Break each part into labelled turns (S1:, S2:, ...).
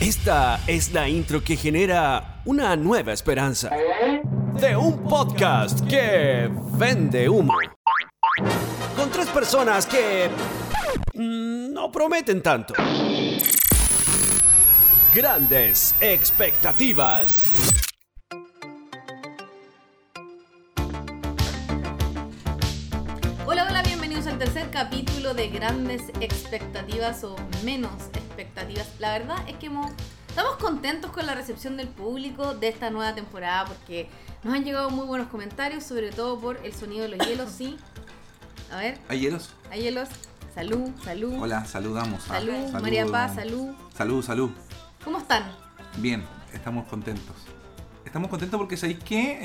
S1: Esta es la intro que genera una nueva esperanza de un podcast que vende humo. Con tres personas que mm, no prometen tanto. Grandes expectativas.
S2: Hola, hola, bienvenidos al tercer capítulo de grandes expectativas o menos expectativas. La verdad es que hemos- estamos contentos con la recepción del público de esta nueva temporada porque nos han llegado muy buenos comentarios, sobre todo por el sonido de los hielos, sí. A ver,
S3: Ay, hielos.
S2: hay hielos. Salud, salud.
S3: Hola, saludamos. a-
S2: Salud,
S3: saludo.
S2: María Paz, salud.
S3: Salud, salud.
S2: ¿Cómo están?
S3: Bien, estamos contentos. Estamos contentos porque sabéis que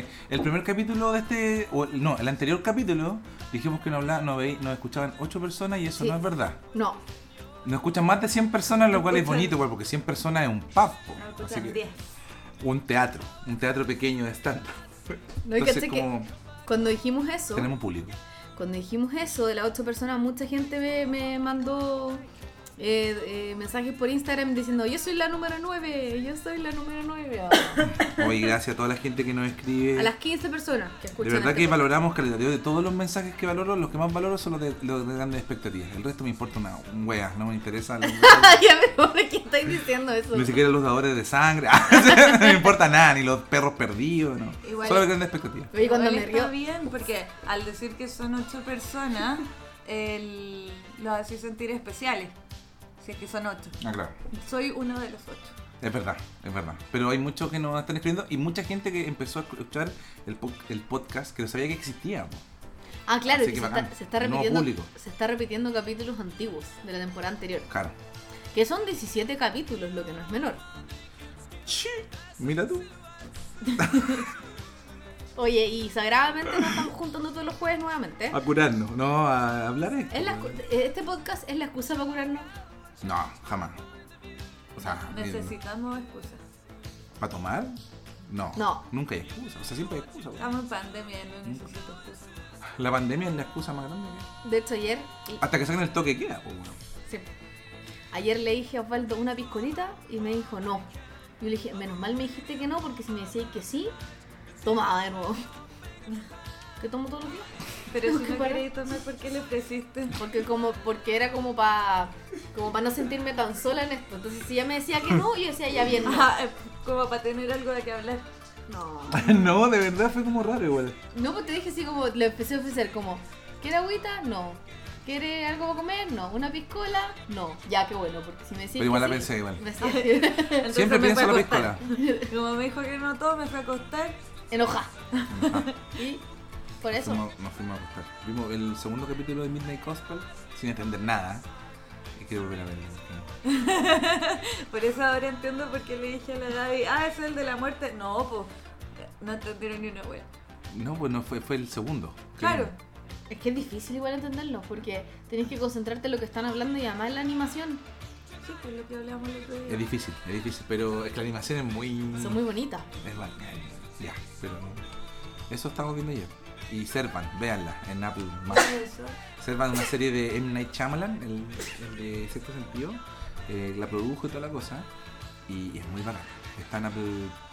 S3: eh, el primer capítulo de este, o el- no, el anterior capítulo, dijimos que nos, hablaba, nos, veí- nos escuchaban 8 personas y eso
S2: Sí.
S3: no es verdad.
S2: No,
S3: Nos escuchan más de 100 personas, lo
S2: Nos
S3: cual es
S2: escuchan-
S3: bonito, igual, porque 100 personas es un pub. po.
S2: no
S3: Así
S2: escuchan
S3: que-
S2: 10.
S3: un teatro, un teatro pequeño de stand.
S2: No, y
S3: Entonces,
S2: caché que-
S3: como
S2: Cuando dijimos eso,
S3: tenemos público.
S2: Cuando dijimos eso de las ocho personas, mucha gente me, me mandó eh, eh, mensajes por Instagram diciendo, yo soy la número 9, yo soy la número 9.
S3: Hoy, gracias a toda la gente que nos escribe.
S2: A las 15 personas que
S3: De
S2: escuchan.
S3: verdad
S2: este
S3: que
S2: podcast.
S3: valoramos calidad. Yo de todos los mensajes que valoro, los que más valoro son los de, los de grandes expectativas. El resto me importa una wea, no me interesa. los-
S2: Ah, ya, pero ¿por qué estáis diciendo eso?
S3: ni siquiera los dadores de sangre. no me importa nada, ni los perros perdidos, no.
S2: Igual-
S3: Solo las grandes expectativas.
S2: Oye, cuando
S4: Igual
S2: me
S4: está
S2: río,
S4: bien, porque al decir que son ocho personas, el- los hace sentir especiales. Si es que son ocho.
S3: Ah, claro.
S4: Soy uno de los ocho.
S3: Es verdad, es verdad. Pero hay muchos que nos están escribiendo y mucha gente que empezó a escuchar el, po- el podcast que no sabía que existía. po.
S2: Ah, claro, que
S3: Así que
S2: se,
S3: bacán.
S2: está, se está
S3: Nuevo
S2: repitiendo,
S3: público.
S2: se está repitiendo capítulos antiguos de la temporada anterior.
S3: Claro.
S2: Que son 17 capítulos, lo que no es menor.
S3: Sí, Mira tú.
S2: Oye, y sagradamente nos estamos juntando todos los jueves nuevamente.
S3: A curarnos, no a hablar esto.
S2: Es la excu- este podcast es la excusa para curarnos.
S3: No, jamás. O sea,
S4: Necesitamos excusas.
S3: ¿Para tomar? No.
S2: No.
S3: Nunca hay excusa. O sea, siempre hay excusa. güey.
S4: Estamos en pandemia,
S3: Mm.
S4: no necesito excusas.
S2: Ah.
S3: La pandemia es la excusa más grande. que hay.
S2: De hecho, ayer
S3: Hasta que saquen el toque queda, pues, bueno.
S2: Sí. Ayer le dije a Osvaldo una piscolita y me dijo no. Yo le dije, menos mal me dijiste que no, porque si me decías que sí, toma de nuevo. ¿Qué tomo todos los días?
S4: Pero si
S2: ¿Qué
S4: no
S2: para?
S4: queréis tomar, ¿por qué le ofreciste?
S2: Porque, como, porque era como para como pa no sentirme tan sola en esto. Entonces, si ella me decía que no, yo decía ya bien. No,
S4: Ah, eh, como para tener algo de qué hablar.
S2: no.
S3: no, de verdad fue como raro igual.
S2: No, pues te dije así como, le empecé a ofrecer como, ¿quiere agüita? No. ¿Quiere algo para comer? No. ¿Una piscola? No. Ya, qué bueno, porque si me decía
S3: Pero igual
S2: que
S3: la
S2: sí,
S3: pensé igual.
S2: me decía-
S4: Entonces
S3: Siempre
S4: me
S3: pienso
S4: fue
S3: en
S4: a
S3: la
S4: acostar.
S3: piscola.
S4: Como me dijo que no todo, me fue a acostar.
S2: enojá. Y por eso.
S3: Fuimos- Nos fuimos a acostar. Vimos el segundo capítulo de Midnight Gospel sin entender nada. Y quiero volver a verlo.
S4: Por eso ahora entiendo por qué le dije a la Gaby, ah, es el de la muerte. No, pues, no entendieron ni una wea.
S3: No, pues no fue, fue el segundo.
S4: Claro.
S2: Es que es difícil igual entenderlo, porque tenés que concentrarte en lo que están hablando y además la animación.
S4: Sí, pues lo que hablamos el otro
S3: Es
S4: día.
S3: difícil, es difícil. Pero es que la animación es muy.
S2: Son muy bonitas.
S3: Es la- Ya, pero. Eso estamos viendo ayer. Y Servan, véanla en Apple Maps.
S4: Eso.
S3: Observan una serie de M. Night Shyamalan, el, el de sexto sentido, eh, la produjo y toda la cosa, y, y es muy barata. Está en Apple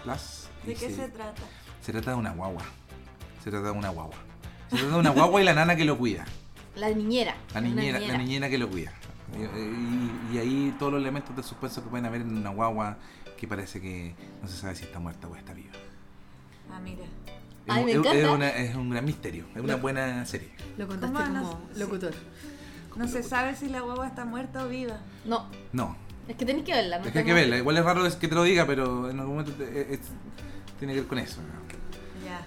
S3: Plus. y
S4: ¿De qué
S3: se,
S4: se trata?
S3: se trata de una guagua. Se trata de una guagua. Se trata de una guagua y la nana que lo cuida.
S2: La niñera.
S3: La
S2: una
S3: niñera, la niñera que lo cuida. Y, y- y ahí todos los elementos de suspenso que pueden haber en una guagua que parece que no se sabe si está muerta o está viva.
S4: Ah, mira.
S3: Es
S2: Ay,
S3: un-
S2: me
S3: es,
S2: encanta.
S3: es una- es un gran misterio, es una
S2: No.
S3: buena serie.
S2: Lo contaste
S4: ¿Cómo no?
S2: como
S4: Sí.
S2: locutor.
S4: No se sabe si la guagua está muerta o viva.
S2: No,
S3: No,
S2: es que tenés que verla. No
S3: Es que hay que
S2: tengo-
S3: verla, igual es raro es que te lo diga, pero en algún momento te- eh, es- tiene que ver con eso.
S4: Ya.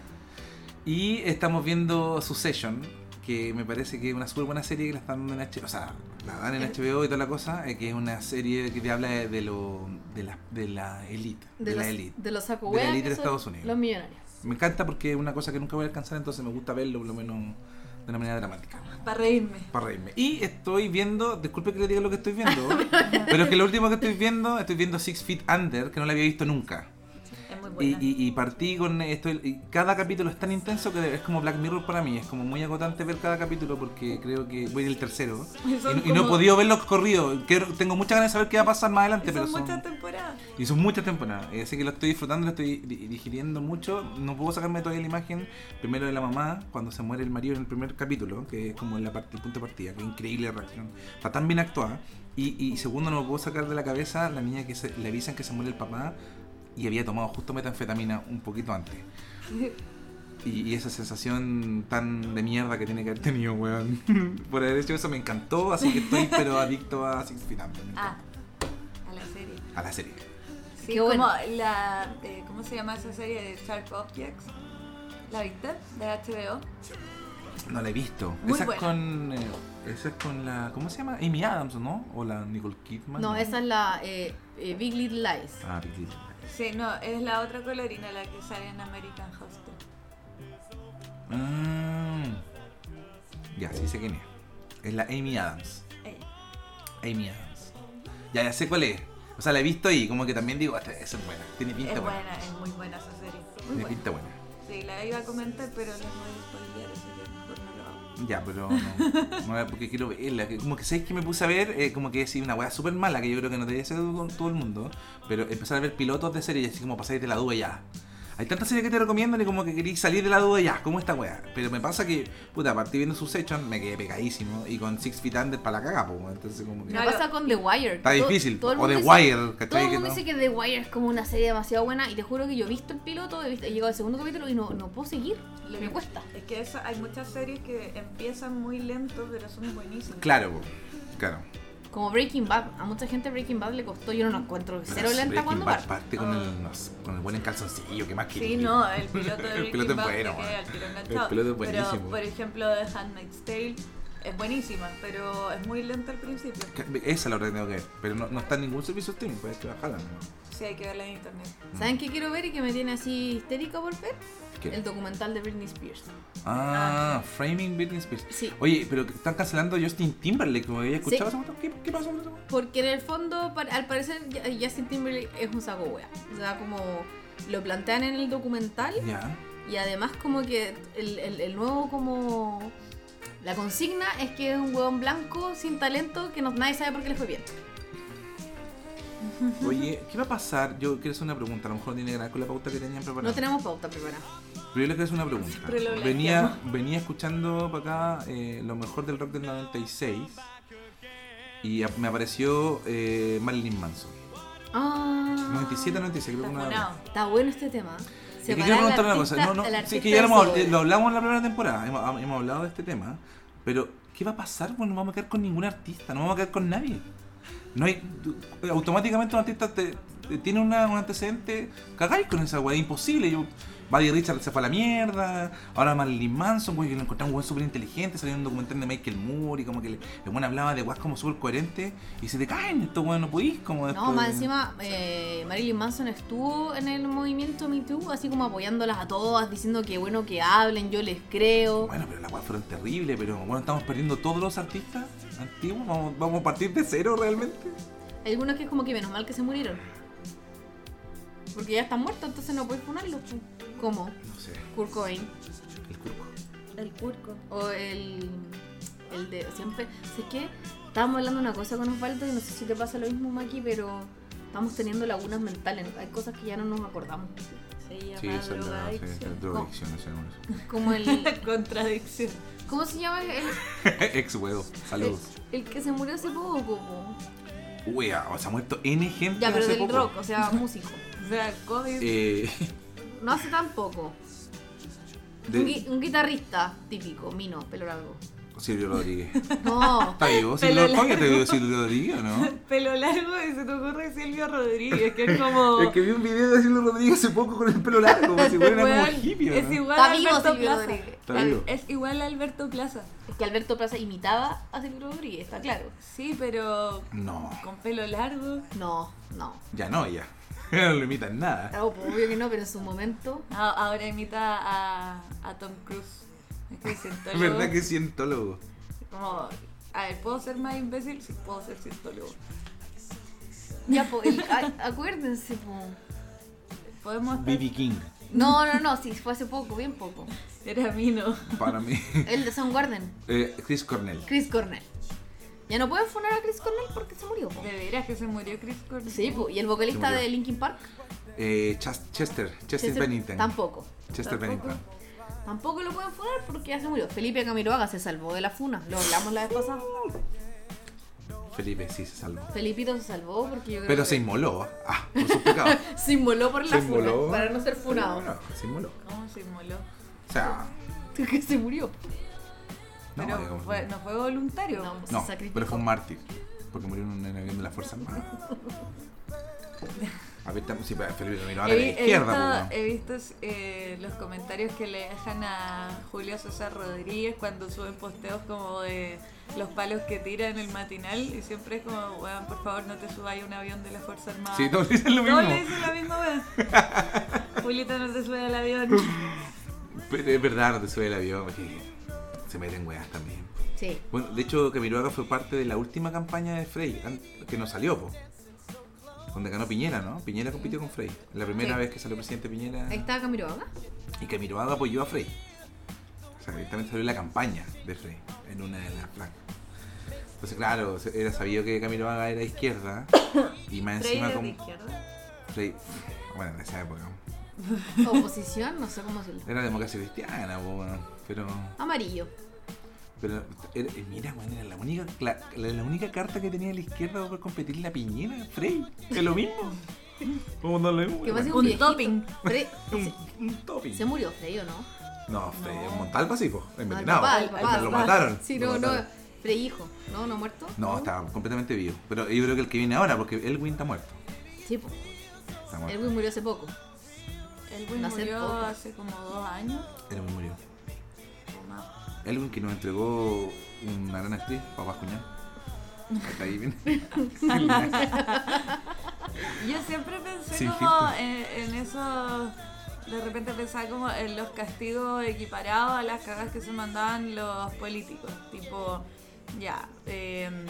S3: Y estamos viendo Succession, que me parece que es una súper buena serie que la están dando en HBO, o sea, la dan
S2: Eh,
S3: en HBO y toda la cosa, eh, que es una serie que te habla de, de lo, de, la, de la elite. De,
S2: De,
S3: la
S2: los,
S3: elite.
S2: de los saco
S3: De la
S2: hueá
S3: elite
S2: que
S3: de
S2: son
S3: Estados Unidos.
S2: Los millonarios.
S3: Me encanta porque es una cosa que nunca voy a alcanzar, entonces me gusta verlo por lo menos de una manera dramática.
S4: Para reírme.
S3: Para reírme. Y estoy viendo, disculpe que le diga lo que estoy viendo, pero es que lo último que estoy viendo, estoy viendo Six Feet Under, que no la había visto nunca.
S4: Es muy
S3: Y,
S4: buena.
S3: y, y partí con esto. y cada capítulo es tan intenso que es como Black Mirror para mí. Es como muy agotante ver cada capítulo porque creo que voy el tercero.
S4: Y
S3: Y,
S4: son
S3: y no he
S4: como-
S3: podido verlos corridos. Quiero- Tengo muchas ganas de saber qué va a pasar más adelante.
S4: Y
S3: pero
S4: son
S3: son-
S4: muchas temporadas.
S3: y son muchas temporadas, eh, así que lo estoy disfrutando, lo estoy di- digiriendo mucho. No puedo sacarme todavía la imagen, primero de la mamá, cuando se muere el marido en el primer capítulo, que es como la parte, el punto de partida, que increíble reacción. Está tan bien actuada. Y, y segundo, no me puedo sacar de la cabeza la niña que se- le avisan que se muere el papá y había tomado justo metanfetamina un poquito antes. Y, y esa sensación tan de mierda que tiene que haber tenido, weón. Por haber hecho eso me encantó, así que estoy pero adicto a Six Feet Under, me
S4: Ah,
S3: encanta.
S4: a la serie.
S3: A la serie.
S4: Sí,
S2: Qué
S4: como
S2: bueno.
S4: la. eh, ¿Cómo se llama esa serie de Sharp Objects? ¿La viste? De HBO.
S3: No la he visto.
S4: Muy
S3: esa
S4: buena.
S3: es con. eh, esa es con la. ¿Cómo se llama? Amy Adams, ¿no? O la Nicole Kidman.
S2: No, esa es la eh, eh, Big Little Lies.
S3: Ah, Big Little.
S4: Sí, no, es la otra colorina la que sale en American Hostel.
S3: Mm. Ya, sí sé quién es. Es la Amy Adams.
S4: Ella.
S3: Amy Adams. Ya, ya sé cuál es. O sea, la he visto y como que también digo, "Esta- esa es buena. Tiene pinta
S4: Es
S3: buena.
S4: buena, es muy buena esa serie. Muy
S3: Tiene
S4: buena.
S3: pinta buena.
S4: Sí, la iba a comentar, pero les voy a spoilear, así que mejor no lo hago.
S3: Ya, pero no. no, porque quiero verla. que Como que sabéis que me puse a ver, eh, como que sí, una weá súper mala que yo creo que no debería hacer todo, todo el mundo. Pero empezar a ver pilotos de series y así como pasáis de la duda ya. Hay tantas series que te recomiendan y como que queréis salir de la duda ya, como esta weá. Pero me pasa que, puta, a partir viendo sus hechos me quedé pegadísimo y con Six Feet Under para la caga, po, Entonces, como que.
S2: Me
S4: Claro.
S2: pasa con The Wire.
S3: Está
S2: Todo-
S3: difícil.
S2: todo el
S3: o The
S2: mundo dice-
S3: Wire, ¿cachai?
S2: Todo el
S3: Que
S2: mundo
S3: no-
S2: dice que The Wire es como una serie demasiado buena y te juro que yo he visto el piloto, he, visto, he llegado al segundo capítulo y no, no puedo seguir.
S4: Lo
S2: Me
S4: que-
S2: cuesta.
S4: Es que eso, hay muchas series que empiezan muy lento, pero son buenísimas.
S3: Claro, po, claro.
S2: Como Breaking Bad. A mucha gente Breaking Bad le costó. Yo no lo encuentro
S3: Pero
S2: cero
S3: es
S2: lenta
S3: Breaking
S2: cuando
S3: Bad
S2: parte.
S3: parte con el, no sé, con el buen en calzoncillo, que más que.
S4: Sí, no, el piloto de
S3: El
S4: Breaking
S3: piloto es
S4: Bad te
S3: bueno,
S4: queda
S3: man.
S4: al tiro
S3: El
S4: enganchado.
S3: piloto es buenísimo.
S4: Pero, por ejemplo, The Handmaid's Tale es buenísima, pero es muy lenta al principio.
S3: Esa es la hora que tengo que ver, pero no, no está en ningún servicio streaming, puedes que bajarla. ¿no?
S4: Sí, hay que verla en internet.
S2: ¿Saben qué quiero ver y que me tiene así histérica por ver?
S3: ¿Qué?
S2: El documental de Britney Spears.
S3: Ah, Framing Britney Spears.
S2: Sí.
S3: Oye, pero que están cancelando a Justin Timberlake, como había escuchado. esa cuestión. ¿Qué, ¿Qué pasó con eso?
S2: Porque en el fondo, pa- al parecer, Ya- Justin Timberlake es un saco wea. O sea, como lo plantean en el documental
S3: Ya.
S2: y además como que el, el- el nuevo como... La consigna es que es un hueón blanco sin talento que no, nadie sabe por qué le fue bien.
S3: Oye, ¿qué va a pasar? Yo quiero hacer una pregunta, a lo mejor tiene que ver con la pauta que tenían preparada.
S2: No tenemos pauta preparada.
S3: Pero yo le quiero hacer una pregunta.
S4: Pero lo
S3: Venía, venía escuchando para acá eh, lo mejor del rock del 96 y a- me apareció eh, Marilyn Manson.
S2: Ah,
S3: 97, 96, creo que una.
S4: Funado.
S2: Está bueno este tema.
S3: Es que
S2: Separar
S3: quiero
S2: al
S3: preguntar una
S2: artista-
S3: cosa. No, no,
S2: al
S3: sí,
S2: artista
S3: que ya
S2: de
S3: lo,
S2: su
S3: hemos,
S2: obra.
S3: lo hablamos en la primera temporada. Hemos, hemos hablado de este tema. Pero, ¿qué va a pasar? Bueno, no vamos a quedar con ningún artista. No vamos a quedar con nadie. No hay, tú- automáticamente un artista te- te tiene una- un antecedente. Cagáis con esa weá. Imposible. Yo, Buddy Richard se fue a la mierda. Ahora Marilyn Manson, güey, que lo encontramos un weón súper inteligente. Salió un documental de Michael Moore. Y como que le- el weón hablaba de weas como súper coherente. Y se te caen estos weón. No podís. Como
S2: No,
S3: después-
S2: más encima, eh, Marilyn Manson estuvo en el movimiento Me Too, así como apoyándolas a todas, diciendo que bueno que hablen, yo les creo.
S3: Bueno, pero las weas fueron terribles, pero bueno, estamos perdiendo todos los artistas antiguos, vamos, vamos a partir de cero realmente.
S2: Hay algunos que es como que menos mal que se murieron. Porque ya están muertos, entonces no puedes ponerlos. Como
S3: No sé,
S2: Kurt Cobain
S3: el curco.
S4: El curco.
S2: o el, el de siempre. Sé que estábamos hablando una cosa con Osvaldo y no sé si te pasa lo mismo, Maki, pero estamos teniendo lagunas mentales. Hay cosas que ya no nos acordamos.
S4: Se llama drogadicción.
S2: drogadicción,
S3: ese
S2: Como el.
S4: Contradicción.
S2: ¿Cómo se llama el,
S3: Ex huevo,
S2: el,
S3: saludos.
S2: el que se murió hace poco? po?
S3: Uy, ah, se ha muerto N gente.
S2: Ya, pero
S3: hace
S2: del
S3: poco.
S2: rock, o sea, músico.
S4: O sea, COVID.
S3: Eh,
S2: No hace tan poco. Un,
S3: de
S2: gui- un guitarrista típico, Mino, pelo largo.
S3: Silvio Rodríguez.
S2: No,
S3: ¿Está vivo?
S4: Pelo
S3: Silvio, ¿Cómo que te digo Silvio Rodríguez o no?
S4: Pelo largo y se te ocurre Silvio Rodríguez, que es como.
S3: Es que vi un video de Silvio Rodríguez hace poco con el pelo largo, como si fuera
S4: Weón,
S3: como hippie. ¿o
S4: Es
S3: no?
S4: igual a
S2: está vivo
S4: Alberto
S2: Silvio
S4: Plaza.
S2: Rodríguez.
S3: Está vivo.
S4: Es igual a Alberto Plaza.
S2: Es que Alberto Plaza imitaba a Silvio Rodríguez, está claro.
S4: Sí, pero
S3: No,
S4: con pelo largo.
S2: No, no.
S3: ya no, ya. No lo imitan nada.
S2: Claro, pues, obvio que no, pero en su momento.
S4: A- Ahora imita a, a Tom Cruise. Es que siento
S3: Es verdad que cientólogo.
S4: Como, a ver, ¿puedo ser más imbécil? Sí, puedo ser cientólogo.
S2: Ya, pues, el- ay, acuérdense, po.
S4: Podemos estar-
S5: BB King.
S2: No, no, no, sí, fue hace poco, bien poco.
S4: Era Mino.
S3: Para mí.
S2: El de Son Garden,
S3: Eh, Chris Cornell.
S2: Chris Cornell. Ya no pueden funar a Chris Cornell porque se murió. po.
S4: De veras que se murió Chris Cornell.
S2: Sí, po, y el vocalista
S3: Se murió.
S2: de Linkin Park.
S3: Eh, Chas- Chester. Chester
S2: Chester-
S3: Bennington.
S2: Tampoco.
S3: Chester
S4: Tampoco.
S3: Bennington.
S2: Tampoco lo pueden funar porque ya se murió. Felipe Camiroaga se salvó de la funa. Lo hablamos la vez pasada.
S3: Felipe, sí, se salvó.
S2: Felipito se salvó porque yo creo
S3: Pero
S2: que
S3: se inmoló. Ah, por sus pecados.
S2: se inmoló por la
S3: Se inmoló.
S2: funa para no ser funado.
S3: No, se inmoló.
S4: ¿Cómo se inmoló?
S3: O sea,
S2: Que se murió.
S3: no,
S4: Pero
S3: digamos,
S4: fue- no fue voluntario.
S2: No, se
S3: no,
S2: sacrificó.
S3: pero fue un mártir. Porque murió en un en un avión de la Fuerza Armada. A ver, tam- sí, pero Felipe Camilo ahora
S4: he,
S3: de la
S4: vi- he
S3: izquierda, pues,
S4: visto, he visto, eh, los comentarios que le dejan a Julio César Rodríguez cuando suben posteos como de los palos que tira en el matinal y siempre es como, weón, por favor no te subáis a un avión de la Fuerza Armada.
S3: pues, Sí, todos dicen lo mismo.
S4: Todos le dicen la misma weón. Julita no te sube al avión.
S3: Pero es verdad, no te sube el avión. porque Se meten weas también.
S2: Sí.
S3: Bueno, de hecho, Camiroaga fue parte de la última campaña de Frey, an- que no salió, po. Donde ganó Piñera, ¿no? Piñera compitió con Frey. La primera
S2: Sí.
S3: vez que salió presidente Piñera.
S2: Ahí estaba Camiroaga.
S3: Y Camiroaga apoyó a Frey. O sea, directamente salió en la campaña de Frey, en una de las blancas. Entonces, claro, se- era sabido que Camiroaga era izquierda. y más
S4: Frey
S3: encima
S4: de
S3: con
S4: izquierda.
S3: Frey. Bueno, en esa época.
S2: Oposición, no sé cómo se lo.
S3: Era democracia cristiana, po, bueno, pero.
S2: Amarillo.
S3: Pero era- eh, mira, weón, era la única, la, la- la única carta que tenía la izquierda para competir la piñera, Frey. Es lo mismo. Vamos a darle un,
S2: Que pasa
S4: Un
S2: viejito.
S4: topping.
S2: Fre-
S3: un, un topping.
S2: se, Ah, se murió Frey o no?
S3: No, Frey,
S4: No.
S3: un Montalva sí, po,
S2: Al
S3: envenenado.
S2: papá, al papá.
S3: lo mataron.
S2: Sí,
S3: lo
S2: no, no.
S3: mataron.
S2: Frey hijo. No, no muerto.
S3: No, estaba completamente vivo. Pero yo creo que el que viene ahora, porque Elwin está muerto.
S2: Sí, po.
S3: Está muerto.
S2: Elwin murió hace poco.
S4: El güey
S2: No hace
S4: murió
S2: poco.
S4: hace como dos años.
S3: Elwin murió.
S4: o más.
S3: Elwin que nos entregó una gran actriz, papá cuñado. Está ahí bien.
S4: Yo siempre pensé
S3: Sin
S4: como
S3: filtro.
S4: en, en eso, de repente pensaba como en los castigos equiparados a las cagas que se mandaban los políticos, tipo, ya, em,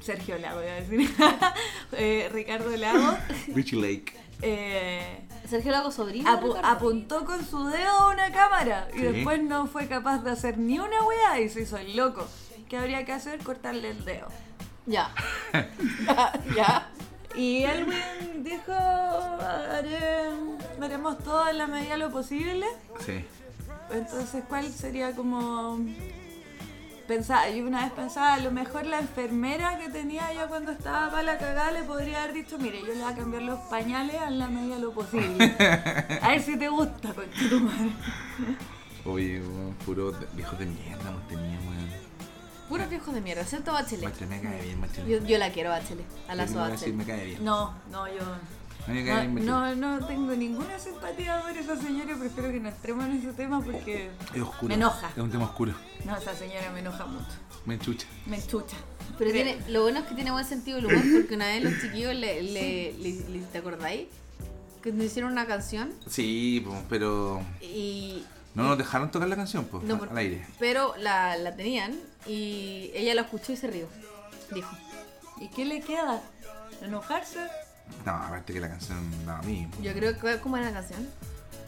S4: Sergio Lago, iba a decir, Eh, Ricardo Lago,
S3: Richie Lake.
S4: eh,
S2: Sergio Lago sobrino. de
S4: apu-
S2: Ricardo.
S4: apuntó con su dedo a una cámara y
S3: Sí.
S4: después no fue capaz de hacer ni una weá y se hizo el loco. ¿Qué habría que hacer? Cortarle el dedo.
S2: Ya. ya.
S4: Y Elwin dijo, haré, haremos todo en la medida de lo posible.
S3: Sí.
S4: Entonces, ¿cuál sería como...? Pensaba, yo una vez pensaba, a lo mejor la enfermera que tenía ya cuando estaba para la cagada le podría haber dicho, mire, yo le voy a cambiar los pañales en la medida de lo posible. A ver si te gusta, con tu madre.
S3: Oye, weón, puro viejos de mierda hemos tenido, weón.
S2: Puros viejos de mierda, excepto Bachelet.
S3: Bachelet me cae bien, Bachelet.
S2: Yo, yo la quiero a Bachelet. A la
S3: Yo
S2: soa
S3: voy a
S2: Bachelet.
S3: decir, me cae bien.
S4: No, no, yo...
S3: A mí me cae
S4: No,
S3: bien Bachelet.
S4: no, no tengo ninguna simpatía por esa señora, prefiero que no entremos en ese tema porque...
S3: Es oscuro.
S4: Me enoja.
S3: Es un tema oscuro.
S4: No, esa señora me enoja mucho.
S3: Me enchucha.
S4: Me enchucha.
S2: Pero
S4: Creo.
S2: tiene, lo bueno es que tiene buen sentido el humor porque una vez los chiquillos le, le, le- le- ¿te acordáis? Que nos hicieron una canción
S3: Sí, po, pero.
S2: y
S3: No nos dejaron tocar la canción, pues.
S2: No,
S3: al
S2: porque-
S3: aire.
S2: pero la, la tenían y ella la escuchó y se rió. Dijo.
S4: ¿Y qué le queda? ¿Enojarse?
S3: No, aparte que la canción daba a mí. po.
S2: Yo creo que cómo era la canción.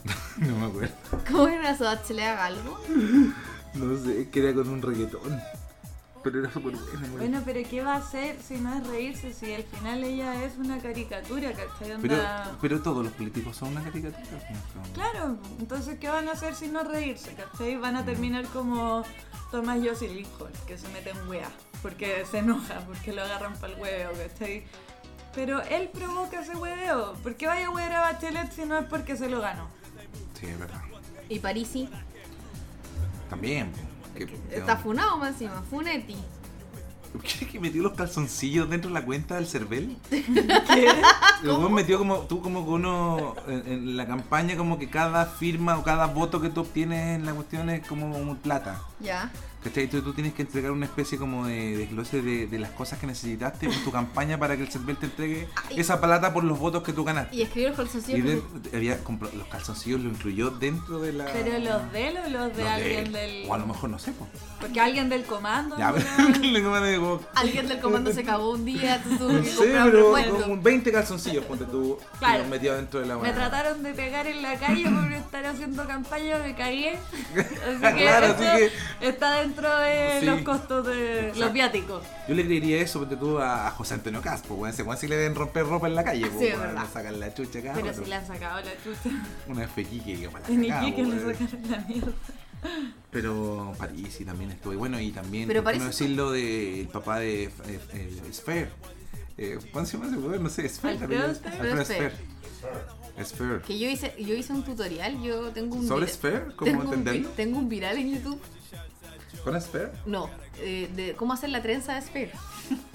S3: No me acuerdo.
S2: ¿Cómo era la soda Bachelet haga algo?
S3: No sé, que era con un reggaetón. Pero era súper buena, weón.
S4: Bueno, pero ¿qué va a hacer si no es reírse? Si al final ella es una caricatura, ¿cachai?
S3: Pero,
S4: Onda...
S3: pero todos los políticos son una caricatura. al fin y al cabo.
S4: Claro, entonces ¿qué van a hacer si no reírse? ¿Cachai? Van a terminar como Tomás Jocelyn Hall, que se mete en weá, porque se enoja, porque lo agarran para el hueveo, ¿cachai? Pero él provoca ese hueveo. ¿Por qué vaya a huear a Bachelet si no es porque se lo ganó?
S3: Sí, es verdad.
S2: Y Parisi
S3: También, po. Que-
S2: está funado más encima, funeti.
S3: ¿Quieres que metió los calzoncillos dentro de la cuenta del Cervel? El weón metió como tú como que uno en, en la campaña como que cada firma o cada voto que tú obtienes en la cuestión es como un plata.
S2: Ya.
S3: ¿Cachai? Tú, tú tienes que entregar una especie como de desglose de, de las cosas que necesitaste en tu campaña para que el CERVEL te entregue esa plata por los votos que tú ganaste.
S2: Y escribir los
S3: Y
S2: calzoncillos.
S3: de-
S2: porque-
S3: había compro- los calzoncillos lo incluyó dentro de la.
S4: Pero los de él o los de
S3: los
S4: alguien
S3: él.
S4: del.
S3: O a lo mejor no sé, pues.
S4: Porque alguien del comando.
S3: Ya,
S4: ¿no?
S3: pero. le coman de como-
S2: Alguien del comando se cagó un día, tú tuvo
S3: No
S2: que
S3: sé,
S2: comprar un
S3: pero
S2: recuerdo.
S3: como 20 calzoncillos, ponte tú. y
S4: Claro.
S3: Los metió dentro de la
S4: Me
S3: weá.
S4: trataron de pegar en la calle por estar haciendo campaña, me caí. Así que
S3: Claro,
S4: esto
S3: así
S4: está dentro de
S3: Sí.
S4: los costos de los viáticos.
S3: Yo le creería eso, ponte tú a, a José Antonio Caspo, weón. Ese weón sí le deben romper ropa en la calle, po,
S2: Sí, es
S3: weón,
S2: verdad.
S3: le sacan la chucha acá.
S4: Pero si le han sacado
S3: Ah,
S4: la chucha.
S3: Una fequique que para
S4: En Iquique le sacaron la mierda.
S3: Pero París y también estuvo. Y bueno, y también,
S2: Pero
S3: ¿por qué no
S2: Parisi-
S3: decirlo del papá de eh, eh, Sphere? Eh, ¿Cuándo se llama ese weón? No sé, Sphere.
S4: ¿Alfredo
S3: también.
S4: Sphere?
S3: Alfredo
S2: Sphere.
S3: Sphere. Sphere.
S2: Que yo hice, yo hice un tutorial, yo tengo un
S3: ¿Sobre
S2: vira-
S3: Sphere? ¿Cómo
S2: tengo un vi-
S3: entenderlo?
S2: tengo un viral en YouTube.
S3: ¿Con Sphere?
S2: No, eh, de cómo hacer la trenza de Sphere.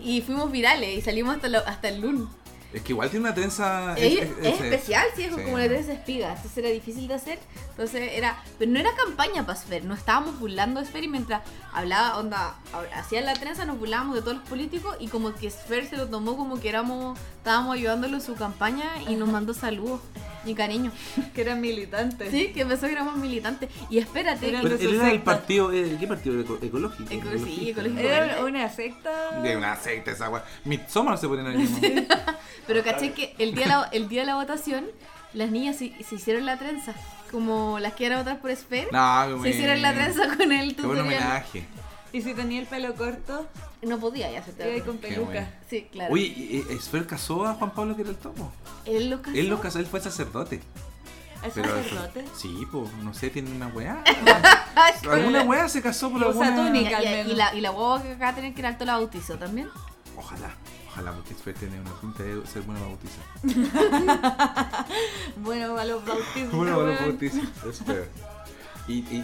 S2: y fuimos virales y salimos hasta, la- hasta el lunes.
S3: Es que igual tiene una trenza.
S2: Ah, Es, es especial, sí, es
S3: sí.
S2: como una trenza de espiga. Entonces era difícil de hacer. Entonces era. Pero no era campaña para Sphere, nos estábamos burlando de Sphere y mientras hablaba, onda, hab- hacía la trenza, nos burlábamos de todos los políticos y como que Sphere se lo tomó como que éramos, estábamos ayudándolo en su campaña y nos mandó saludos y cariño.
S4: Que eran militantes.
S2: Sí, que empezó que éramos militantes. Y espérate,
S4: Era
S2: que-
S3: Pero
S4: de su
S3: él era el
S4: secta.
S3: partido. eh, ¿Qué partido? Eco- ecológico.
S2: Eco- sí, ecológico.
S4: Era una secta.
S3: De una aceite esa weá. Midsommar se ponen ahí. ¿no?
S2: pero caché que el día, de la, el día de la votación, las niñas se, se hicieron la trenza. Como las que eran votar por Sphere,
S3: No,
S2: se hicieron la trenza con el
S3: Qué buen
S2: tutorial.
S3: homenaje.
S4: Y si tenía el pelo corto,
S2: No podía ya hacerte
S4: iba ahí
S2: la
S4: con
S2: trenza.
S3: Qué
S4: peluca.
S3: bueno.
S2: Sí, claro.
S3: Oye, ¿y- y- ¿Esfer casó a Juan Pablo que era el topo?
S2: él lo casó.
S3: Él lo casó, él fue sacerdote.
S4: ¿Es
S3: Pero-
S4: sacerdote?
S3: Sí, pues, no sé, tiene una weá.
S2: Ay,
S3: Alguna weá se casó por
S4: Y usa
S3: alguna...
S2: Y,
S4: túnica.
S2: y- y la, y la guagua que acá tener que ir alto la bautizó también.
S3: Ojalá, ojalá, porque Esfer tiene una pinta de ser buena bautiza.
S4: Bueno, a los bautismos.
S3: Bueno, buena
S4: weón.
S3: bautiza, Esfer. Y, y,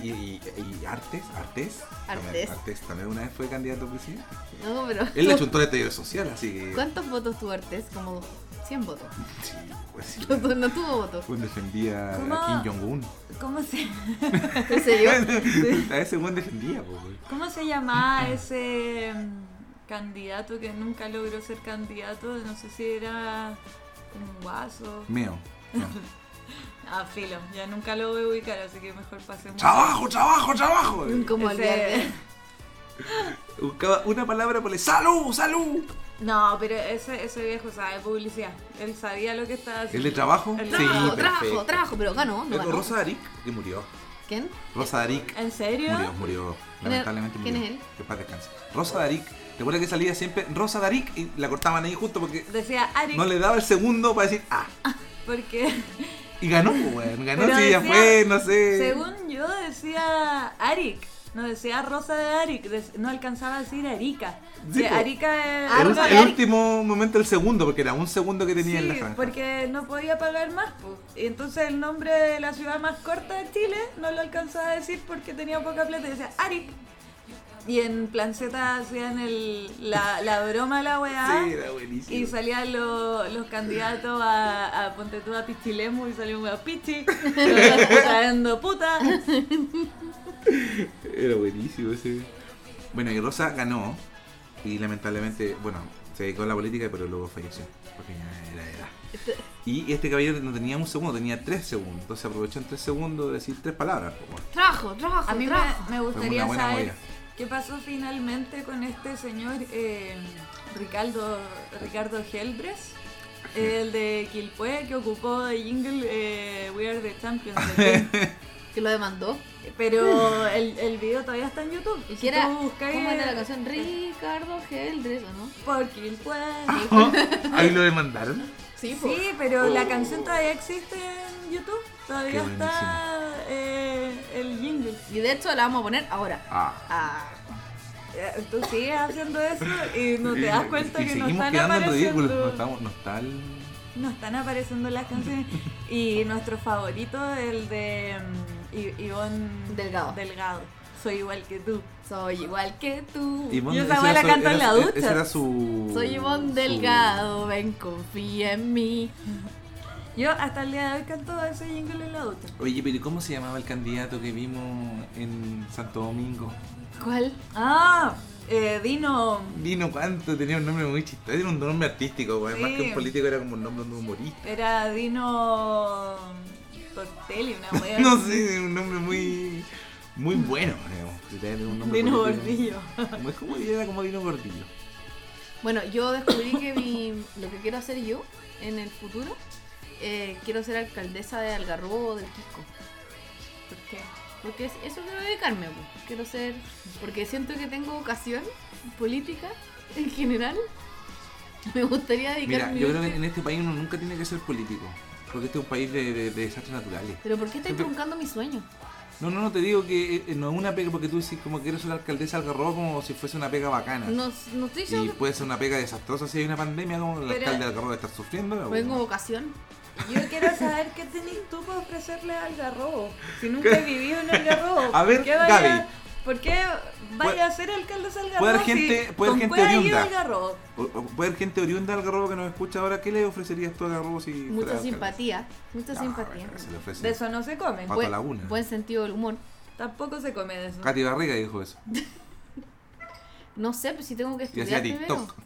S3: y, y, y Artes, Artes.
S2: Artes.
S3: También, Artes también una vez fue candidato a presidente.
S2: No, pero.
S3: Él le chuntó la teoría social, así que...
S2: ¿Cuántos votos tuvo Artes? Como 100 votos.
S3: Sí, pues sí.
S2: No, tu- no tuvo votos.
S3: Pues defendía a
S4: ¿Cómo?
S3: Kim Jong-un.
S4: ¿Cómo se,
S2: ¿En serio?
S3: A ese buen defendía, po, güey.
S4: ¿Cómo se llamaba ese mm, candidato que nunca logró ser candidato? No sé si era un guaso.
S3: Meo. No.
S4: Ah, filo, ya nunca lo voy a ubicar, así que mejor pasemos.
S3: ¡Trabajo, trabajo, trabajo!
S2: Como
S4: Ese-
S3: Buscaba una palabra por el ¡Salud, salud!
S4: No, pero ese, ese viejo sabe publicidad. Él sabía lo que estaba
S3: ¿El
S4: haciendo.
S3: de trabajo?
S4: El
S2: Trabajo,
S3: perfecto.
S2: trabajo, trabajo, pero ganó, no
S3: Tengo
S2: ganó.
S3: Rosa Daric, que murió.
S2: ¿Quién?
S3: Rosa Daric.
S4: ¿En serio?
S3: Murió, murió.
S2: ¿Quién es-
S3: Lamentablemente murió.
S2: quién es él?
S3: Que paz descanse. Rosa Daric. ¿Te acuerdas que salía siempre Rosa Daric y la cortaban ahí justo porque
S4: Decía Ari,
S3: no le daba el segundo para decir ¡ah!
S4: porque
S3: Y ganó, weón. Ganó
S4: Pero
S3: si ella
S4: decía-
S3: fue, no sé.
S4: según yo decía Arik, no decía Rosa de Arik, des- no alcanzaba a decir Arica.
S3: Sí,
S4: Que
S3: po.
S4: Arica es
S2: Ah,
S3: El,
S2: Rosa
S3: ul- el
S2: Daric.
S3: último momento, el segundo, porque era un segundo que tenía en la
S4: Sí,
S3: franja.
S4: porque no podía pagar más. po. Y entonces el nombre de la ciudad más corta de Chile no lo alcanzaba a decir porque tenía poca plata y decía Arik. Y en Planceta hacían el, la, la broma a la weá.
S3: Sí, era buenísimo.
S4: Y salían lo- los candidatos a, a Ponte tú a Pichilemu y salió un weón Pichi, trayendo puta.
S3: Era buenísimo ese. Bueno, y Rosa ganó. Y lamentablemente, bueno, se dedicó a la política, pero luego falleció. Porque ya era de edad. Y este caballero no tenía un segundo, tenía tres segundos. Entonces aprovechó en tres segundos de decir tres palabras. po, bueno.
S2: Trabajo, trabajo,
S4: A mí me,
S2: trabajo.
S4: me gustaría
S3: Fue una buena
S4: saber
S3: olla.
S4: qué pasó finalmente con este señor eh, Ricardo, Ricardo Helbres, el de Quilpue, que ocupó de jingle eh, We Are the Champions. de Queen.
S2: Que lo demandó.
S4: Pero el, el video todavía está en YouTube.
S2: Y
S4: Si
S2: que era.
S4: tú buscas,
S2: ¿Cómo era la
S4: eh,
S2: canción? Ricardo Geldres, ¿o no?
S4: Por Quilpue.
S3: Ah. Ahí lo demandaron.
S2: Sí, pues. po.
S4: Sí, pero la canción todavía existe en YouTube.
S3: Oh. Qué
S4: Todavía
S3: buenísimo.
S4: está eh, el jingle.
S2: Y de hecho la vamos a poner ahora.
S3: Ah.
S2: Ah.
S4: Eh, Tú sigues haciendo eso y no te das cuenta
S3: Y
S4: que no
S3: seguimos
S4: están
S3: quedando en ridículo. No,
S4: apareciendo.
S3: estamos, no está el-
S4: No están apareciendo las canciones. Y nuestro favorito, el de mm, I- Ivonne
S2: Delgado.
S4: Delgado. Soy igual que tú.
S2: Soy igual que tú.
S3: Ivonne
S4: Yo esa
S3: ese
S4: weá la
S3: era su-
S4: canto en
S3: era-
S4: la
S3: e-
S4: ducha.
S3: Ese era su.
S2: Soy Ivonne
S3: su-
S2: Delgado, ven, confía en mí.
S4: Yo hasta el día de hoy canto ese jingle en la auto.
S3: Oye, pero ¿y ¿cómo se llamaba el candidato que vimos en Santo Domingo?
S2: ¿Cuál?
S4: Ah, eh, Dino.
S3: Dino cuánto, tenía un nombre muy chistoso, era un nombre artístico, weón,
S4: Sí.
S3: más que un político era como un nombre de un humorista.
S4: Era Dino. Tortelli, una wea.
S3: No sé, un nombre muy muy bueno, digamos. si tenía un nombre
S4: Dino
S3: político.
S4: Gordillo.
S3: Como- Es como era como Dino Gordillo.
S2: Bueno, yo descubrí que mi, lo que quiero hacer yo en el futuro, eh, quiero ser alcaldesa de Algarrobo o del Quisco.
S4: ¿Por qué?
S2: Porque es- eso quiero dedicarme, po. quiero ser, porque siento que tengo vocación política en general. Me gustaría dedicarme.
S3: Mira, yo creo que en este país uno nunca tiene que ser político, porque este es un país de, de- de desastres naturales.
S2: Pero ¿por qué estáis
S3: e- Siempre-
S2: truncando mi sueño?
S3: No, no, no te digo que eh, no es una pega porque tú dices como que eres la alcaldesa de Algarrobo como si fuese una pega bacana.
S2: No, no estoy
S3: Ah. Y
S2: diciendo
S3: puede ser una pega desastrosa si hay una pandemia como el
S4: Pero-
S3: alcalde de Algarrobo está sufriendo.
S2: que
S3: o-
S2: tengo vocación.
S4: Yo quiero saber qué tenés tú para ofrecerle al garrobo. Si nunca he vivido en el garrobo.
S3: A ver,
S4: ¿por qué vaya,
S3: Gaby.
S4: ¿Por qué
S3: Puede-
S4: vaya a ser alcaldes al garrobo?
S3: puede haber
S4: si
S3: gente- puede
S4: con
S3: haber gente
S4: cueva lleva
S3: oriunda.
S4: el garrobo?
S3: o- o puede haber gente oriunda de Algarrobo que nos escucha ahora. ¿Qué le ofrecerías tú a Algarrobo si
S2: Mucha
S3: fuera alcalde?
S2: simpatía, mucha
S3: No,
S2: simpatía.
S3: bueno, se le ofrece.
S4: De eso no se come.
S3: Pato
S2: Buen-
S3: Laguna.
S2: buen sentido del humor.
S4: Tampoco se come de eso.
S3: Katy Barriga dijo eso.
S2: No sé, pero si tengo que
S3: Y
S2: estudiar
S3: hacía
S2: primero.
S3: TikTok.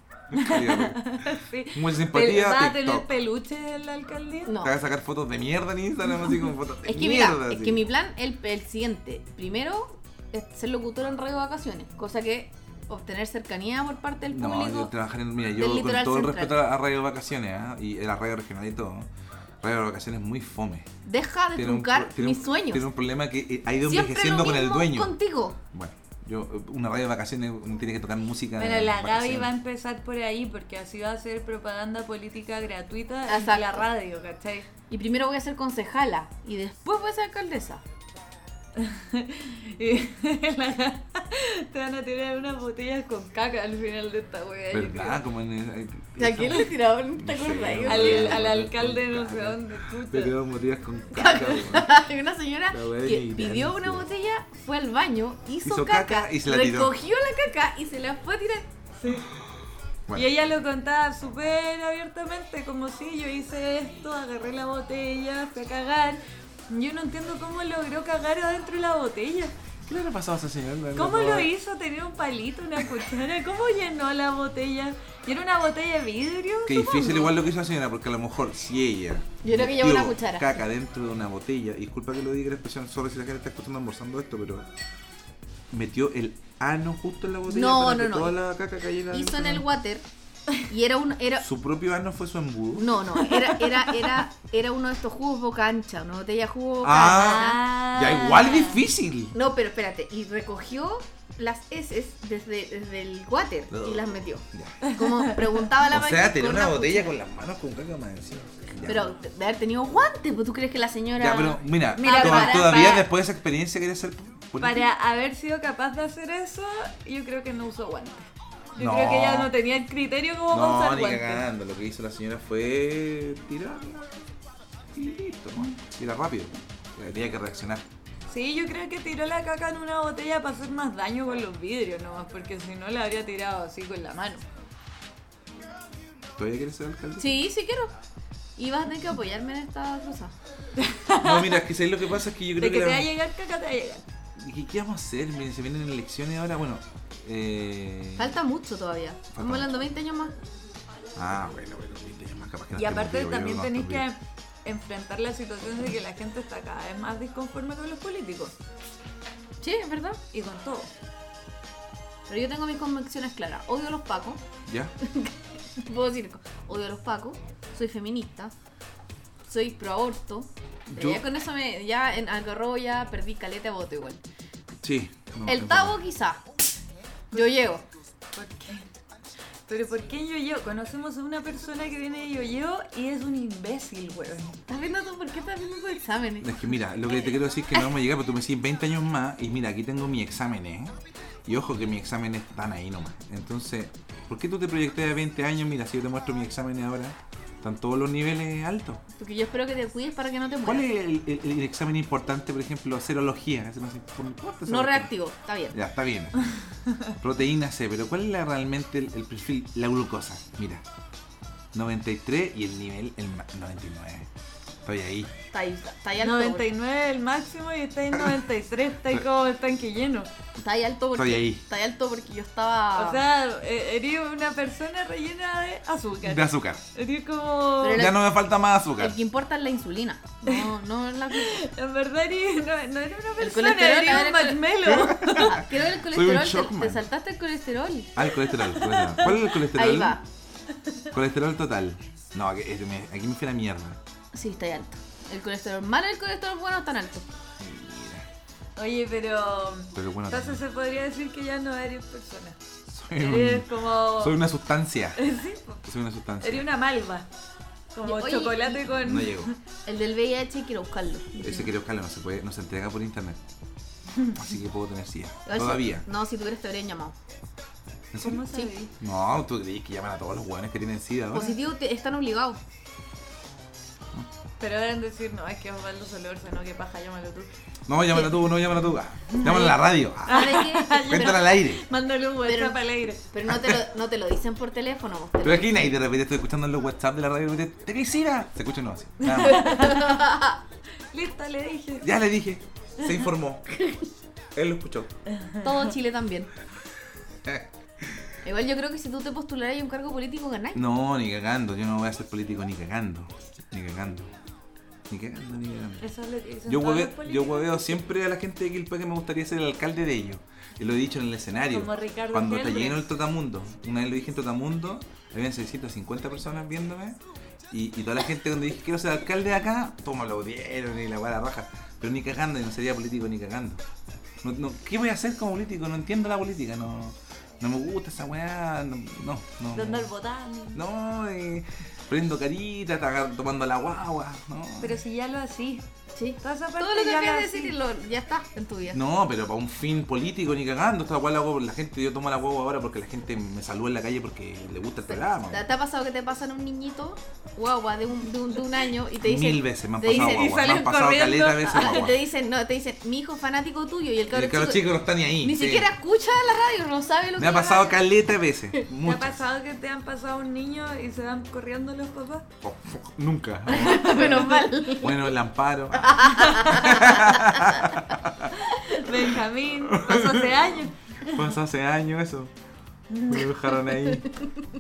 S3: Katy Barriga.
S4: Sí.
S3: Muy
S4: Pel-
S3: simpatía,
S4: ¿Va a tener
S3: TikTok.
S4: peluche en la alcaldía?
S2: No.
S3: Te vas a sacar fotos de mierda en Instagram, así como fotos de
S2: Es que
S3: mierda.
S2: mira, es
S3: así.
S2: que mi plan el, el siguiente. Primero, es ser locutor en radio vacaciones, cosa que obtener cercanía por parte del
S3: No, yo
S2: público.
S3: trabajar en. Mira,
S2: del
S3: yo con
S2: litoral
S3: todo el
S2: central.
S3: respeto a Radio Vacaciones, ¿ah? y la radio regional y todo, ¿no? Radio Vacaciones es muy fome.
S2: deja de
S3: un
S2: truncar
S3: pro- tiene
S2: mis
S3: un-
S2: sueños.
S3: Tiene un problema que eh, ha
S2: Siempre
S3: ido
S2: lo mismo
S3: envejeciendo con el dueño.
S2: contigo.
S3: Bueno, yo, una radio de vacaciones uno tiene que tocar música.
S4: Bueno, la Gaby
S3: vacaciones.
S4: va a empezar por ahí porque así va a ser propaganda política gratuita en
S2: Exacto.
S4: la radio, ¿cachai?
S2: Y primero voy a ser concejala y después voy a ser alcaldesa.
S4: Y la- te van a tirar unas botellas con caca al final de esta wea. yo
S3: ¿Verdad? Como en el- eh,
S2: ¿A quién le tiraron? ¿Te
S3: No sé,
S2: acordás?
S4: creo.
S3: weón.
S4: Al, al alcalde no sé dónde,
S3: Te
S4: chucha.
S3: quedo motivas con caca, weón.
S2: Hay una señora
S3: La wea
S2: que
S3: ignorante.
S2: pidió una botella, fue al baño, hizo,
S3: Hizo
S2: caca,
S3: caca y se la tiró.
S2: recogió la caca y se la fue a tirar.
S3: Bueno.
S4: Y ella lo contaba súper abiertamente, como si yo hice esto, agarré la botella, fui a cagar. Yo no entiendo cómo logró cagar adentro de la botella.
S3: ¿Qué le habrá pasado a esa señora?
S4: ¿Cómo lo hizo? Tenía un palito, una cuchara. ¿Cómo llenó la botella? ¿Y era una botella de vidrio?
S3: Qué
S4: supongo?
S3: difícil igual lo que hizo la señora, porque a lo mejor si ella.
S2: Yo creo que
S3: metió
S2: lleva una cuchara.
S3: Caca dentro de una botella. y Disculpa que lo diga la expresión, solo si la gente está escuchando almorzando esto, pero. Metió el ano justo en la botella.
S2: No,
S3: para que
S2: no, no.
S3: Toda la caca cayera.
S2: Hizo
S3: dentro
S2: en
S3: de-
S2: el water y era un era
S3: Su propio ano fue su embudo.
S2: No, no, era, era, era, era uno de estos jugos boca ancha, una botella de jugo boca ancha.
S3: Ah, ya igual difícil.
S2: No, pero espérate, y recogió las heces desde, desde el water y las metió.
S3: Ya.
S2: Como preguntaba la
S3: O
S2: maestra
S3: sea, tenía
S2: con
S3: una
S2: la
S3: botella
S2: cuchara.
S3: con las manos con caca más encima. Ya.
S2: Pero de de haber tenido guantes, pues tú crees que la señora.
S3: Ya, pero mira,
S4: Mira,
S3: to-
S4: para-
S3: todavía
S4: para-
S3: después de esa experiencia quería ser político.
S4: Para haber sido capaz de hacer eso, yo creo que no usó guantes. Yo
S3: No.
S4: creo que ella no tenía el criterio como para
S3: No,
S4: usar
S3: ni
S4: guantes.
S3: cagando. Lo que hizo la señora fue tirar. Y listo, ¿no? Tira rápido. Pero Tenía que reaccionar.
S4: Sí, yo creo que tiró la caca en una botella para hacer más daño con los vidrios nomás, porque si no la habría tirado así con la mano.
S3: ¿Todavía quieres ser alcalde?
S2: Sí, sí quiero. Y vas a tener que apoyarme en esta cosa.
S3: No, mira, es que ¿sabes lo que pasa es que yo
S4: De
S3: creo
S4: que
S3: que.
S4: te
S3: la-
S4: va a llegar caca, te va a llegar.
S3: ¿Y qué- ¿Qué vamos a hacer? Miren, se vienen elecciones ahora. Bueno, eh.
S2: Falta mucho todavía. Estamos hablando 20 años más.
S3: Ah, bueno, bueno, viste, ya más capaz que nos
S4: Y
S3: tenemos
S4: aparte
S3: que ir,
S4: también
S3: yo
S4: tenéis
S3: creo
S4: que enfrentar la situación de que la gente está cada vez más disconforme con los políticos
S2: Sí, es verdad.
S4: y con todo.
S2: Pero yo tengo mis convicciones claras. Odio a los pacos.
S3: ¿Ya?
S2: Puedo decir, odio a los pacos, soy feminista, soy pro aborto. pero
S3: Yo-
S2: Ya con eso me, ya en Algarrobo ya perdí caleta de voto igual.
S3: Sí. no, es
S2: El tabo
S3: verdad.
S2: quizá. Yo llego.
S4: ¿Por qué? Pero ¿por qué en Yoyo? Conocemos a una persona que viene de Yoyo y es un imbécil, weón.
S2: ¿Estás viendo tú? ¿Por qué estás viendo tus exámenes?
S3: Es que mira, lo que te quiero decir es que no vamos a llegar, pero tú me decís 20 años más y mira, aquí tengo mis exámenes. ¿eh? Y ojo que mis exámenes están ahí nomás. Entonces, ¿por qué tú te proyectas de 20 años? Mira, si yo te muestro mis exámenes ahora, están todos los niveles altos.
S2: Porque yo espero que te cuides para que no te
S3: ¿Cuál
S2: mueras.
S3: es el, el- el examen importante, por ejemplo, serología? Ese me hace- por- ¿cuál es
S2: No
S3: serología?
S2: reactivo, está bien.
S3: Ya, está bien. Proteína C, pero ¿cuál es la- realmente el, el perfil? La glucosa, mira. 93 y el nivel el ma- 99. Estoy ahí.
S2: Está ahí, está ahí alto.
S4: 99 el máximo y está en 93, está ahí como el tanque lleno.
S2: porque- Está ahí alto porque.
S3: Estoy ahí.
S2: Está ahí alto porque yo estaba.
S4: O sea, eh, eres una persona rellena de azúcar.
S3: De azúcar.
S4: Eres como...
S2: Pero la-
S3: Ya no me falta más azúcar.
S2: el que importa es la insulina. No, no es la glucosa.
S4: En verdad eres, no, no eres una persona,
S2: colesterol, a
S4: eres
S2: ver,
S4: un
S2: el
S4: marshmallow.
S2: Ah, Creo que el
S3: Soy un
S2: colesterol. te-
S3: shockman.
S2: te, saltaste el colesterol.
S3: Ah, el colesterol. colesterol. ¿Cuál es el colesterol?
S2: Ahí va.
S3: Colesterol total. No, aquí, este me- aquí me fui a la mierda.
S2: Sí, está ahí alto. El colesterol malo y el colesterol bueno están altos.
S3: Mira,
S4: Oye, pero...
S3: Pero bueno,
S4: Entonces eh, se podría decir que ya no eres persona.
S3: soy, un-
S4: Eres como...
S3: soy una sustancia.
S4: Sí, po.
S3: Soy una sustancia.
S4: Eres una malva. Como
S2: Oye,
S4: chocolate
S2: y-
S4: con...
S3: No llego.
S2: El del VIH quiero buscarlo.
S3: Ese que buscarlo no se puede, no se entrega por internet. Así que puedo tener sida.
S2: A ver si-
S3: Todavía.
S2: no, si tuvieras te habrían llamado.
S3: ¿En serio?
S4: ¿Cómo sabéis?
S3: No, tú crees que llaman a todos los hueones que tienen sida ahora.
S2: Positivo te- están obligados.
S4: Pero deben decir, no, es que Osvaldo Solorza, no, qué paja, llámalo tú.
S3: No, llámala tú, no, llámala tú. Ah, Llámala a la radio. Ah,
S2: ¿Sabes qué?
S3: Cuéntala
S2: Pero,
S3: al aire.
S4: Mándale un
S2: Pero-
S4: WhatsApp al aire.
S2: pero no, te lo, no te lo dicen por teléfono. vos te lo-
S3: Pero aquí nadie de repente estoy escuchando en los WhatsApp de la radio. de repente, ¿Tenéis sida? Se escucha no así. Nada más.
S4: Lista, le dije.
S3: Ya le dije, se informó. Él lo escuchó.
S2: Todo Chile también. Igual yo creo que si tú te postularas a un cargo político ganáis.
S3: No, ni cagando, yo no voy a ser político ni cagando. Ni cagando. Ni cagando, ni cagando.
S4: Eso es lo que dicen
S3: Yo,
S4: todos
S3: hueve-
S4: los políticos.
S3: yo hueveo siempre a la gente de Quilpá que me gustaría ser el alcalde de ellos. Y lo he dicho en el escenario.
S4: Como Ricardo
S3: cuando está
S4: Helbres.
S3: lleno el Trotamundo. Una vez lo dije en Trotamundo, habían 650 personas viéndome. Y, y toda la gente cuando dije quiero ser alcalde de acá, toma, lo dieron y la guada raja. Pero ni cagando, y no sería político ni cagando. No, no, ¿Qué voy a hacer como político? No entiendo la política, no, no me gusta esa weá, no, no. no
S4: De andar votando.
S3: no, eh, prendo carita, está tomando la guagua, no.
S4: Pero si ya lo así.
S2: Sí.
S4: Toda esa parte
S2: Todo lo que
S4: ya
S2: quieres
S4: así.
S2: decir lo- ya está en tu vida.
S3: No, pero para un fin político ni cagando, esta guagua la hago por la gente, yo tomo la guagua ahora porque la gente me saluda en la calle porque le gusta el programa.
S2: ¿Te, te ha pasado que te pasan un niñito guagua de un, de un, de un año y te dicen.
S3: Mil veces me han
S2: te
S3: pasado
S2: dicen-
S4: y
S3: guagua, me han
S4: salen
S3: pasado
S4: corriendo.
S3: caleta de veces
S2: Ah,
S3: guagua.
S2: te dicen, no, te dicen, mi hijo es fanático tuyo y el
S3: Y
S2: cabrón
S3: el cabro
S2: chico
S3: chico no está ni ahí.
S2: ni
S3: sí.
S2: siquiera escucha la radio, no sabe lo que
S3: Me ha
S2: es
S3: pasado
S2: la radio.
S3: caleta de veces.
S4: ¿Te ha
S3: Muchas.
S4: pasado que te han pasado un niño y se van corriendo los papás?
S3: Oh, fuck, Nunca.
S2: Menos mal.
S3: Bueno, el amparo.
S4: Benjamín, pasó hace años.
S3: Pasó hace años eso. Me lo dejaron ahí.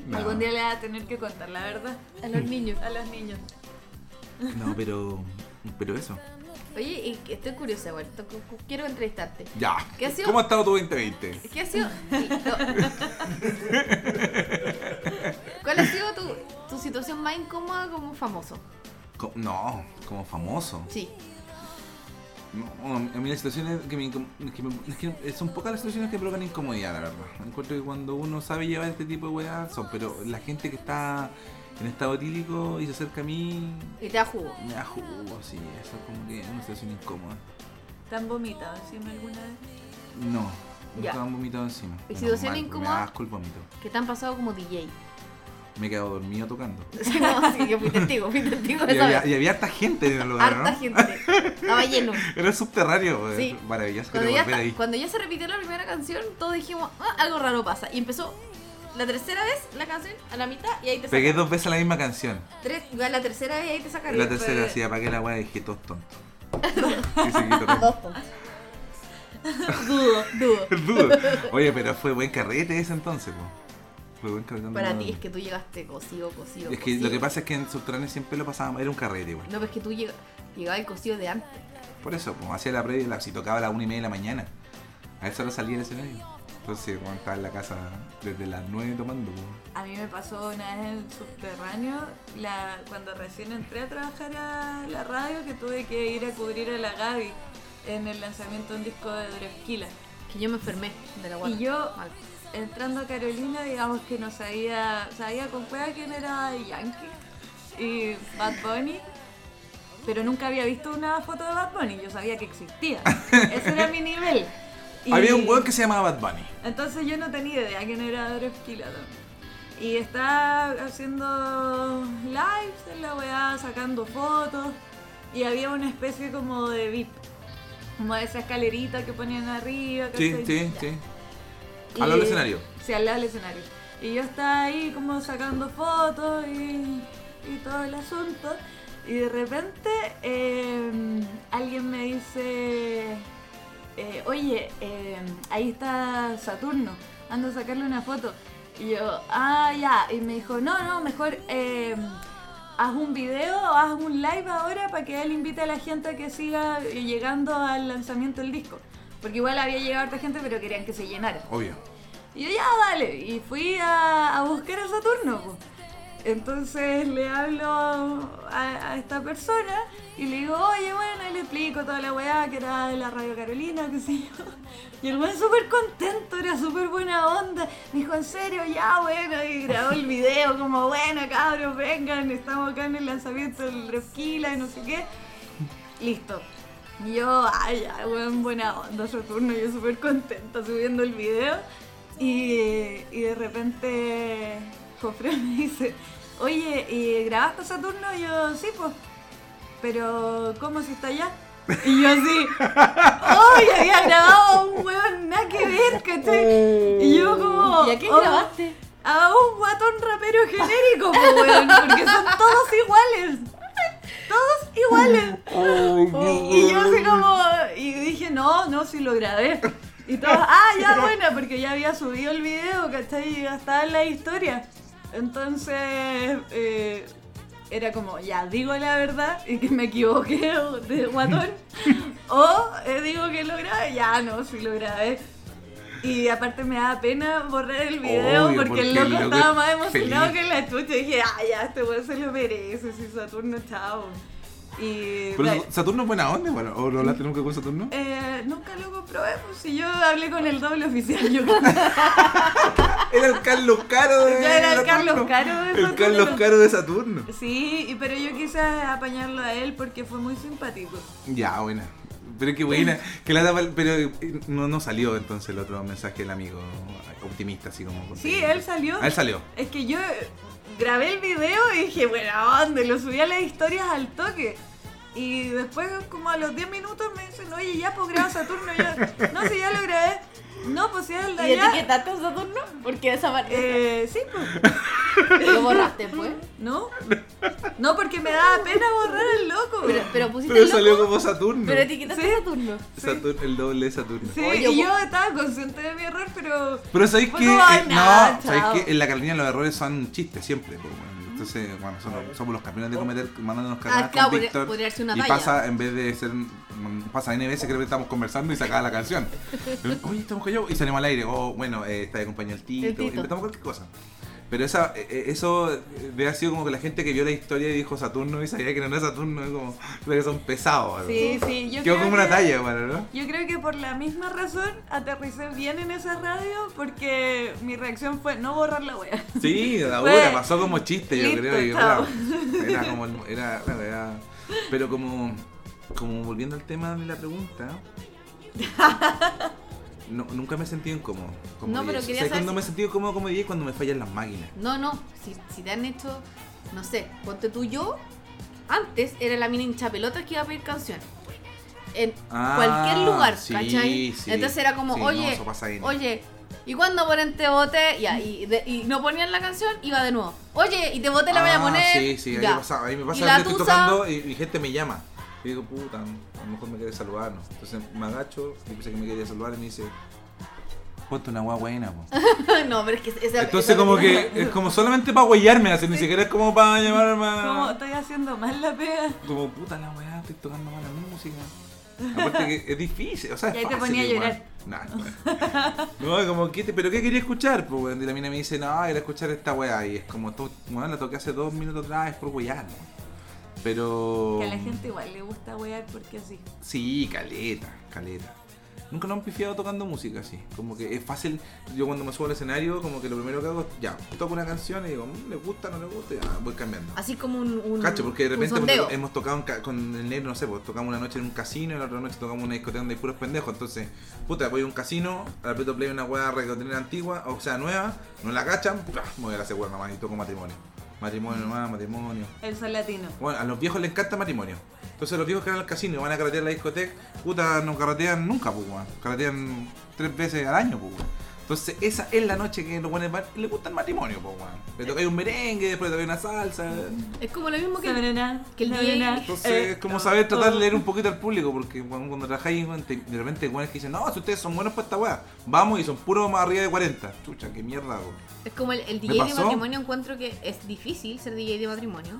S3: No.
S4: Algún día le vas a tener que contar la verdad
S2: A los niños.
S4: a los niños.
S3: No, pero. Pero eso.
S2: Oye, y estoy curiosa, igual. to- cu- cu- Quiero entrevistarte.
S3: Ya.
S2: ¿Qué ha sido?
S3: ¿Cómo ha estado tu 2020?
S2: ¿Qué ha sido? lo- ¿Cuál ha sido tu, tu situación más incómoda como famoso?
S3: Co- No, como famoso.
S2: Sí.
S3: No, a mí las situaciones que me, incom- que me- es que son pocas las situaciones que provocan incomodidad, la verdad. Encuentro que cuando uno sabe llevar este tipo de weas, son, pero la gente que está en estado etílico y se acerca a mí,
S2: Y te da jugo.
S3: me da jugo, sí, eso es como que es una situación incómoda.
S4: ¿Te han vomitado encima alguna vez?
S3: No,
S2: Ya.
S3: nunca me han vomitado encima.
S2: ¿Y
S3: Menos
S2: situación
S3: mal,
S2: incómoda?
S3: Me da asco el vómito.
S2: Que te han pasado como DJ.
S3: Me he quedado dormido tocando.
S2: No, sí, yo fui testigo, fui testigo
S3: Y
S2: de esa
S3: había,
S2: vez.
S3: y había harta gente en el lugar,
S2: Harta
S3: ¿no?
S2: gente. Estaba lleno.
S3: Era subterráneo,
S2: Sí.
S3: es maravilloso.
S2: Cuando
S3: Quiero
S2: ya,
S3: volver
S2: está-
S3: ahí.
S2: cuando ya se repitió la primera canción, todos dijimos, "Ah, algo raro pasa. Y empezó la tercera vez la canción a la mitad y ahí te
S3: Pegué
S2: sacaron.
S3: dos veces la misma canción.
S2: Tres, ya la tercera vez y ahí te sacaron.
S3: La tercera,
S4: fue-
S3: sí, apagué la weá y dije, todos tontos. Y seguí tocando.
S2: Dos puntos. dudo, dudo.
S3: Dudo. Oye, pero fue buen carrete ese entonces, po. Fue buen carrete.
S2: Para ti es que tú llegaste cosido, cosido.
S3: Es que
S2: cosido.
S3: lo que pasa es que en subterráneo siempre lo pasábamos, era un carrete igual.
S2: No, pero es que tú lleg- llegabas el cosido de antes.
S3: Por eso, como hacía la previa, la- si tocaba a las 1 y media de la mañana, a esa hora salía del escenario. Entonces, bueno, estaba en la casa desde las 9 tomando, po.
S4: A mí me pasó una vez en el subterráneo, la, cuando recién entré a trabajar a la radio, que tuve que ir a cubrir a la Gaby en el lanzamiento de un disco de Drosquila.
S2: Que yo me enfermé de la guata.
S4: Y yo-
S2: Mal.
S4: Entrando a Carolina, digamos que no sabía, sabía con cueva quién era Yankee y Bad Bunny, pero nunca había visto una foto de Bad Bunny, yo sabía que existía. Ese era mi nivel. Y-
S3: Había un weón que se llamaba Bad Bunny.
S4: entonces yo no tenía idea quién era Drosquila también. Y está haciendo lives en la weá, sacando fotos. Y había una especie como de VIP. Como de esa escalerita que ponían arriba.
S3: Sí,
S4: ¿cachai?
S3: sí,
S4: Ya.
S3: sí.
S4: Y-
S3: Al lado del escenario.
S4: Sí, al lado del escenario. Y yo estaba ahí como sacando fotos y, y todo el asunto. Y de repente eh, alguien me dice, eh, oye, eh, ahí está Saturno, ando a sacarle una foto. Y yo, ah, ya. Y me dijo, no, no, mejor eh, haz un video o haz un live ahora para que él invite a la gente a que siga llegando al lanzamiento del disco. Porque igual había llegado harta gente, pero querían que se llenara.
S3: Obvio.
S4: Y yo, ya, dale. Y fui a, a buscar a Saturno. po. Entonces le hablo a, a esta persona y le digo, oye, bueno, y le explico toda la weá que era de la Radio Carolina, qué sé yo. Y el weón súper contento, era súper buena onda. Me dijo, en serio, ya, bueno, y grabó el video como, bueno, cabros, vengan, estamos acá en el lanzamiento del Resquila y no sé qué. Listo. Y yo, ay, ya, weón, buena onda, Saturno, yo súper contenta subiendo el video. Y, y de repente Jofre me dice, oye, ¿y grabaste Saturno? Y yo, sí, pues. Pero, ¿cómo si está allá? Y yo así, ¡ay! había grabado un weón, nada que ver, ¿cachai? Y yo como...
S2: ¿Y a qué
S4: "Oh,
S2: grabaste?
S4: A un guatón rapero genérico, po, weón, porque son todos iguales. Todos iguales. Y yo así como, y dije, no, no, sí lo grabé. Y todo, ah, ya bueno, porque ya había subido el video, ¿cachai? Y ya estaba en la historia. Entonces, eh, era como, ya digo la verdad y que me equivoqué de guatón. o eh, digo que lo grabé, ya no, sí lo grabé. Y aparte me daba pena borrar el video
S3: Obvio,
S4: porque, el
S3: porque
S4: loco,
S3: el loco
S4: estaba más
S3: es
S4: emocionado
S3: feliz.
S4: que la chucha. Y dije, ah, ya, este weón se lo merece, si Saturno, chao. Y.
S3: Pero
S4: bueno.
S3: Saturno es buena onda, bueno, ¿o no hablaste nunca con Saturno?
S4: Eh, nunca lo comprobé, pues si yo hablé con el doble oficial, yo
S3: Era el Carlos Caro de
S4: Ya era el
S3: Saturno.
S4: Carlos Caro de
S3: El Carlos
S4: Saturno.
S3: Caro de Saturno.
S4: Sí, y- pero yo quise apañarlo a él porque fue muy simpático.
S3: Ya, buena. Pero qué buena. Que la daba, pero eh, no, no salió entonces el otro mensaje del amigo optimista, así como.
S4: Sí, él salió.
S3: Ah, él salió.
S4: Es que yo grabé el video y dije, bueno, ¿dónde? Lo subí a las historias al toque. Y después, como a los 10 minutos, me dicen, oye, ya pues graba Saturno. Y yo, no, si ya lo grabé. No, pues si es el de
S2: ¿Y
S4: allá.
S2: etiquetaste a Saturno? Porque esa parte.
S4: Eh, sí, pues.
S2: Lo borraste, pues.
S4: No. No, porque me daba pena borrar el loco.
S2: Pero, pero pusiste
S3: Pero
S2: el logo,
S3: salió como Saturno.
S2: Pero etiquetaste a Saturno.
S3: Saturno, el doble de Saturno.
S4: Sí,
S2: Oye,
S4: y
S2: vos-
S4: yo estaba consciente de mi error, pero
S3: Pero sabéis
S4: Pues
S3: que.
S4: no hay
S3: eh,
S4: nada,
S3: no, sabéis
S4: chao.
S3: que en la Carolina los errores son chistes siempre. pues, bueno. Entonces, bueno, son- somos los campeones de cometer,
S4: Ah,
S3: mandándonos cagadas
S2: claro,
S3: con
S2: podría-
S3: Víctor.
S2: podría ser una
S3: y
S2: talla.
S3: pasa, en vez de ser. mm, Pasa N veces, creo que estamos conversando y sacaba la canción. Oye, estamos con yo. Y salimos al aire. Oh, bueno, eh, está de compañía el Tito.
S2: El Tito.
S3: Inventamos cualquier cosa. Pero esa, eh, eh, eso eh, ha sido como que la gente que vio la historia y dijo Saturno y sabía que no era Saturno. Es como. Creo que son pesados. algo.
S4: sí, sí, yo
S3: Quedó
S4: creo
S3: como una
S4: que-
S3: talla, bueno, ¿no?
S4: Yo creo que por la misma razón aterricé bien en esa radio porque mi reacción fue no borrar la wea.
S3: Sí, la
S4: Fue-
S3: hora pasó como chiste, yo
S4: Listo,
S3: creo. y
S4: chao.
S3: bueno, era como. el- Era, la verdad. Pero como. Como volviendo al tema de la pregunta. no, nunca me he sentido incómodo. Como
S2: No,
S3: DJ.
S2: pero quería
S3: ¿Sabes
S2: saber
S3: cuándo
S2: si-
S3: me he sentido incómodo como DJ? Cuando me fallan las máquinas.
S2: No, no, si, si te han hecho, no sé, ponte tú yo, antes era la mina hinchapelota que iba a pedir canciones. En
S3: Ah,
S2: cualquier lugar,
S3: sí,
S2: ¿cachai?
S3: sí.
S2: Entonces era como,
S3: Sí, no,
S2: oye,
S3: eso pasa ahí.
S2: oye, ¿y cuándo ponen te boté? Ya, y, de- y no ponían la canción, iba de nuevo. Oye, y te boté la voy a
S3: Ah,
S2: poner.
S3: Sí, sí, ahí,
S2: ya.
S3: me pasa- ahí me
S2: Y
S3: pasa
S2: la
S3: que estoy
S2: tusa-
S3: tocando y, y gente me llama. Y digo, puta, a lo mejor me quiere saludar. ¿no? Entonces me agacho y pensé que me quería saludar y me dice, ponte una guagua buena, po".
S2: no, pero es que esa-
S3: Entonces
S2: esa-
S3: como que es como solamente para huellarme, así ni siquiera es como para llamarme
S4: Como
S3: a...
S4: estoy haciendo mal la pega.
S3: Como puta la weá, estoy tocando mala música. Aparte que es difícil, o sea, es
S4: Y ahí te
S3: fácil
S4: ponía a
S3: igual. Nah, no, como, ¿qué te- ¿pero qué quería escuchar? Pues, weón? y la mina me dice, no, era escuchar esta weá. Y es como, to- weón, la toqué hace dos minutos atrás, es por huellar, ¿no? Pero...
S4: Que
S3: Oh.
S4: a la gente igual le gusta wear porque así.
S3: Sí, caleta, caleta. Nunca nos han pifiado tocando música así. Como que es fácil. Yo cuando me subo al escenario, como que lo primero que hago es ya, toco una canción y digo, "Mm, le gusta, no le gusta, y ya, voy cambiando.
S2: Así como un, un
S3: Cacho, porque de
S2: un
S3: repente
S2: sondeo.
S3: porque hemos tocado en ca- con el negro, no sé, pues tocamos una noche en un casino y la otra noche tocamos en una discoteca donde hay puros pendejos. Entonces, puta, voy a un casino, aprieto play una hueá reggaetonera antigua, o sea, nueva, no la cachan, ¡pua! me voy a hacer hueá nomás y toco matrimonio. Matrimonio
S2: Mm.
S3: nomás, matrimonio.
S4: El sol latino.
S3: Bueno, a los viejos les encanta matrimonio. Entonces los viejos que van al casino y van a carretear la discoteca, puta, no carretean nunca, pues, weón. Carretean tres veces al año, pues, weón. Entonces, esa es la noche que los buenos van. Le gusta el matrimonio, pues, weón.
S2: Eh.
S3: Le toca ahí un merengue, después le toca una salsa.
S2: Es como lo mismo que.
S4: Sabrina,
S2: que el
S4: Sabrina,
S2: día-
S3: Entonces,
S4: eh,
S3: es como
S4: no,
S3: saber tratar de leer
S4: oh.
S3: un poquito al público, porque cuando, cuando trabajáis, weón, te- de repente, weón, que dicen, no, si ustedes son buenos para esta weá, vamos y son puros más arriba de 40. Chucha, qué mierda, weón.
S2: Es como el, el
S3: ¿Me
S2: DJ de
S3: pasó?
S2: matrimonio, encuentro que es difícil ser DJ de matrimonio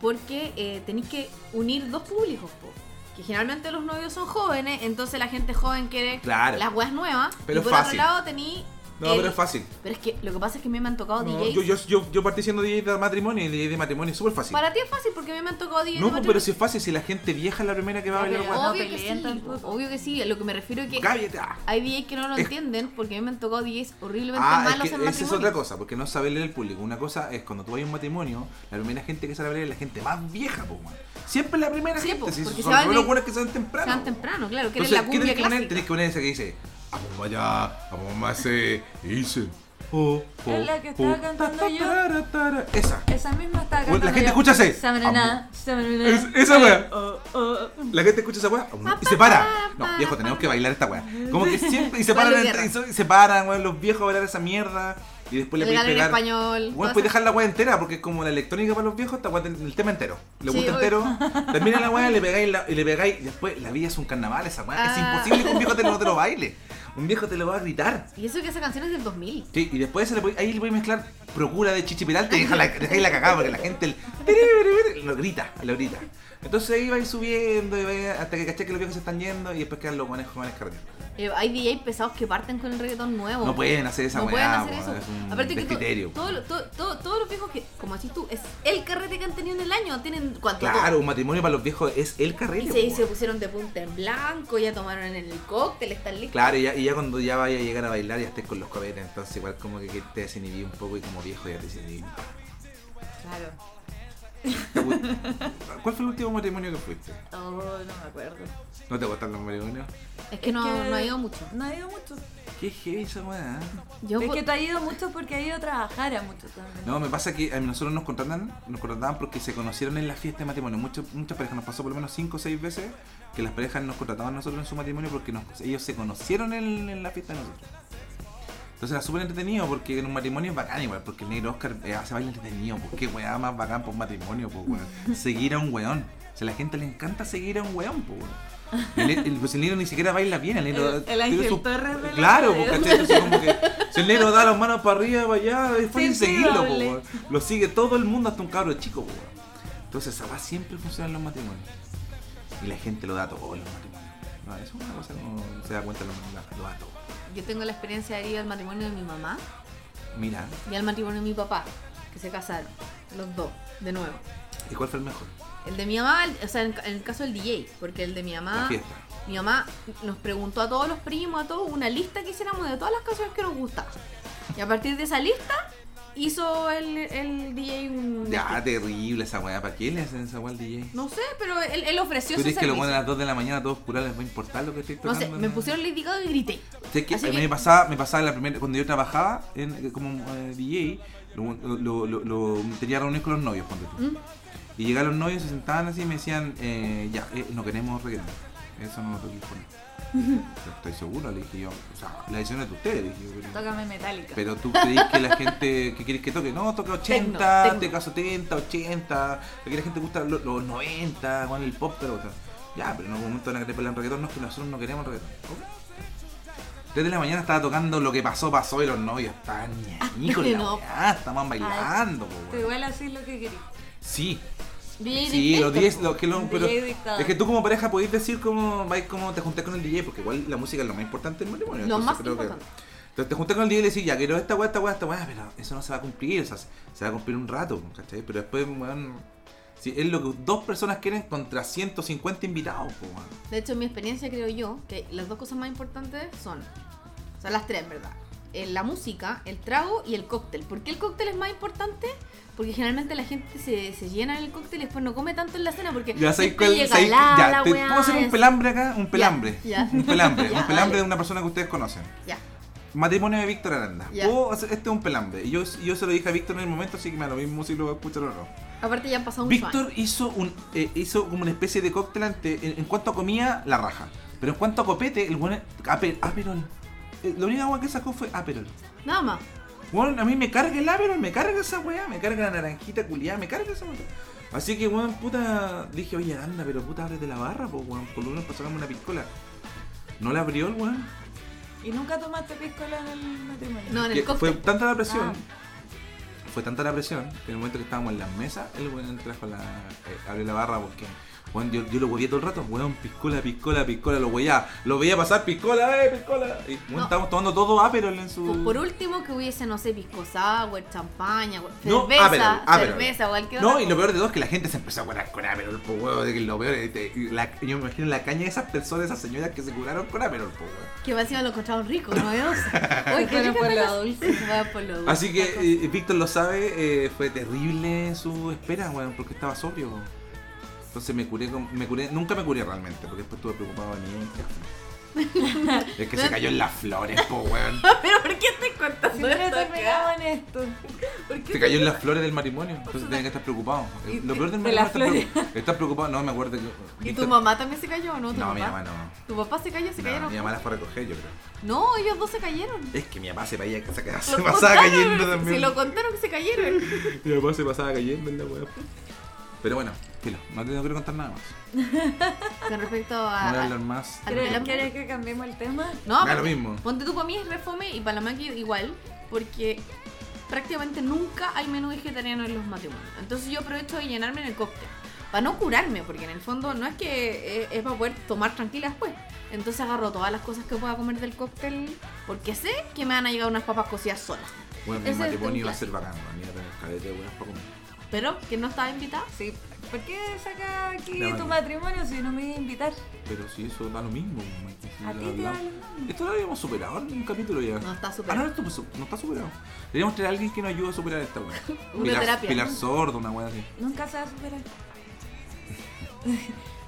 S2: porque eh, tenéis que unir dos públicos, po. que generalmente los novios son jóvenes, entonces la gente joven quiere
S3: Claro.
S2: las weas nuevas,
S3: Pero
S2: y por
S3: fácil.
S2: otro lado tenéis...
S3: No,
S2: el- Oh,
S3: pero es fácil.
S2: pero es que lo que pasa es que a mí me han tocado
S3: No,
S2: DJs...
S3: yo, yo, yo, yo partí siendo DJ de matrimonio y DJ de matrimonio es súper fácil.
S2: Para ti es fácil porque a mí me han tocado DJs de
S3: No, pues, pero
S2: matrimonio.
S3: si es fácil, si la gente vieja es la primera que va a
S4: Ya,
S3: bailar,
S4: pero-
S3: weón.
S4: No
S2: Obvio que
S4: peleen
S2: sí,
S4: tampoco.
S2: obvio que sí, a lo que me refiero oh, es que
S3: Cállate. ah.
S2: hay DJs que no lo
S3: Es-
S2: entienden porque a mí me han tocado DJs horriblemente
S3: Ah,
S2: malos
S3: es que
S2: en
S3: esa
S2: matrimonio.
S3: es otra cosa, porque no saber leer el público. Una cosa es cuando tú vas a un matrimonio, la primera gente que sale a bailar es la gente más vieja, po, weón. Siempre es la primera
S2: Sí,
S3: gente,
S2: po,
S3: si
S2: porque
S3: son
S2: se
S3: los
S2: van
S3: primeros
S2: en-
S3: buenos que salen temprano.
S2: Tan
S3: po.
S2: temprano, claro, que eres
S3: Entonces,
S2: la
S3: ¿qué
S2: cumbia
S3: tenés que poner?
S2: clásica.
S3: Tenés que poner esa que dice, a bomba ya, a bomba se, hice. Oh, oh,
S4: Es la que estaba
S3: oh,
S4: cantando
S3: ta, ta,
S4: yo.
S3: tara, tara. Esa.
S4: Esa misma está
S3: Bueno, la
S4: cantando
S3: gente
S4: yo.
S3: escucha ese.
S4: Sabrina, Sabrina.
S3: Es- esa wea.
S4: Oh, oh.
S3: La gente escucha esa weá y se para. No, viejo, tenemos que bailar esta weá. Como que siempre. Y se paran,
S2: Pablo
S3: entre- y
S2: Guerra.
S3: se- y se paran, weón, los viejos a bailar esa mierda. Y después le
S2: El
S3: puedes
S2: galán en
S3: pegar.
S2: español,
S3: Weón,
S2: todas
S3: puedes
S2: esas-
S3: dejar la weá entera, porque es como la electrónica para los viejos, esta weá, el tema entero. Le
S2: Sí, obvio.
S3: gusta entero. Termina la weá, le pegáis la- y le pegáis. Y después la vida es un carnaval, esa weá.
S2: Ah.
S3: Es imposible que un viejo te lo, no te lo baile. Un viejo te lo va a gritar.
S2: Y eso que esa canción es del 2000.
S3: Sí, y después se le puede- ahí le voy a mezclar Procura de Chichi Peralta y deja la- dejáis la cagada porque la gente el- lo grita, lo grita. Entonces ahí va a ir subiendo y va a ir- hasta que caché que los viejos se están yendo y después quedan los buenos jóvenes carreteando.
S2: Eh, hay DJs pesados que parten con el reggaetón nuevo.
S3: No pueden hacer esa
S2: no
S3: weá,
S2: pueden hacer
S3: po,
S2: eso.
S3: es un
S2: Aparte que to-
S3: descriterio.
S2: todo lo- todo- todo- todos los viejos que, como decís tú, es el carrete que han tenido en el año. Tienen cuánto.
S3: Claro, un matrimonio para los viejos es el
S2: Y
S3: carrete.
S2: se, y
S3: po,
S2: se
S3: weón.
S2: pusieron de punta en blanco, ya tomaron en el cóctel, están listos.
S3: Claro, y ya, y ya cuando ya vaya a llegar a bailar ya estés con los cobetes, entonces igual como que que te desinhibí un poco y como viejo ya te desinhibí.
S2: Claro.
S3: ¿Cuál fue el último matrimonio que fuiste?
S4: Oh, no me acuerdo.
S3: ¿No te gustan los matrimonios?
S2: Es que no,
S4: que
S2: no ha ido mucho.
S4: No ha ido mucho.
S3: Qué heavy esa weá. ¿eh?
S2: Yo
S4: es
S2: por-
S4: que te ha ido mucho porque ha ido a trabajar a mucho también.
S3: No, me pasa que a nosotros nos contratan, nos contrataban porque se conocieron en la fiesta de matrimonio. Muchas muchas parejas nos pasó por lo menos 5 o 6 veces que las parejas nos contrataban a nosotros en su matrimonio porque nos- ellos se conocieron en, en la fiesta de nosotros. Entonces era súper entretenido porque en un matrimonio es bacán igual, porque el negro Oscar eh, hace baile entretenido, porque weá más bacán por un matrimonio, pues weón. Seguir a un weón. O sea, a la gente le encanta seguir a un weón, pues weón. Y El, el- pues el negro ni siquiera baila bien, el negro.
S4: El- el
S3: tiene
S4: Ángel
S3: su-
S4: Torres de la
S3: Claro, pues,
S4: radio.
S3: porque entonces como que. Si el negro da las manos para arriba, para allá, es fácil
S4: sí,
S3: seguirlo, po,
S4: doble.
S3: weón. Lo sigue todo el mundo hasta un cabro chico, po, weón. Entonces esa weá siempre funciona en los matrimonios. Y la gente lo da todo en los matrimonios. No, eso es una cosa que no se da cuenta lo, la- lo da todo.
S2: yo tengo la experiencia de ir al matrimonio de mi mamá
S3: Mira,
S2: y al matrimonio de mi papá, que se casaron, los dos, de nuevo.
S3: ¿y cuál fue el mejor?
S2: El de mi mamá, el- o sea, en, en el caso del DJ, porque el de mi
S3: La
S2: mamá
S3: fiesta.
S2: Mi mamá nos preguntó a todos los primos, a todos, una lista que hiciéramos de todas las canciones que nos gustaban. Y a partir de esa lista hizo el, el DJ un...
S3: Ya, terrible esa weá. ¿Para qué le hacen esa weá al DJ?
S2: No sé, pero él, él ofreció
S3: ¿Tú
S2: ese
S3: crees que lo ponen
S2: servicio.
S3: a las 2 de la mañana todos curados? ¿Les va a importar lo que estoy
S2: No
S3: tocando?
S2: sé, me
S3: no?
S2: pusieron Lady Gaga y grité.
S3: Sé que
S2: Así
S3: a mí
S2: que-
S3: me pasaba, me pasaba la primera, cuando yo trabajaba en- como eh, DJ, lo- lo- lo- lo- tenía reuniones con los novios, ponte tú.
S2: ¿Mm?
S3: Y llegaban los novios, se sentaban así y me decían, eh, ya, eh, no queremos reggaetón. Eso no lo toqué poner. Yo Estoy seguro, le dije yo. O sea, la decisión es de ustedes, le dije yo. pero-
S4: Tócame metálica.
S3: Pero tú crees que la gente, ¿qué quieres que toque? No, toca 80,
S2: Tecno, tecno.
S3: te caso 70, 80. Aquí la gente gusta lo- los, 90, con el pop, pero otra. Ya, pero en algún momento van a querer pelar reggaetón, no es que nosotros no queremos reggaetón. Ok. Desde la mañana estaba tocando lo que pasó, pasó y los novios estaban ñañicos, la
S2: Ah, No.
S3: weá, estaban bailando, po,
S4: Pero
S3: weón.
S4: igual así es lo que querís.
S3: Sí,
S2: DJ
S3: Sí,
S2: dictator,
S3: los 10,
S2: po.
S3: los que lo,
S4: Un
S3: pero
S4: DJ dictador.
S3: es que tú como pareja podéis decir cómo vais, cómo te juntas con el DJ, porque igual la música es lo más importante del matrimonio.
S2: Lo
S3: entonces
S2: más
S3: creo que-
S2: importante.
S3: entonces te juntas con el DJ y le decís, ya quiero esta weá, esta weá, esta weá, pero eso no se va a cumplir, o sea, se se va a cumplir un rato, ¿cachai? Pero después, weón, si es lo que dos personas quieren contra 150 invitados, po, weón.
S2: De hecho, en mi experiencia creo yo que las dos cosas más importantes son, o sea, las tres, en ¿verdad? Eh, La música, el trago y el cóctel. ¿Por qué el cóctel es más importante? Porque generalmente la gente se, se llena en el cóctel y después no come tanto en la cena porque
S3: Ya sabéis
S2: siempre
S3: cuál,
S2: llega
S3: sabéis-
S2: la-
S3: ya,
S2: la
S3: te
S2: weá,
S3: puedo hacer un
S2: es-
S3: pelambre acá, un pelambre,
S2: ya.
S3: un pelambre,
S2: Ya,
S3: un pelambre
S2: vale.
S3: de una persona que ustedes conocen.
S2: Ya.
S3: Matrimonio de Víctor Aranda.
S2: Ya.
S3: O hacer- este es un pelambre. Y yo, yo se lo dije a Víctor en el momento, así que me da lo mismo si lo va a escuchar o no.
S2: Aparte ya han pasado muchos años.
S3: Víctor hizo un eh, hizo como una especie de cóctel ante, en, en cuanto a comida, la raja. Pero en cuanto a copete, el buen. Ah, pero, ah, pero el- eh, la única agua que sacó fue Aperol.
S2: Nada más.
S3: Bueno, a mí me carga el Aperol, me carga esa weá, me carga la naranjita culiada, me carga esa weá. Así que, weón, puta, dije, oye, anda, pero puta, ábrete la barra, pues, weón, por lo menos para sacarme una piscola. No la abrió el weón.
S4: ¿Y nunca tomaste piscola en el matrimonio?
S2: No, en
S3: Que
S2: el
S3: Fue
S2: cóctel.
S3: tanta la presión,
S4: Ah.
S3: fue tanta la presión, que en el momento que estábamos en las mesas, el weón trajo la. eh, abrió la barra porque. Weón, yo, yo lo hueveé todo el rato, weón, piscola, piscola, piscola, lo hueveaba, lo veía pasar, piscola, eh, piscola. Y weón,
S2: No.
S3: estábamos tomando todo Aperol en su.
S2: Pues por último que hubiese, no sé, pisco sour, champaña, we-
S3: No, ah,
S2: cerveza,
S3: Aperol, Aperol.
S2: cerveza, cualquier
S3: No,
S2: otra
S3: y
S2: cosa.
S3: lo peor de todo es que la gente se empezó a curar con Aperol, po, weón. de que Lo peor, es de- la- yo me imagino la caña de esas personas, esas señoras que se curaron con Aperol, po, weón.
S2: Que más encima lo encontraron rico, ¿no? Uy, qué
S4: Fueron
S2: rica
S4: por
S2: está
S4: lo
S2: la- Fueron por lo dulce.
S3: Así que
S2: esta
S3: eh, Víctor lo sabe, eh, fue terrible su espera, weón, porque estaba sobrio. weón. Entonces me curé, con- me curé, nunca me curé realmente, porque después estuve preocupado de mí. Es que se cayó en las flores, po, weón.
S2: cosa. Pero ¿por qué estoy contando
S4: Siempre
S2: esto acá?
S4: terminaba en esto.
S2: ¿Por qué
S3: Se cayó en las flores del matrimonio, entonces tenía que estar preocupado.
S4: Y-
S3: Lo peor del
S4: de las
S3: matrimonio es estar preocupado. No, me acuerdo que.
S2: ¿Y tu
S3: Víctor-
S2: mamá también se cayó o no? ¿Tu
S3: No,
S2: papá?
S3: mi mamá no.
S2: ¿Tu papá se cayó? ¿Se
S3: No,
S2: cayeron?
S3: Mi mamá la fue a recoger, yo creo.
S2: No, ellos dos se cayeron.
S3: Es que mi papá se, vaya- se,
S2: Los
S3: se pasaba
S2: contaron,
S3: cayendo
S2: Si
S3: también.
S2: lo contaron que se cayeron.
S3: Mi papá se pasaba cayendo en la weá. Pero bueno, filo, no te no quiero contar nada más.
S2: Con respecto
S3: No voy a
S2: a...
S3: hablar más.
S2: al- al-
S4: ¿Quieres, quieres que cambiemos el tema?
S2: No,
S3: Me
S2: porque-
S3: da lo mismo.
S2: Ponte tú para mí es refome y para la Maki igual, porque prácticamente nunca hay menú vegetariano en los matrimonios. Entonces yo aprovecho de llenarme en el cóctel. Para no curarme, porque en el fondo no es que eh, es para poder tomar tranquila después. Entonces agarro todas las cosas que pueda comer del cóctel, porque sé que me van a llegar unas papas cocidas solas.
S3: Bueno,
S2: pues,
S3: mi
S2: Ese es
S3: matrimonio
S2: un
S3: iba a ser bacán, la mía tenía cadete de weas para comer.
S2: Pero que no estaba invitada.
S4: Sí. ¿Por qué saca aquí
S3: La
S4: tu
S3: Maki.
S4: matrimonio si no me iba a invitar?
S3: Pero si eso da lo mismo, man, que si
S4: A
S3: lo
S4: ti te da
S3: hablamos.
S4: lo mismo.
S3: Esto lo habíamos superado en un capítulo ya.
S2: No está
S3: Ah, no,
S2: superado.
S3: esto pues, no está superado. Deberíamos tener a alguien que nos ayude a superar esta wea.
S2: Una
S3: Pilar,
S2: terapia.
S3: Pilar Sordo, una wea así.
S4: Nunca se va a superar.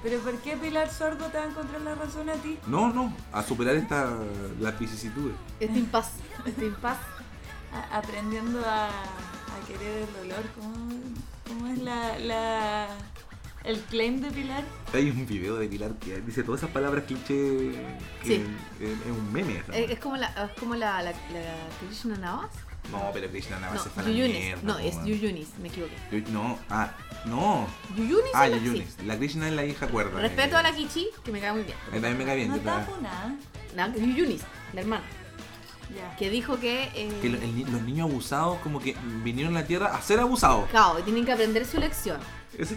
S4: Pero ¿por qué Pilar Sordo te va a encontrar la razón a ti?
S3: No, no, a superar esta, las vicisitudes.
S2: Este impas. Este impas.
S4: A- aprendiendo a, a querer el dolor. ¿Cómo, cómo es la, la, el claim de Pilar?
S3: Hay un video de Pilar que dice todas esas palabras cliché que
S2: Sí.
S3: es, es un meme. esa
S2: Eh,
S3: wea.
S2: Es como la, es como la, la, la Krishna Navas.
S3: No, pero Krishna nada más se
S2: No,
S3: Ah, fue a la
S2: Yuyunis.
S3: mierda,
S2: No,
S3: po,
S2: es
S3: weón.
S2: Yuyunis, me equivoqué.
S3: Yu- No, ah, no.
S2: Yuyunis
S3: Ah,
S2: o la Xi?
S3: Yuyunis. La Krishna es la hija cuerda.
S2: Respeto
S3: eh.
S2: a la Kichi, que me cae muy bien.
S3: A mí también me cae bien.
S4: No
S3: yo
S4: está
S3: estaba-
S4: funada.
S2: La Yunis, la hermana,
S4: Ya.
S2: que dijo que. eh,
S3: Que lo- el ni- los niños abusados como que vinieron a la tierra a ser abusados.
S2: Cao, y tienen que aprender su lección.
S3: Ese-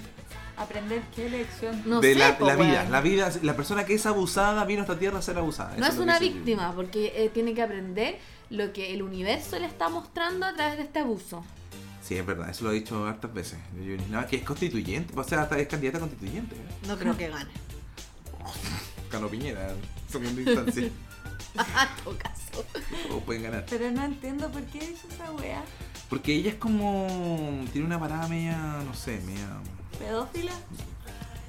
S4: Aprender qué lección.
S2: No
S3: de
S2: sé,
S3: la,
S2: po,
S3: la vida,
S2: weón.
S3: la vida, la persona que es abusada vino a esta tierra a ser abusada. Eso
S2: No es
S3: lo que
S2: una
S3: dice Yuyunis.
S2: víctima, porque eh, tiene que aprender lo que el universo le está mostrando a través de este abuso.
S3: Sí, es verdad, eso lo he dicho hartas veces. Yuyunis. No, es que es constituyente, o sea, hasta es candidata constituyente. ¿eh?
S2: No creo que gane.
S3: Cano Piñera, segunda instancia.
S2: A todo caso.
S3: o pueden ganar.
S4: Pero no entiendo por qué hizo esa wea.
S3: Porque ella es como. Tiene una parada media. No sé, media.
S4: ¿Pedófila?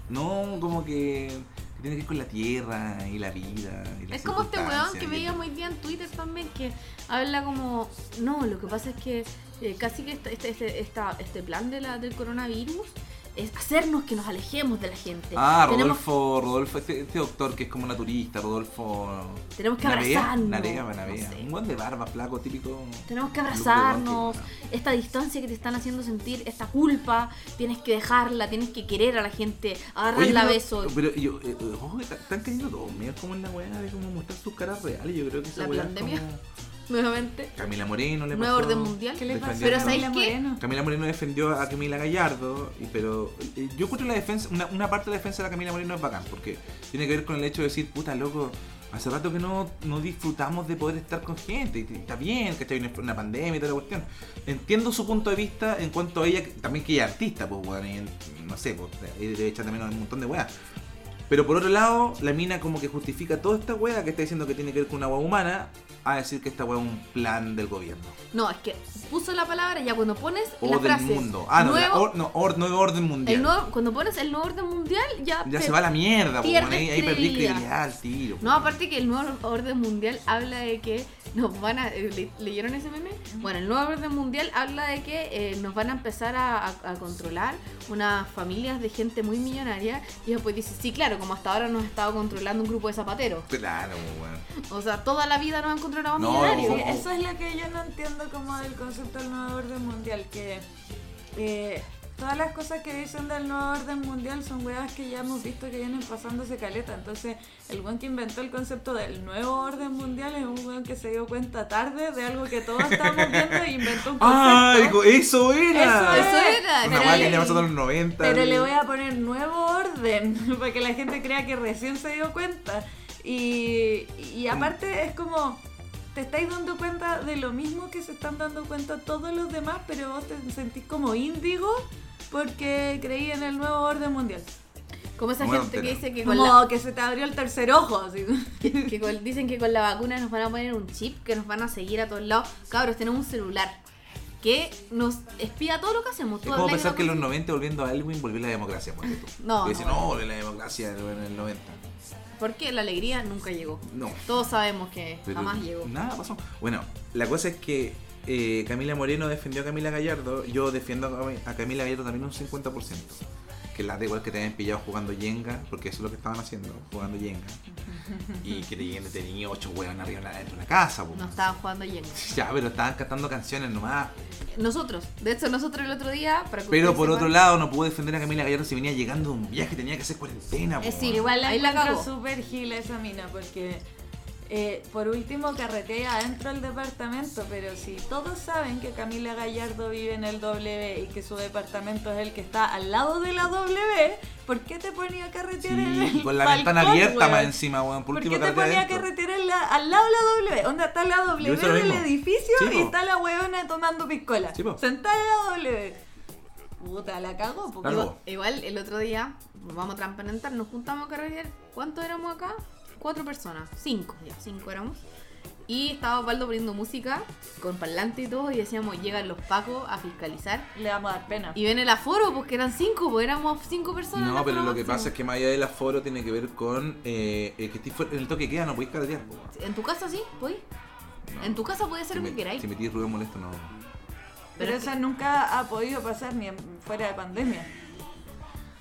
S3: No, como que. que tiene que ver con la tierra y la vida. y las
S2: Es como este weón
S3: circunstancias
S2: que
S3: y-
S2: veía muy bien en Twitter también, que habla como, no, lo que pasa es que eh, casi que esta- este, este, esta- este plan de la, del coronavirus es hacernos que nos alejemos de la gente.
S3: Ah,
S2: Tenemos-
S3: Rodolfo, Rodolfo, este, este doctor que es como naturista, Rodolfo.
S2: Tenemos que
S3: Navea,
S2: abrazarnos,
S3: Narea,
S2: no
S3: Narea.
S2: sé.
S3: Un buen de barba, flaco, típico.
S2: Tenemos que
S3: look de
S2: abrazarnos,
S3: guante, weón.
S2: esta distancia que te están haciendo sentir, esta culpa, tienes que dejarla, tienes que querer a la gente,
S3: Oye,
S2: agarrarla a
S3: pero,
S2: besos.
S3: pero yo, eh, eh, ojo que ta- están cayendo todos, mira como en la weá de como mostrar sus caras reales, yo creo que esa
S2: La
S3: weá es
S2: pandemia.
S3: como-
S2: Nuevamente,
S3: Camila Moreno le
S2: nuevo
S3: pasó-
S2: orden mundial.
S4: ¿Qué le
S3: Defendiendo-
S4: pasó
S2: Pero
S4: a
S2: ¿sabes
S4: Camila
S2: qué?
S4: Moreno?
S3: Camila Moreno defendió a Camila Gallardo, y- pero eh, yo encuentro la defensa, una, una parte de la defensa de la Camila Moreno es bacán, porque tiene que ver con el hecho de decir, puta loco, hace rato que no, no disfrutamos de poder estar con gente, y está bien, que está una, una pandemia y toda la cuestión. Entiendo su punto de vista en cuanto a ella, que- también que ella es artista, pues weón, y en- no sé, pues ella debe echar también un montón de weas. Pero por otro lado, la mina como que justifica toda esta wea que está diciendo que tiene que ver con una wea humana, a decir que esta wea es un plan del gobierno.
S2: no, es que puso la palabra ya cuando pones
S3: O
S2: la
S3: del
S2: frase,
S3: mundo. Ah, no,
S2: nuevo-
S3: la or- no, or- nuevo orden mundial.
S2: el nuevo- cuando pones el nuevo orden mundial ya,
S3: Ya
S2: te-
S3: se va a la mierda, po,
S2: pierdes
S3: bueno, ahí, ahí perdí
S2: credibilidad.
S3: credibilidad al tiro. pues,
S2: No, aparte que el nuevo orden mundial habla de que nos van a... eh, ¿le- ¿Leyeron ese meme? Bueno, el nuevo orden mundial habla de que eh, nos van a empezar a, a- a controlar unas familias de gente muy millonaria y después dice, sí, claro, claro, como hasta ahora nos ha estado controlando un grupo de zapateros.
S3: Claro, pues, bueno.
S2: O sea, toda la vida nos han controlado
S3: No,
S2: millonarios.
S4: Sí, eso es lo que yo no entiendo como del concepto del nuevo orden mundial, que eh, todas las cosas que dicen del nuevo orden mundial son huevas que ya hemos visto que vienen pasándose caleta. Entonces, el buen que inventó el concepto del nuevo orden mundial es un buen que se dio cuenta tarde de algo que todos estamos viendo e inventó un concepto.
S3: ¡Ah! dijo, ¡Eso era!
S2: Eso era,
S3: Una
S2: pero
S3: weá que
S2: le-
S3: le pasó a los 90.
S4: Pero le voy a poner nuevo orden para que la gente crea que recién se dio cuenta. Y, y aparte es como, te estáis dando cuenta de lo mismo que se están dando cuenta todos los demás, pero vos te sentís como índigo porque creí en el nuevo orden mundial.
S2: Como esa
S3: Bueno,
S2: gente que
S3: pero-
S2: dice que con,
S4: Como
S2: la,
S4: que se te abrió el tercer ojo. así.
S2: que, que con- dicen que con la vacuna nos van a poner un chip que nos van a seguir a todos lados. Cabros, tenemos un celular que nos espía todo lo que hacemos. Tú
S3: Es como
S2: hablas y
S3: pensar
S2: no
S3: que en los
S2: consigues-
S3: 90 volviendo a Elwin volvió la democracia, ponte tú.
S2: No,
S3: Y dice,
S2: no.
S3: no, volvió la democracia en el 90.
S2: Porque la alegría nunca llegó.
S3: No.
S2: Todos sabemos que
S3: Pero
S2: jamás llegó.
S3: Nada pasó. Bueno, la cosa es que eh, Camila Moreno defendió a Camila Gallardo. Yo defiendo a Cam- a Camila Gallardo también un 50%. Que la da igual que te hayan pillado jugando Jenga, porque eso es lo que estaban haciendo, jugando Jenga. Y que te lleguen detenidos ocho huevos arriba en la- dentro de la casa, po.
S2: Nos estaban jugando Jenga.
S3: Ya, pero estaban cantando canciones nomás.
S2: Nosotros, de hecho, nosotros el otro día. Para que
S3: Pero
S2: ustedes
S3: por otro
S2: sepan-
S3: lado, no pudo defender a Camila Gallardo si venía llegando de un viaje, tenía que hacer cuarentena, po.
S2: Es decir, igual
S4: la
S2: ahí la
S4: encuentro
S2: cagó.
S4: súper gila esa mina porque eh, por último carretea adentro del departamento, pero si todos saben que Camila Gallardo vive en el W y que su departamento es el que está al lado de la W, ¿por qué te ponía a carretear en
S3: Sí,
S4: el
S3: con la
S4: balcón,
S3: ventana abierta
S4: weón?
S3: más encima, weón. Por,
S4: ¿Por qué
S3: último,
S4: te
S3: carretea
S4: ponía a
S3: adentro.
S4: carretear en la- al lado de la W? Onda está la W
S3: hice lo
S4: del
S3: mismo.
S4: edificio
S3: Sí,
S4: y
S3: po.
S4: está la weona tomando piscola.
S3: Sí, po.
S4: Sentada en la W. Puta, la cagó. porque-
S3: Claro.
S2: Igual, igual el otro día, vamos a transparentar, nos juntamos a carretear. ¿Cuántos éramos acá? Cuatro personas, cinco, ya, cinco éramos. Y estaba Osvaldo poniendo música con parlante y todo, y decíamos, llegan los pacos a fiscalizar.
S4: Le vamos a dar pena.
S2: Y ven el aforo, porque eran cinco, pues éramos cinco personas.
S3: No, pero lo que pasa es
S2: que...
S3: que más allá del aforo tiene que ver con eh, eh, que estés fuera- en el toque de queda, no podéis carretear. po.
S2: En tu casa sí, ¿Puedes?
S3: No.
S2: En tu casa puedes hacer
S3: Si
S2: lo
S3: me-
S2: que queráis.
S3: Si metís ruido molesto, no.
S4: Pero
S2: es
S4: eso nunca ha podido pasar ni en- fuera de pandemia.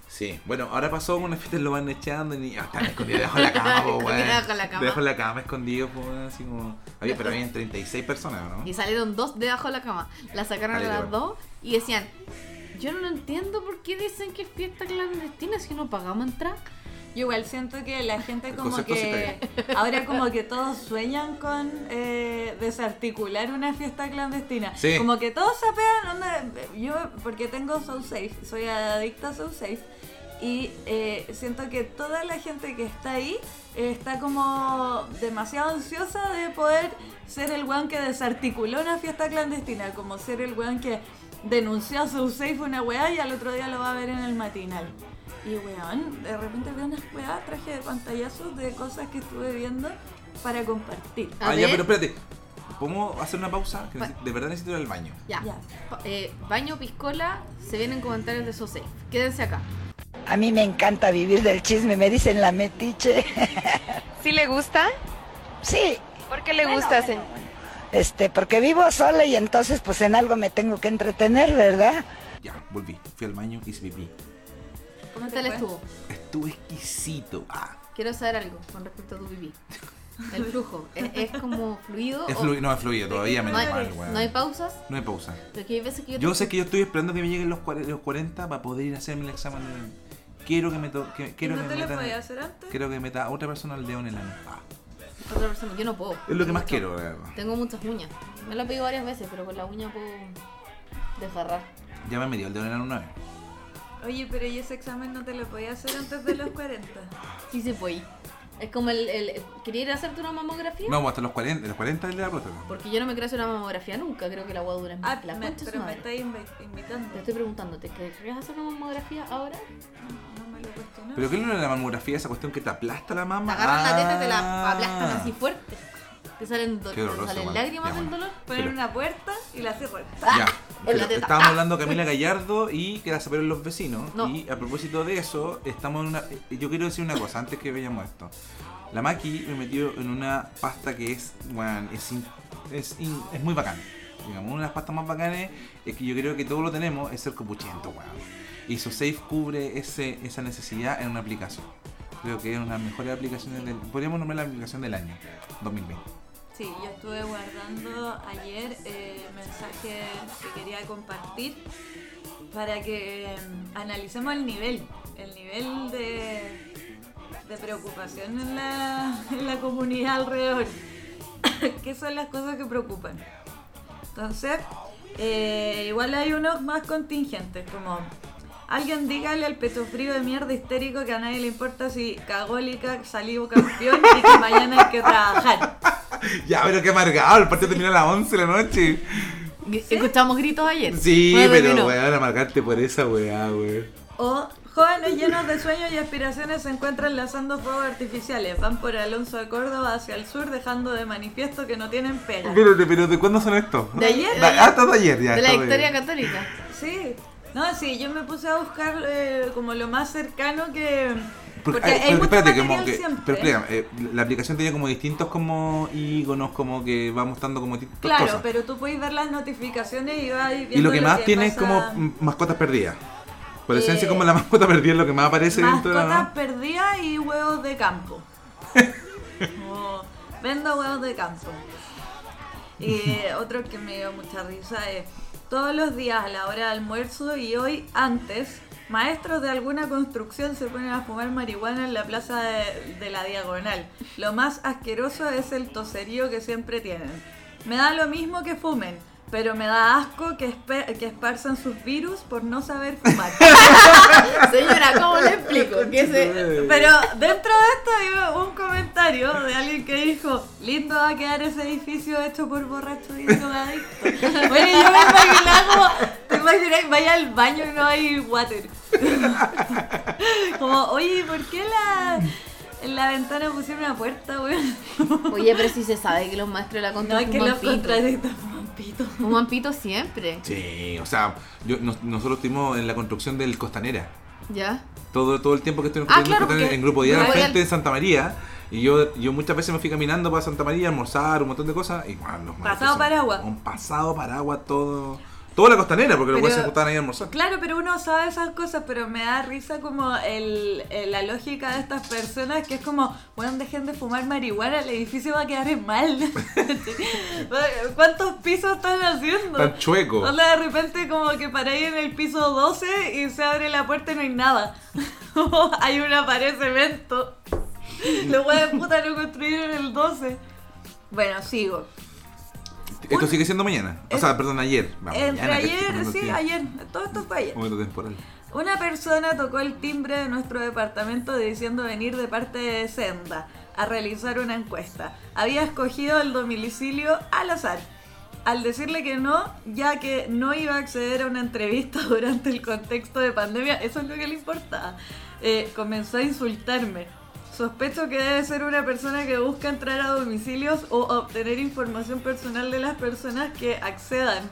S3: Sí, bueno, ahora pasó con una fiesta, lo van echando y ah, están escondidos debajo de la cama, po,
S2: Escondidos
S3: weón.
S2: debajo de la cama.
S3: Debajo de la cama, escondidos, po, weón, así como. Había, pero habían 36 personas, ¿no?
S2: Y salieron dos debajo de la cama. La sacaron a
S3: Dale,
S2: las
S3: bueno.
S2: dos y decían, yo no entiendo por qué dicen que es fiesta clandestina si no pagamos entrada.
S4: Yo igual siento que la gente
S3: El
S4: como
S3: concepto sí
S4: que ahora como que todos sueñan con eh, desarticular una fiesta clandestina.
S3: Sí.
S4: Como que todos se apegan, onda, yo porque tengo So Safe, soy adicta a So Safe y eh, siento que toda la gente que está ahí eh, está como demasiado ansiosa de poder ser el weón que desarticuló una fiesta clandestina, como ser el weón que denunció a So Safe una weá y al otro día lo va a ver en el matinal. Y weón, de repente veo unas weas, traje de pantallazos de cosas que estuve viendo para compartir.
S2: A
S3: Ah, ya,
S2: ver.
S3: pero espérate. ¿Podemos hacer una pausa? Que neces- de verdad necesito ir al baño.
S2: Ya.
S4: Ya.
S2: Pa- eh, baño, piscola, se vienen comentarios de SoSafe. Quédense acá.
S5: A mí me encanta vivir del chisme, me dicen la metiche.
S6: ¿Sí le gusta?
S5: Sí,
S6: ¿Por qué le gusta, señor?
S5: este, porque vivo sola y entonces pues en algo me tengo que entretener, ¿verdad?
S3: Ya, volví. Fui al baño, hice pipí.
S4: ¿Cómo
S2: ¿Qué tal
S4: fue?
S2: estuvo?
S3: Estuvo exquisito. Ah,
S2: Quiero saber algo con respecto a tu pipí. El flujo. ¿Es, es como fluido?
S3: es
S2: o-
S3: fluido, no es fluido todavía,
S2: Oh, no,
S3: menos
S2: hay,
S3: mal, weón.
S2: no hay pausas.
S3: No hay pausa.
S2: Porque hay veces que yo...
S3: Yo sé que yo estoy esperando que me lleguen los, cuare- los 40 para poder ir a hacerme el examen. de- Quiero que me to- que, quiero
S4: ¿No
S3: que
S4: te
S3: me
S4: lo
S3: metan-
S4: podías hacer antes?
S3: Quiero que meta a otra persona el dedo en el ano. Ah,
S2: Otra persona, yo no puedo.
S3: es lo que más
S2: Mucho.
S3: quiero, la verdad.
S2: Tengo muchas uñas. Me lo he pedido varias veces, pero con la uña puedo desgarrar.
S3: Ya me metió el dedo en el ano una vez.
S4: Oye, pero ¿y ese examen no te lo podía hacer antes de los 40?
S2: Sí se puede. Es como el, el- ¿Quería ir a hacerte una mamografía?
S3: No, hasta los 40, los 40 el de la próstata.
S2: Porque yo no me quiero hacer una mamografía nunca. Creo que la voy a durar
S4: Ah,
S2: más. La
S4: me-
S2: concha de su
S4: pero me
S2: madre.
S4: estás invi- invitando.
S2: Te estoy preguntando, ¿te querrías hacer una mamografía ahora?
S4: No, no me lo cuestioné.
S3: ¿Pero qué es lo de la mamografía? Esa cuestión que te aplasta la
S2: Te
S3: mama.
S2: agarran la teta, te la
S3: Ah.
S2: aplastan así fuerte. Te salen, do-
S3: Qué doloroso,
S2: te salen
S3: igual.
S2: lágrimas
S3: Ya,
S2: del
S3: bueno.
S2: dolor.
S4: Poner
S3: pero-
S4: una puerta y la cierran.
S3: Ya.
S2: Ah, En la
S3: pero
S2: teta.
S3: Estábamos hablando de Camila Gallardo y que la sacaron los vecinos.
S2: No.
S3: Y a propósito de eso, estamos en una. eh, Yo quiero decir una cosa antes que veamos esto. La Maki me metió en una pasta que es. Bueno, es, in- es, in- es muy bacán. Digamos, una de las pastas más bacanes es que yo creo que todos lo tenemos es el copuchento, weón. Y SoSafe cubre ese, esa necesidad en una aplicación. Creo que es una de las mejores aplicaciones del. Podríamos nombrar la aplicación del año 2020.
S4: Sí, yo estuve guardando ayer eh, mensajes que quería compartir para que eh, analicemos el nivel, el nivel de, de preocupación en la, en la comunidad alrededor. ¿Qué son las cosas que preocupan? Entonces, eh, igual hay unos más contingentes, como alguien dígale al pecho frío de mierda histérico que a nadie le importa si cagólica salimos campeón y que mañana hay que trabajar.
S3: Ya, pero qué amargado, el partido termina a las 11 de la noche.
S2: Escuchamos gritos ayer.
S3: Sí,
S2: Bueno,
S3: pero
S2: terminó.
S3: weón, amargarte por esa weá, weón.
S4: O jóvenes llenos de sueños y aspiraciones se encuentran lanzando fuegos artificiales. Van por Alonso de Córdoba hacia el sur dejando de manifiesto que no tienen pega.
S3: Espérate, pero ¿de cuándo son estos?
S2: De ayer.
S3: Da- hasta de ayer, ya.
S2: De la
S3: está bien.
S2: historia católica.
S4: Sí. No, sí, yo me puse a buscar eh, como lo más cercano que...
S3: Porque,
S4: Porque
S3: ay,
S4: hay
S3: pero
S4: mucho
S3: espérate, que como
S4: material
S3: que-
S4: siempre.
S3: pero espera, eh, la aplicación tenía como distintos como íconos, como que va mostrando como distintas
S4: Claro,
S3: cosas.
S4: pero tú puedes ver las notificaciones y vas viendo
S3: y lo que más tiene es
S4: pasa.
S3: como mm, mascotas perdidas. Por
S4: Eh,
S3: esencia, como la mascota perdida es lo que más aparece dentro de
S4: Mascotas
S3: la.
S4: perdidas y huevos de campo. Como, vendo huevos de campo. Y eh, otro que me dio mucha risa es todos los días a la hora de almuerzo y hoy antes, maestros de alguna construcción se ponen a fumar marihuana en la plaza de, de la diagonal. Lo más asqueroso es el toserío que siempre tienen. Me da lo mismo que fumen. Pero me da asco que, espe- que esparzan sus virus por no saber fumar.
S2: Señora, ¿cómo le explico? Que se...
S4: Pero dentro de esto digo un comentario de alguien que dijo, lindo va a quedar ese edificio hecho por borrachos y drogadictos. Bueno, yo me imaginaba como, te imaginas, vaya al baño y no hay water. Como, oye, ¿por qué la, en la ventana pusieron una puerta, weón?
S2: Oye, pero si se sabe que los maestros de la
S4: No,
S2: contra
S4: es que
S2: fuman
S4: los
S2: pito.
S4: contratistas fuman pito.
S2: Fuman pito siempre.
S3: Sí, o sea, yo- nos- nosotros estuvimos en la construcción del Costanera.
S2: ¿Ya?
S3: todo, todo el tiempo que estoy en,
S2: Ah,
S3: en-
S2: claro,
S3: en-
S2: porque-
S3: en grupo diario
S2: Grupo
S3: gente
S2: Dial.
S3: de Santa María y yo, yo muchas veces me fui caminando para Santa María a almorzar un montón de cosas y bueno, los maestros
S4: Pasado
S3: son
S4: paraguas.
S3: un pasado paraguas todo toda la costanera porque los
S4: Pero-
S3: güeyes se juntaban ahí a almorzar
S4: Claro, pero uno sabe esas cosas, pero me da risa como el, el- la lógica de estas personas que es como, bueno, dejen de fumar marihuana, el edificio va a quedar en mal. ¿Cuántos pisos están haciendo?
S3: tan chueco
S4: O sea, de repente como que paráis en el piso 12 y se abre la puerta y no hay nada. hay una pared de cemento. Los huevos de puta no construyeron el 12. Bueno, sigo.
S3: esto sigue siendo mañana o sea perdón ayer Va,
S4: Entre
S3: mañana, que estoy
S4: ayer,
S3: poniendo
S4: sí,
S3: el día.
S4: ayer. Todo esto fue ayer.
S3: momento temporal
S4: Una persona tocó el timbre de nuestro departamento diciendo venir de parte de Senda a realizar una encuesta. Había escogido el domicilio al azar. Al decirle que no, ya que no iba a acceder a una entrevista durante el contexto de pandemia, eso es lo que le importaba, eh, comenzó a insultarme. Sospecho que debe ser una persona que busca entrar a domicilios o obtener información personal de las personas que accedan.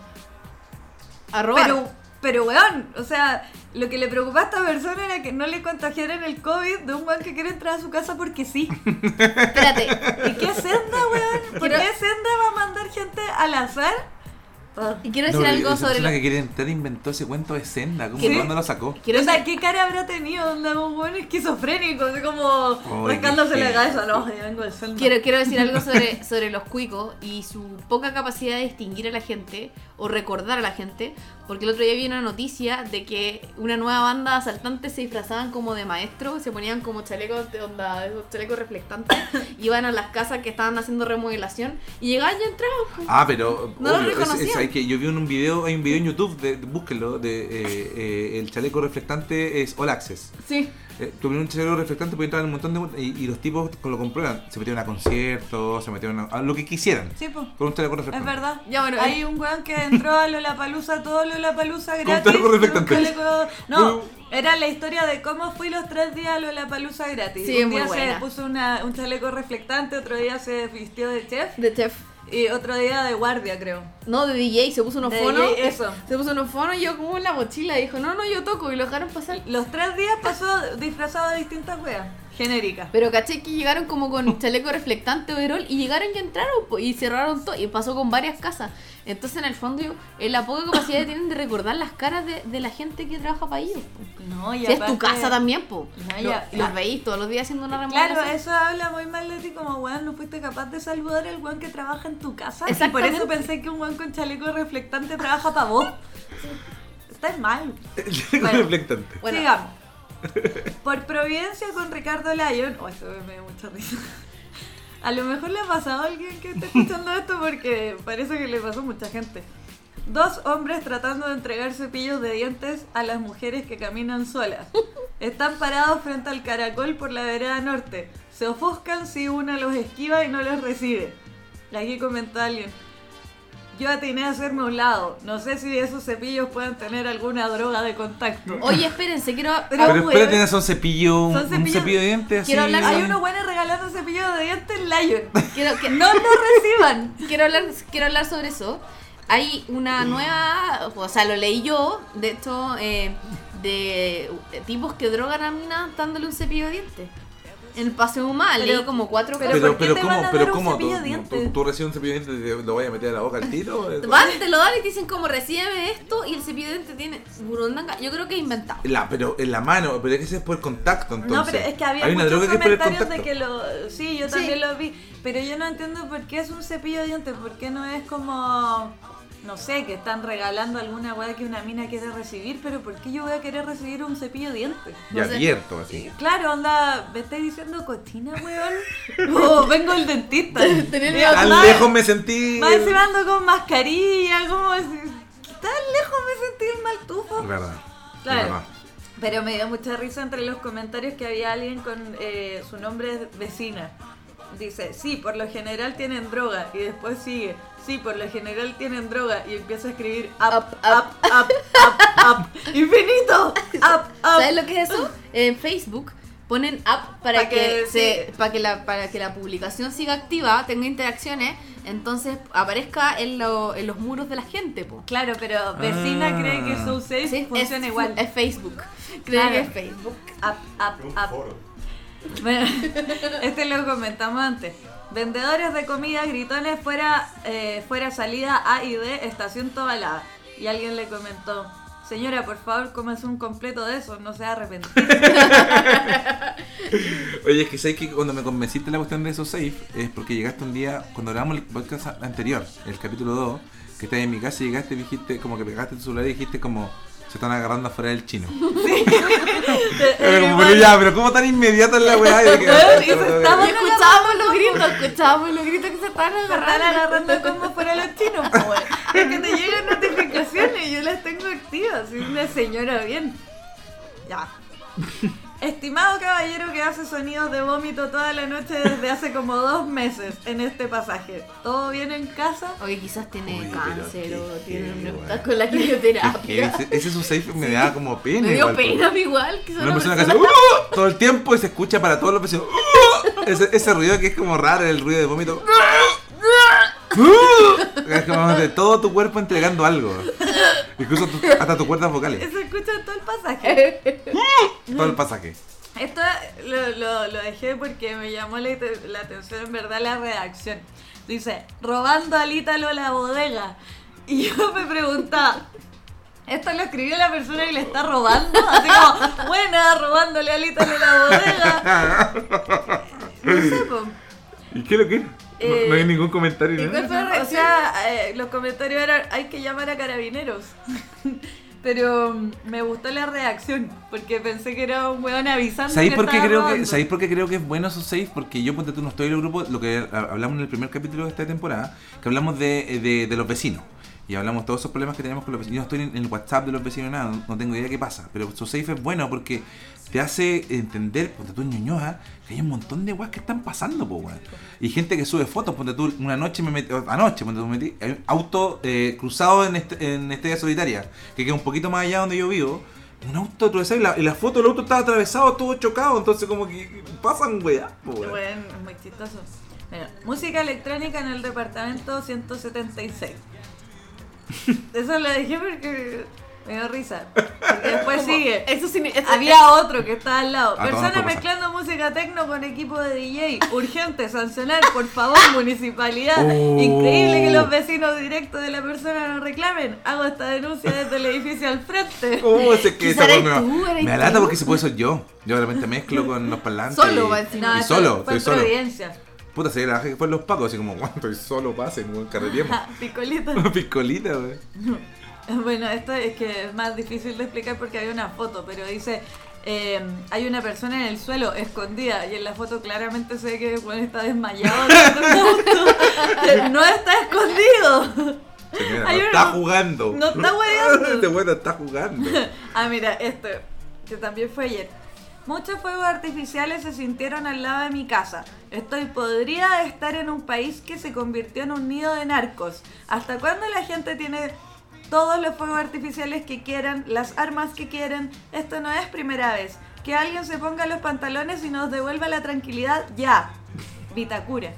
S2: Arroba.
S4: Pero, pero weón, o sea, lo que le preocupaba a esta persona era que no le contagiaran el COVID de un weón que quiere entrar a su casa porque sí.
S2: Espérate.
S4: ¿Y qué senda, weón? ¿Por
S2: Quiero-
S4: qué senda va a mandar gente al azar? Ah.
S2: Y quiero
S3: No,
S2: decir
S3: esa
S2: algo sobre
S3: persona
S2: lo...
S3: que quiere entrar inventó ese cuento de senda ¿cómo
S2: ¿Qué?
S3: de dónde lo sacó?
S2: Quiero
S4: o sea,
S2: decir-
S4: ¿qué cara habrá tenido onda, un weón esquizofrénico? Así como
S3: Ay,
S4: rascándose
S3: qué
S4: la
S3: feo.
S4: cabeza. No, yo vengo del senda.
S2: Quiero, quiero decir algo sobre, sobre los cuicos y su poca capacidad de distinguir a la gente o recordar a la gente, porque el otro día vi una noticia de que una nueva banda de asaltantes se disfrazaban como de maestro, se ponían como chalecos de onda, esos chalecos reflectantes, iban a las casas que estaban haciendo remodelación y llegaban y entraban. po.
S3: Ah, pero
S2: No lo
S3: obvio, es- es-
S2: reconocían.
S3: hay que yo vi un video, hay un video en YouTube, de, de- búsquenlo, de eh, eh, el chaleco reflectante es All Access.
S2: Sí.
S3: Eh, tuvieron un chaleco reflectante, porque entraban un montón de. Y, y los tipos con- lo comprueban. Se metieron a conciertos, se metieron a, a lo que quisieran.
S4: Sí, po.
S3: Con un chaleco
S4: Es
S3: reflectante.
S4: verdad.
S2: Ya, bueno, eh.
S4: Hay un weón que entró a Lollapalooza, todo Lollapalooza gratis.
S3: chaleco
S4: con un
S3: reflectante.
S4: chaleco- No, era la historia de cómo fui los tres días a Lollapalooza gratis.
S2: Sí,
S4: un
S2: muy
S4: día se
S2: buena.
S4: puso una- un chaleco reflectante, otro día se vistió de chef
S2: De chef.
S4: y otro día de guardia, creo.
S2: No, de DJ, se puso unos
S4: De
S2: fonos.
S4: DJ, eso.
S2: Se puso unos fonos y yo como en la mochila y dijo, no, no, yo toco y lo dejaron pasar.
S4: Los tres días pasó disfrazado de distintas weas. genérica.
S2: Pero caché que llegaron como con chaleco reflectante overol y llegaron y entraron po, y cerraron todo y pasó con varias casas. Entonces en el fondo yo, es la poca capacidad que tienen de recordar las caras de, de la gente que trabaja para ellos. po.
S4: No, y
S2: Si es tu
S4: aparte-
S2: casa también, po.
S4: No, y
S2: Lo-
S4: a-
S2: los veis todos los días haciendo una remodelación.
S4: Claro, eso habla muy mal de ti, como weón, no fuiste capaz de saludar al weón que trabaja en tu casa. Y por
S2: Exactamente.
S4: eso pensé que un weón con chaleco reflectante trabaja para vos. Estás mal. Bueno.
S3: reflectante.
S2: Bueno.
S4: Sigamos. Por Providencia con Ricardo Lyon. Oh, esto me dio mucha risa. A lo mejor le ha pasado a alguien que está escuchando esto porque parece que le pasó a mucha gente. Dos hombres tratando de entregar cepillos de dientes a las mujeres que caminan solas. Están parados frente al caracol por la vereda norte. Se ofuscan si una los esquiva y no los recibe. Aquí comentó alguien. Yo atiné a hacerme a un lado. No sé si esos cepillos pueden tener alguna droga de contacto.
S2: Oye, espérense, quiero...
S4: Pero-
S3: Pero
S4: Ah, bueno.
S3: espérate, ¿no son cepillo, un,
S4: Son
S3: un
S4: cepillos-
S3: cepillo de dientes.
S2: Quiero
S3: así?
S2: hablar-
S4: Hay unos buenos regalando cepillos de dientes en Lion.
S2: quiero que...
S4: No lo reciban.
S2: quiero hablar quiero hablar sobre eso hay una nueva o sea lo leí yo de esto eh, de tipos que drogan a minas dándole un cepillo de dientes en el paseo humano
S4: Pero-
S2: leí como cuatro
S4: pero
S2: cosas.
S4: ¿por qué te van a dar un cepillo de
S3: tú,
S4: dientes?
S3: tú recibes un cepillo de dientes y te- lo vayas a meter a la boca al tiro?
S2: Van, te lo dan y te dicen como recibe esto y el cepillo de dientes tiene burundanga yo creo que es inventado
S3: La, pero en la mano, pero es que ese es por contacto, entonces.
S4: No, pero es que había
S3: Hay una
S4: muchos
S3: droga que es por el
S4: comentarios de
S3: contacto.
S4: que lo. Sí, yo también lo vi. Pero yo no entiendo por qué es un cepillo de dientes. ¿Por qué no es como. No sé, que están regalando alguna weá que una mina quiere recibir? Pero ¿por qué yo voy a querer recibir un cepillo de dientes?
S3: Y
S2: no sé.
S3: abierto, así.
S4: Claro, onda, me estáis diciendo cochina, weón. Oh, vengo al dentista. Digo,
S3: Tan
S4: más-
S3: lejos me sentí.
S4: Más encima ando con mascarilla, como así. Tan lejos me sentí el mal tufo.
S3: Es verdad.
S4: Claro.
S3: Es verdad.
S4: Pero me dio mucha risa entre los comentarios que había alguien con eh, su nombre es vecina. Dice, sí, por lo general tienen droga. Y después sigue, sí, por lo general tienen droga. Y empieza a escribir, up,
S2: Up,
S4: up, up, up, up. Infinito, up,
S2: ¿Sabes
S4: up.
S2: lo que es eso? En Facebook ponen app para
S4: Pa'
S2: que,
S4: que
S2: se,
S4: sí.
S2: para que la para que la publicación siga activa, tenga interacciones, entonces aparezca en, lo- en los muros de la gente, po.
S4: Claro, pero vecina
S3: Ah.
S4: cree que su safe
S2: Sí, es-
S4: funciona
S2: es-
S4: igual.
S2: Es Facebook. Creo
S4: Claro.
S2: que es Facebook.
S4: Up, up, up. Bueno, este lo comentamos antes. Vendedores de comida gritones fuera, eh, fuera salida A y D, estación Tobalaba. Y alguien le comentó, señora, por favor, cómase un completo de eso, no sea arrepentido.
S3: Oye, es que sabes que cuando me convenciste de la cuestión de esos safe es porque llegaste un día, cuando grabamos el podcast anterior, el capítulo 2, que estabas en mi casa y llegaste y dijiste, como que pegaste tu celular y dijiste como, se están agarrando afuera del chino. Pero como, pero ya, pero como tan inmediata es la weá. Y de que-
S4: Y
S2: Y
S4: se estaba-
S2: escuchábamos los gritos, escuchábamos los gritos que se estaban
S4: Se están
S2: agarrando.
S4: agarrando como fuera los chinos, po, weón. Es que te llegan notificaciones y yo las tengo activas. Soy una señora bien. Ya. Estimado caballero que hace sonidos de vómito toda la noche desde hace como dos meses en este pasaje. ¿Todo bien en casa?
S2: Oye, quizás tiene
S3: Uy, pero
S2: cáncer
S3: qué
S2: o
S3: heavy,
S2: tiene un
S3: weón.
S2: está con la
S3: Que
S2: quimioterapia.
S3: ese, ese es un safe me daba como
S2: Me
S3: pena.
S2: dio
S3: igual, porque-
S2: pena igual. Que sea
S3: Una persona que hace "Uh", todo el tiempo y se escucha para todos los vecinos. "Uh", ese, ese ruido que es como raro, el ruido de vómito. "Uh", es como de todo tu cuerpo entregando algo. Incluso tu- hasta tus cuerdas vocales.
S4: Se escucha en todo el pasaje.
S3: Todo el pasaje.
S4: Esto lo, lo- lo dejé porque me llamó la, la atención en verdad la redacción. Dice, robando al Ítalo la bodega. Y yo me preguntaba, esto lo escribió la persona que le está robando. Así como, buena, robándole al Ítalo la bodega. No sé, po.
S3: ¿Y qué lo que era?
S4: Eh, no hay
S3: ningún comentario.
S4: ¿Y cuál fue la reacción? O sea, eh, los comentarios eran, hay que llamar a carabineros. Pero mm, me gustó la reacción, porque pensé que era un weón avisando.
S3: ¿Sabéis
S4: que
S3: por qué
S4: estaba
S3: creo que
S4: robando.
S3: sabéis por qué creo que es bueno esos safe? Porque yo ponte tú no estoy en el grupo, lo que ha- hablamos en el primer capítulo de esta temporada, que hablamos de, eh, de, de los vecinos. Y hablamos todos esos problemas que tenemos con los vecinos. Yo no estoy en el WhatsApp de los vecinos nada, no, no tengo idea qué pasa. Pero su safe es bueno porque te hace entender, ponte tú en Ñuñoa, que hay un montón de weas que están pasando, po, weón. Y gente que sube fotos, ponte tú, una noche me metí, anoche, ponte tú, me metí, hay un auto eh, cruzado en, este, en Estrella Solitaria, que queda un poquito más allá donde yo vivo, un auto atravesado y la, y la foto del auto estaba atravesado, todo chocado, entonces como que pasan weas, po, weón.
S4: Bueno, es muy chistoso. Bueno, música electrónica en el departamento 176. Eso lo dejé porque Me dio risa. Porque después sigue.
S2: Eso sí, eso-
S4: Había otro que estaba al lado.
S3: A todos nos
S4: Persona
S3: puede pasar.
S4: mezclando música tecno con equipo de DJ. Urgente, sancionar, por favor, municipalidad.
S3: Oh.
S4: Increíble que los vecinos directos de la persona no reclamen. Hago esta denuncia desde el edificio al frente.
S3: ¿Cómo se que
S2: Quizá
S3: esa
S2: eres
S3: voz
S2: tú,
S3: me,
S2: eres
S3: me alata
S2: tú.
S3: porque se puede ser yo. Yo realmente mezclo con los parlantes.
S2: Solo,
S3: y-
S2: va encima.
S3: y
S4: eso
S3: solo, estoy
S4: fue en
S3: solo.
S4: Providencia.
S3: Puta, se la que fue los pacos, así como, guau, estoy solo, pasen, weón, carreteemos.
S4: Ja, Picolita.
S3: Piscolita, wey.
S4: Bueno, esto es que es más difícil de explicar porque hay una foto, pero dice, eh, hay una persona en el suelo escondida y en la foto claramente se ve que Juan está desmayado. dentro del auto. no está escondido.
S3: Señora,
S4: Hay
S3: no
S4: una-
S3: está jugando.
S4: No está hueveando.
S3: Este bueno está jugando.
S4: Ah, mira, esto, que también fue ayer. Muchos fuegos artificiales se sintieron al lado de mi casa. Estoy podrida de estar en un país que se convirtió en un nido de narcos. ¿Hasta cuándo la gente tiene todos los fuegos artificiales que quieran, las armas que quieran? Esto no es primera vez. Que alguien se ponga los pantalones y nos devuelva la tranquilidad ya. Vitacura.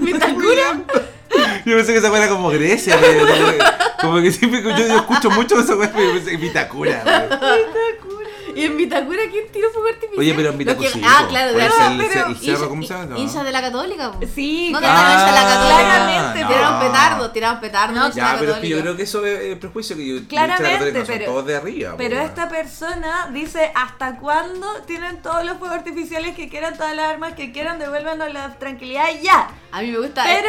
S2: ¿Vitacura?
S3: Yo pensé que esa weá era como Grecia, wey. Como que- Como que siempre yo, yo escucho mucho esa weá, pero yo pensé que Vitacura, wey.
S2: ¿Y en Vitacura quién tiró fuego artificial?
S3: Oye, pero en
S2: Lo
S3: Vitacura
S2: que-
S3: sí,
S2: Ah,
S3: po.
S2: claro,
S3: Puede
S2: de
S3: ser
S4: No,
S3: el,
S4: pero
S3: cer- el cerro, ¿cómo se llama? Ah,
S2: Hinchas de la Católica, po.
S4: Sí,
S2: No te
S4: claro.
S2: van a hinchar la Católica.
S4: Claramente,
S3: no.
S2: Tiraron petardo, tiraron petardo.
S4: No,
S2: hinchas de la
S3: Ya, pero es que yo
S2: Católica.
S3: creo que eso es el prejuicio que yo yo
S4: Claramente,
S3: creo que no son
S4: pero-
S3: todos de arriba. po,
S4: Pero
S3: weón.
S4: esta persona dice, ¿hasta cuándo tienen todos los fuegos artificiales que quieran, todas las armas que quieran, devuélvanos la tranquilidad ya?
S2: A mí me gusta.
S4: Pero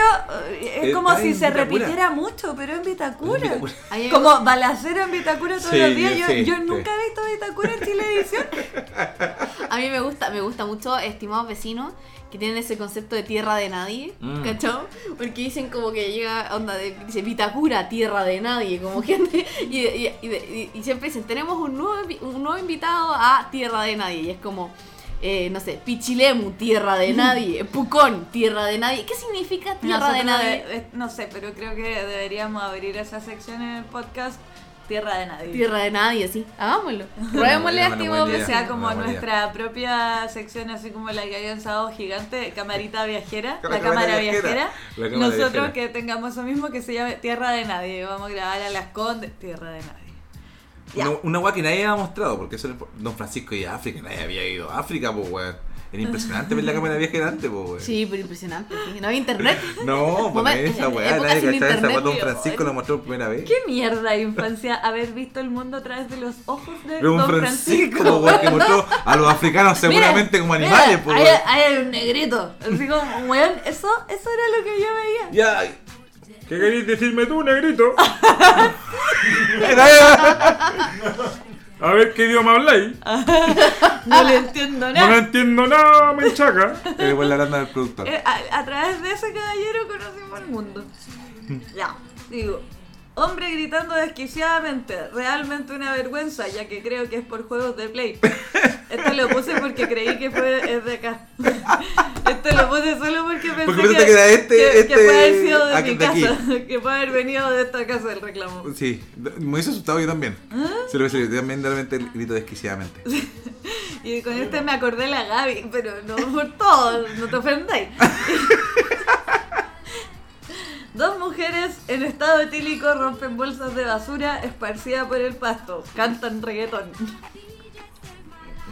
S4: eh, es
S3: Eh,
S4: como
S3: está
S4: si
S3: en
S4: se
S3: Vitacura.
S4: repitiera mucho, pero en Vitacura.
S3: En Vitacura.
S2: A mí me
S4: Como balacera en Vitacura todos
S3: Sí,
S4: los días.
S3: yo
S4: Yo,
S3: sé,
S4: yo
S3: sí.
S4: nunca he visto Vitacura en Chilevisión.
S2: A mí me gusta, me gusta mucho, estimados vecinos, que tienen ese concepto de tierra de nadie,
S3: Mm.
S2: ¿cachó? Porque dicen como que llega, onda, de, dice Vitacura, tierra de nadie, como gente. Y, y- y- y- y siempre dicen, tenemos un nuevo, invi- un nuevo invitado a tierra de nadie. Y es como, eh, no sé, Pichilemu, tierra de nadie, Pucón, tierra de nadie. ¿Qué significa tierra de
S4: Nosotros
S2: nadie?
S4: de- eh, no sé, pero creo que deberíamos abrir esa sección en el podcast. Tierra de nadie.
S2: Tierra de nadie, sí. Hagámoslo. Probémosle a
S3: Buena
S2: estimados
S3: idea.
S4: O
S2: vecinos.
S4: sea, como
S3: Una buena
S4: nuestra propia sección, así como la que había lanzado gigante, camarita viajera,
S3: La
S4: la,
S3: cámara
S4: cámara
S3: viajera,
S4: viajera.
S3: la cámara
S4: Nosotros
S3: viajera.
S4: que tengamos eso mismo que se llame Tierra de Nadie. Vamos a grabar a las Condes. Tierra de Nadie. Ya.
S3: Una, una weá que nadie había mostrado, porque eso era el- Don Francisco y África, nadie había ido a África, pues weón. Era impresionante ver la cámara vieja delante, pues weón.
S2: Sí, pero impresionante. sí. No había internet.
S3: No, pues no
S2: Momento-
S3: es esa weá,
S2: época
S3: nadie
S2: sin
S3: cachaba esa
S2: internet,
S3: weá. Don
S2: tío,
S3: Francisco
S2: weón.
S3: la mostró por primera vez.
S4: ¿Qué mierda de infancia haber visto el mundo a través de los ojos de
S3: Don,
S4: Don
S3: Francisco,
S4: Francisco?
S3: weón, que mostró a los africanos seguramente
S4: Mira,
S3: como animales,
S4: mira,
S3: pues
S4: ahí-
S3: weón.
S4: ahí hay un negrito. Así como, weón, eso, eso era lo que yo veía.
S3: Ya. ¿Qué querías decirme tú, negrito?
S7: A ver qué idioma habláis.
S4: Ah, No le entiendo
S7: No
S4: nada.
S7: le entiendo nada, menchaca.
S3: Y después la hablando del productor.
S4: Eh, A, a través de ese caballero conocimos el mundo. Ya, digo. Hombre gritando desquiciadamente, realmente una vergüenza, ya que creo que es por juegos de play. Esto lo puse porque creí que fue es de acá. Esto lo puse solo porque pensé
S3: Porque pensaste que era este-
S4: que-
S3: este-
S4: que puede haber sido de
S3: aquí-
S4: mi
S3: de aquí.
S4: casa, que puede haber venido de esta casa el reclamo.
S3: Sí, me hizo asustado yo también.
S4: ¿Ah?
S3: Se lo hice yo también, realmente grito desquiciadamente.
S4: Y con este me acordé de la Gaby, pero no por todo, no te ofendáis. Dos mujeres en estado etílico rompen bolsas de basura esparcidas por el pasto, cantan reggaetón.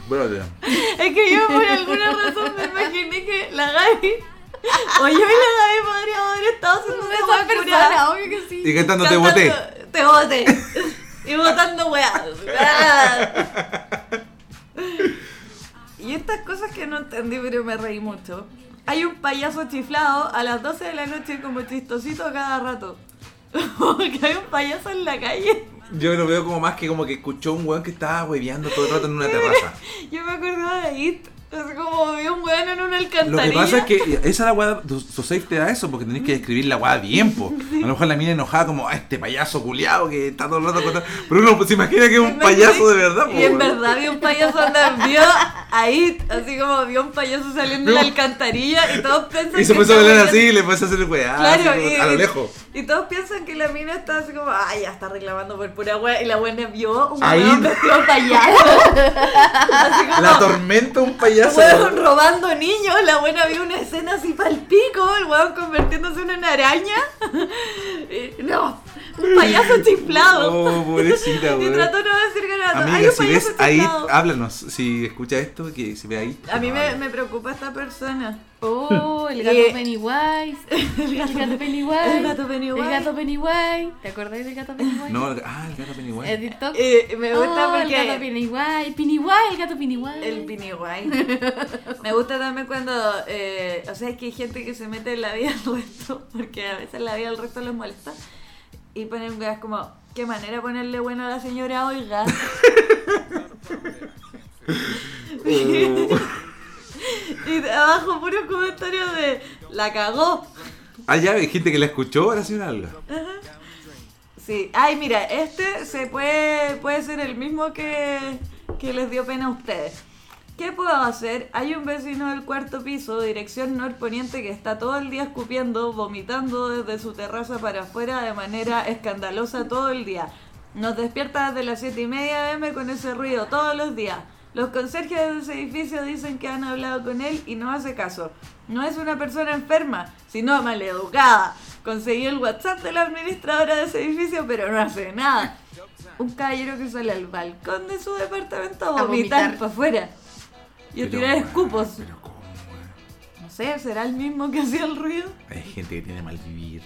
S3: Brother.
S4: Es que yo por alguna razón me imaginé que la Gaby, o yo y la Gaby podríamos haber estado haciendo una
S2: Esa
S4: hueá
S2: persona,
S4: curada,
S2: obvio que sí.
S3: Y cantando te boté.
S4: cantando, Te boté. Y botando weá. Y estas cosas que no entendí, pero me reí mucho. Hay un payaso chiflado a las 12 de la noche como chistosito cada rato. Como que hay un payaso en la calle.
S3: Yo lo veo como más que como que escuchó un weón que estaba hueveando todo el rato en una terraza.
S4: Yo me acordaba de It. Es como vi un weón en una
S3: Lo
S4: alcantarilla.
S3: que pasa es que esa es la weá, tu tu safe te da eso, porque tenés que describir la weá a tiempo. A lo mejor la mina enojada como, "Ah, este payaso culiado que está todo el rato contando. Pero uno se imagina que es un payaso de verdad, po,
S4: Y en
S3: weón.
S4: verdad vi un payaso andando, vio a It, así como vio un payaso saliendo de la
S3: Vio-
S4: alcantarilla y todos pensan
S3: Y se
S4: que
S3: empezó a
S4: está
S3: hablar
S4: hueveando.
S3: así y le empezó a hacer weá.
S4: Claro,
S3: así como pues, a lo lejos.
S4: Y todos piensan que la mina está así como, ay, ya está reclamando por pura wea. Y la buena vio un
S3: Ahí.
S4: weón vestido de payaso,
S3: La tormenta un payaso.
S4: weón robando niños. La buena vio una escena así pal pico, el weón convirtiéndose en una araña. Y, Eh, no, Un payaso chiflado.
S3: Oh, pobrecita,
S4: y
S3: weón.
S4: trató no de decir garabato. Hay
S3: Amiga,
S4: un
S3: si
S4: payaso
S3: ves ahí, ah.
S4: chiflado.
S3: háblanos. Si escuchas esto, que si ve ahí.
S4: A mí me,
S3: háblanos.
S4: me preocupa esta persona.
S2: Oh, el gato
S4: Eh,
S2: Pennywise. El
S4: gato-
S2: gato Pennywise.
S4: el gato Pennywise.
S2: El gato Pennywise. ¿Te acordás del gato Pennywise?
S3: No, el- ah, el gato Pennywise.
S2: ¿El TikTok?
S4: Eh, me gusta
S2: Oh, El gato
S4: porque
S2: Pennywise. Pennywise, el gato Pennywise.
S4: el piniguay. Me gusta también cuando, eh, o sea, es que hay gente que se mete en la vida del resto, porque a veces la vida del resto les molesta, y ponen weas como, qué manera ponerle bueno a la señora Olga.
S3: Oh.
S4: y de abajo puros comentarios de, la cagó.
S3: Ah, ya, hay gente que la escuchó, ahora sí una alga.
S4: Sí, ay, mira, este se puede, puede ser el mismo que, que les dio pena a ustedes. ¿Qué puedo hacer? Hay un vecino del cuarto piso, dirección norponiente, que está todo el día escupiendo, vomitando desde su terraza para afuera de manera escandalosa todo el día. Nos despierta desde las 7 y media m con ese ruido todos los días. Los conserjes de ese edificio dicen que han hablado con él y no hace caso. No es una persona enferma, sino maleducada. Conseguí el WhatsApp de la administradora de ese edificio, pero no hace nada. Un caballero que sale al balcón de su departamento a
S2: A
S4: vomitar
S2: vomitar.
S4: para afuera y a
S3: Pero,
S4: tirar
S3: weón,
S4: escupos.
S3: Pero cómo, weón.
S4: No sé, ¿será el mismo que hacía el ruido?
S3: Hay gente que tiene mal vivir.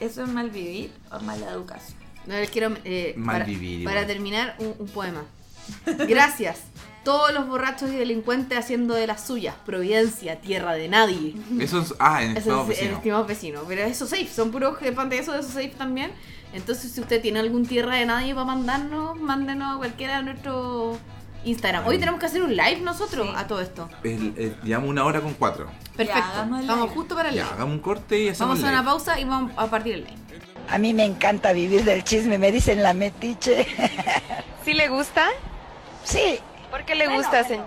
S4: ¿Eso es mal vivir o mala educación?
S2: No, les quiero. eh,
S3: Mal
S2: para,
S3: vivir, igual.
S2: para terminar, un, un poema. Gracias. Todos los borrachos y delincuentes haciendo de las suyas. Providencia, tierra de nadie.
S4: Mm.
S3: Eso es. Ah, en
S2: Eso
S3: Estados
S2: es el
S3: Unidos.
S2: estimado vecino. Pero esos safe, son puros pantallazos de esos safe también. Entonces, si usted tiene algún tierra de nadie para mandarnos, mándenos a cualquiera de nuestro Instagram. Hoy tenemos que hacer un live nosotros
S4: Sí.
S2: a todo esto.
S3: Llevamos una hora con cuatro.
S2: Perfecto.
S4: hagamos el
S2: Vamos
S4: live.
S2: justo para el
S3: Ya,
S2: live.
S3: hagamos un corte y hacemos.
S2: Vamos a hacer una
S3: live.
S2: pausa y vamos a partir el live.
S5: A mí me encanta vivir del chisme, me dicen la metiche.
S6: ¿Sí le gusta?
S5: sí,
S6: ¿Por qué le gusta, señor?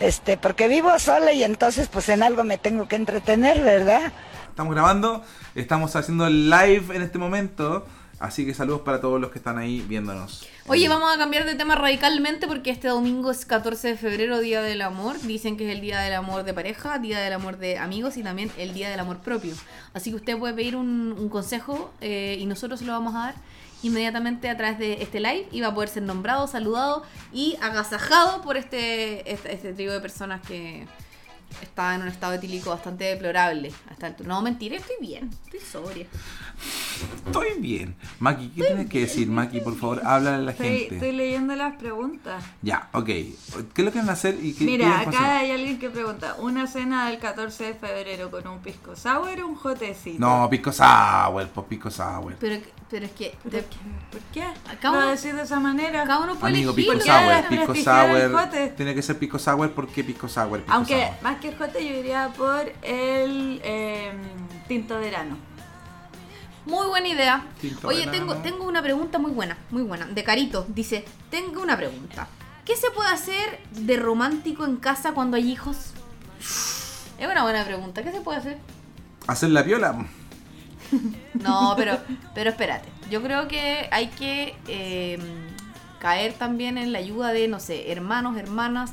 S5: este, porque vivo sola y entonces pues en algo me tengo que entretener, ¿verdad?
S3: Estamos grabando, estamos haciendo el live en este momento. Así que saludos para todos los que están ahí viéndonos.
S2: Oye, vamos a cambiar de tema radicalmente porque este domingo es 14 de febrero, Día del Amor. Dicen que es el Día del Amor de pareja, Día del Amor de amigos y también el Día del Amor propio. Así que usted puede pedir un, un consejo eh, y nosotros se lo vamos a dar inmediatamente a través de este live y va a poder ser nombrado, saludado y agasajado por este, este, este trío de personas que está en un estado etílico bastante deplorable hasta el No, mentira, estoy bien, estoy sobria.
S3: Estoy bien. Maki, ¿qué tienes que decir, Maki? Por favor, háblale a la
S4: Estoy,
S3: gente.
S4: estoy leyendo las preguntas.
S3: Ya, ok. ¿Qué es lo que van a hacer y qué qué
S4: Mira,
S3: les pasó?
S4: acá hay alguien que pregunta, ¿una cena del 14 de febrero con un pisco sour o un jotecito?
S3: No, Pisco Sour, pues Pisco Sour.
S2: Pero, pero es que...
S4: ¿Por qué? ¿Por qué?
S2: Acá
S4: lo
S2: uno-
S4: decís de esa manera?
S2: Cada uno puede
S3: Amigo,
S2: elegir
S3: Pisco
S2: lo que
S4: hagas
S3: Sour,
S4: para
S3: Pisco
S4: prestigiar el jote.
S3: Sour. Tiene que ser Pisco Sour, ¿por qué Pisco Sour? Pisco
S4: Aunque
S3: Sour.
S4: más que el jote yo iría por el em, tinto verano.
S2: Muy buena idea.
S3: Tinto
S2: Oye,
S3: de
S2: tengo,
S3: nano.
S2: tengo una pregunta muy buena, muy buena. De Carito, dice, tengo una pregunta. ¿Qué se puede hacer de romántico en casa cuando hay hijos? Es una buena pregunta, ¿qué se puede hacer?
S3: Hacer la piola.
S2: No, pero, pero espérate. Yo creo que hay que eh, caer también en la ayuda de, no sé, hermanos, hermanas,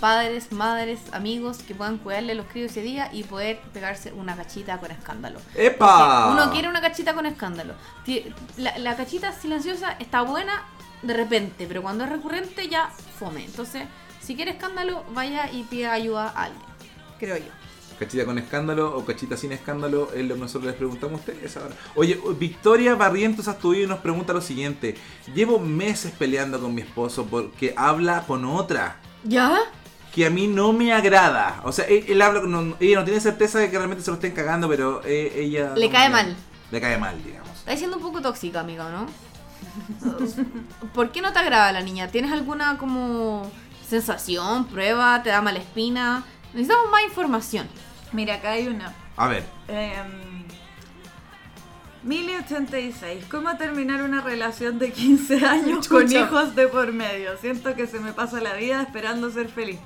S2: padres, madres, amigos que puedan cuidarle a los críos ese día y poder pegarse una cachita con escándalo.
S3: ¡Epa!
S2: Uno quiere una cachita con escándalo. Ti- La, la cachita silenciosa está buena de repente, pero cuando es recurrente ya fome. Entonces, si quiere escándalo, vaya y pida ayuda a alguien. Creo yo.
S3: Cachita con escándalo o cachita sin escándalo es lo que nosotros les preguntamos a ustedes ahora. Oye, Victoria Barrientos Astudillo nos pregunta lo siguiente. Llevo meses peleando con mi esposo porque habla con otra
S2: ¿Ya?
S3: que a mí no me agrada. O sea, e-, él, él habla con... no- ella no tiene certeza de que realmente se lo estén cagando, pero eh, ella...
S2: Le
S3: no
S2: cae
S3: me-
S2: mal.
S3: Le cae mal, digamos.
S2: Está siendo un poco tóxica, amiga, ¿no? ¿Por qué no te agrada la niña? ¿Tienes alguna como sensación, prueba, te da mala espina? Necesitamos más información.
S4: Mira, acá hay una.
S3: A ver,
S4: Em, 1086. ¿Cómo terminar una relación de 15 años con
S2: Chucha.
S4: hijos de por medio? Siento que se me pasa la vida esperando ser feliz.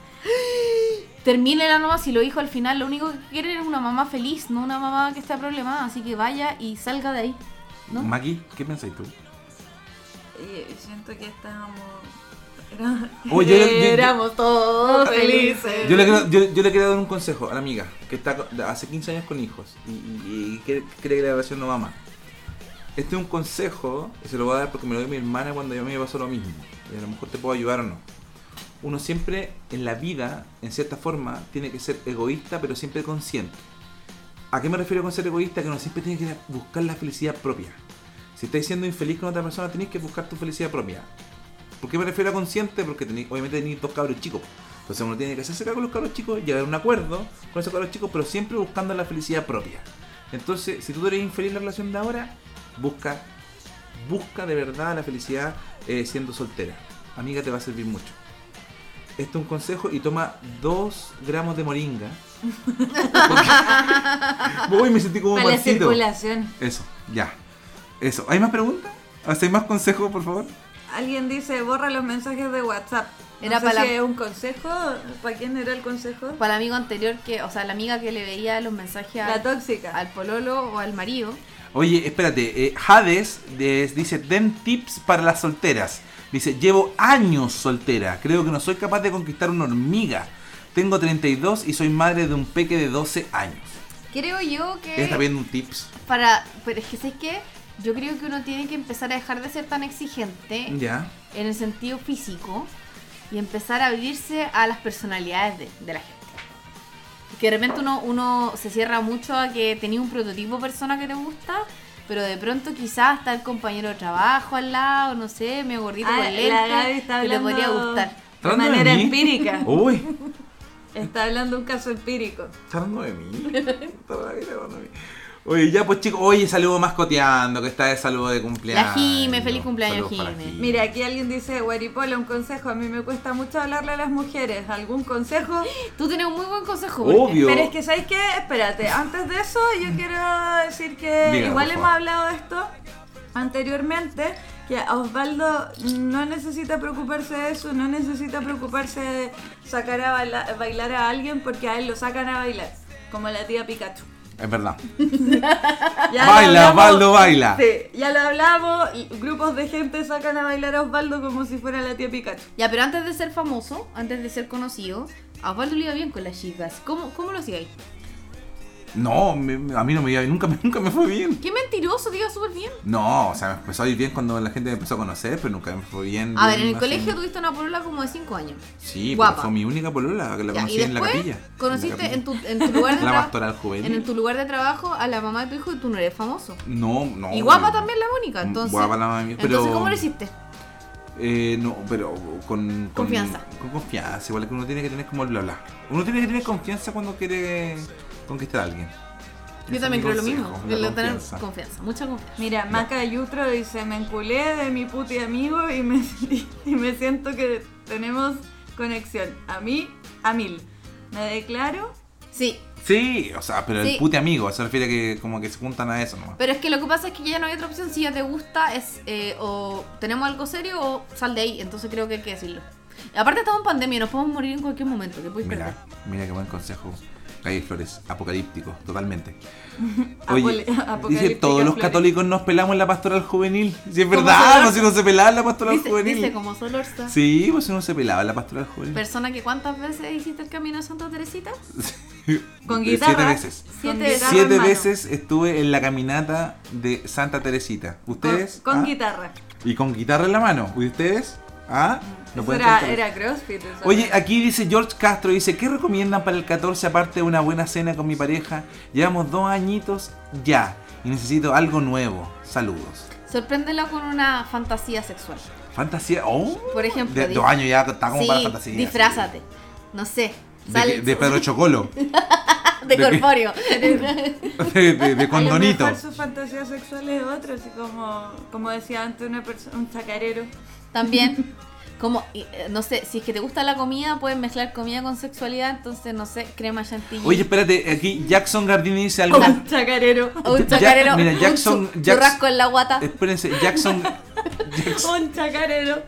S2: Termínela nomás si lo dijo al final. Lo único que quiere es una mamá feliz, no una mamá que está problemada. Así que vaya y salga de ahí. ¿No?
S3: Maki, ¿qué pensáis tú?
S4: Y siento que estábamos. era-
S3: Oh, yo- yo- yo-
S4: éramos todos felices.
S3: Yo le, quiero, yo, yo le quiero dar un consejo a la amiga que está co- hace 15 años con hijos y, y- y cree, cree que la relación no va más. Este es un consejo, y se lo voy a dar porque me lo dio mi hermana cuando yo me pasó lo mismo. Y a lo mejor te puedo ayudar o no. Uno siempre en la vida, en cierta forma, tiene que ser egoísta, pero siempre consciente. ¿A qué me refiero con ser egoísta? Que uno siempre tiene que buscar la felicidad propia. Si estáis siendo infeliz con otra persona, tenéis que buscar tu felicidad propia. ¿Por qué me refiero a consciente? Porque tenéis- obviamente tenéis dos cabros chicos. Entonces uno tiene que hacerse cargo de los cabros chicos, llegar a un acuerdo con esos cabros chicos, pero siempre buscando la felicidad propia. Entonces, si tú eres infeliz en la relación de ahora, busca, busca de verdad la felicidad eh, siendo soltera. Amiga, te va a servir mucho. Esto es un consejo y toma 2 gramos de moringa. Uy, me sentí como un
S4: Para la
S3: pancito.
S4: circulación.
S3: Eso, ya. Eso. ¿Hay más preguntas? O sea, ¿Hay más consejos, por favor?
S4: Alguien dice, borra los mensajes de WhatsApp. No
S2: Era
S4: sé
S2: para
S4: si
S2: la-
S4: es un consejo. ¿Para quién era el consejo?
S2: Para el amigo anterior, que, o sea, la amiga que le veía los mensajes
S4: La
S2: al,
S4: tóxica.
S2: al pololo o al marido.
S3: Oye, espérate. eh, Hades des- dice, den tips para las solteras. Dice, llevo años soltera. Creo que no soy capaz de conquistar una hormiga. Tengo 32 y soy madre de un peque de 12 años.
S2: Creo yo que...
S3: Ella está viendo un tips.
S2: para pero es que sabes que yo creo que uno tiene que empezar a dejar de ser tan exigente
S3: Ya.
S2: en el sentido físico y empezar a abrirse a las personalidades de, de la gente que de repente uno, uno se cierra mucho a que tenía un prototipo de persona que te gusta pero de pronto quizás está el compañero de trabajo al lado no sé medio gordito
S4: Ah,
S2: con
S4: la Gaby
S2: lente
S4: está
S2: que te
S4: hablando
S2: podría gustar
S3: ¿Está
S4: de
S3: hablando de
S4: manera
S3: mí?
S4: empírica.
S3: Uy,
S4: Está hablando un caso empírico.
S3: está hablando de mí. Está hablando de mí. Oye, ya pues chicos, oye, saludo mascoteando, que está de saludo de cumpleaños.
S2: La Jime, feliz cumpleaños,
S3: Saludos para
S2: Jime.
S4: Mira, aquí alguien dice, Guaripola, un consejo. A mí me cuesta mucho hablarle a las mujeres. ¿Algún consejo?
S2: tú tienes un muy buen consejo porque-
S3: Obvio.
S4: Pero es que, ¿sabes qué? Espérate, antes de eso yo quiero decir que
S3: Diga,
S4: igual
S3: por favor.
S4: hemos hablado de esto anteriormente, que a Osvaldo no necesita preocuparse de eso, no necesita preocuparse de sacar a baila- bailar a alguien porque a él lo sacan a bailar, como la tía Pikachu.
S3: Es verdad. Baila,
S4: Ya lo hablamos-
S3: Osvaldo, baila.
S4: Sí, ya lo hablamos, y grupos de gente sacan a bailar a Osvaldo como si fuera la tía Pikachu.
S2: ya pero antes de ser famoso antes de ser conocido a Osvaldo le iba bien con las chicas cómo cómo lo hacía ahí?
S3: No, me- me- a mí no me iba bien, nunca, me- nunca me fue bien.
S2: Qué mentiroso, te iba súper bien.
S3: No, o sea, me empezó a ir bien cuando la gente me empezó a conocer, pero nunca me fue bien.
S2: A ver, en
S3: bien,
S2: el
S3: así.
S2: colegio tuviste una polola como de 5 años.
S3: Sí,
S2: Guapa.
S3: pero fue mi única polola, que la
S2: Ya,
S3: conocí
S2: y
S3: en la
S2: después
S3: capilla.
S2: conociste en,
S3: la capilla.
S2: tu, en tu lugar de
S3: La
S2: traba-
S3: pastoral juvenil.
S2: en el- tu lugar de trabajo a la mamá de tu hijo y tú no eres famoso.
S3: No, no.
S2: y guapa
S3: pero-
S2: también la Mónica, entonces.
S3: Guapa la mami, pero-
S2: Entonces, ¿cómo lo hiciste?
S3: Eh, no, pero con, con-
S2: Confianza.
S3: Con confianza, igual que uno tiene que tener como el bla bla. Uno tiene que tener confianza cuando quiere conquistar a alguien. Ese
S2: Yo
S3: es
S2: también
S3: mi
S2: creo lo
S3: consejo,
S2: mismo.
S3: la
S2: de lo tener
S3: confianza.
S2: confianza, mucha confianza.
S4: Mira, Maca Yutro dice, me enculé de mi puti amigo y me, y me siento que tenemos conexión. A mí, a mil. Me declaro,
S2: Sí,
S3: Sí, o sea, pero
S2: Sí.
S3: el pute amigo, se refiere a que como que se juntan a eso nomás.
S2: pero es que lo que pasa es que ya no hay otra opción. Si ya te gusta, es eh, o tenemos algo serio o sal de ahí. Entonces, creo que hay que decirlo. Aparte, estamos en pandemia, nos podemos morir en cualquier momento. ¿Qué puedes perder?
S3: Mira, mira qué buen consejo. Calle Flores, apocalíptico, totalmente.
S4: Apole-
S3: Oye, dice,
S4: apocalíptica
S3: todos los
S4: Flores".
S3: católicos nos pelamos en la pastoral juvenil. Si es
S2: Como
S3: verdad,
S2: Solorza.
S3: pues si no se pelaba en la pastoral
S2: Dice,
S3: juvenil.
S2: dice como Solorza.
S3: Sí, pues si no se pelaba en la pastoral juvenil.
S2: Persona que cuántas veces hiciste el camino de Santa Teresita?
S4: con
S3: Eh, Siete
S4: guitarra.
S3: veces.
S4: Con
S2: Siete
S4: guitarra en
S3: Siete
S4: mano.
S3: veces estuve en la caminata de Santa Teresita.
S4: Con-
S3: ¿Ustedes?
S4: Con,
S3: ¿Ah?
S4: guitarra.
S3: Y con guitarra en la mano. ¿Y ustedes? ¿Ah? No
S4: Eso
S3: pueden
S4: era,
S3: contar.
S4: era crossfit. eso.
S3: Oye, aquí dice George Castro, dice, ¿qué recomiendan para el 14 aparte de una buena cena con mi pareja? Llevamos dos añitos ya y necesito algo nuevo. Saludos.
S2: Sorpréndela con una fantasía sexual.
S3: Fantasía, oh.
S2: Por ejemplo,
S3: De,
S2: di-
S3: dos años ya está como
S2: sí,
S3: para fantasía. sí.
S2: disfrázate. No sé.
S3: De,
S2: Sal,
S3: que- de Pedro Chocolo.
S2: de
S3: de-
S2: corpóreo.
S3: De, de- de
S4: A lo
S3: Condonito.
S4: mejor su fantasía sexual es otra, así como, como decía antes una perso- un chacarero.
S2: También, como, y, eh, no sé, si es que te gusta la comida, puedes mezclar comida con sexualidad. Entonces, no sé, crema chantilly.
S3: Oye, espérate, aquí Jackson Gardini dice algo.
S4: Un chacarero.
S2: O un
S3: Ya-
S2: chacarero.
S3: mira,
S2: un
S3: Jackson- Eh,
S2: chu-
S3: Jackson-
S2: churrasco en la guata.
S3: Espérense, Jackson.
S4: Un chacarero.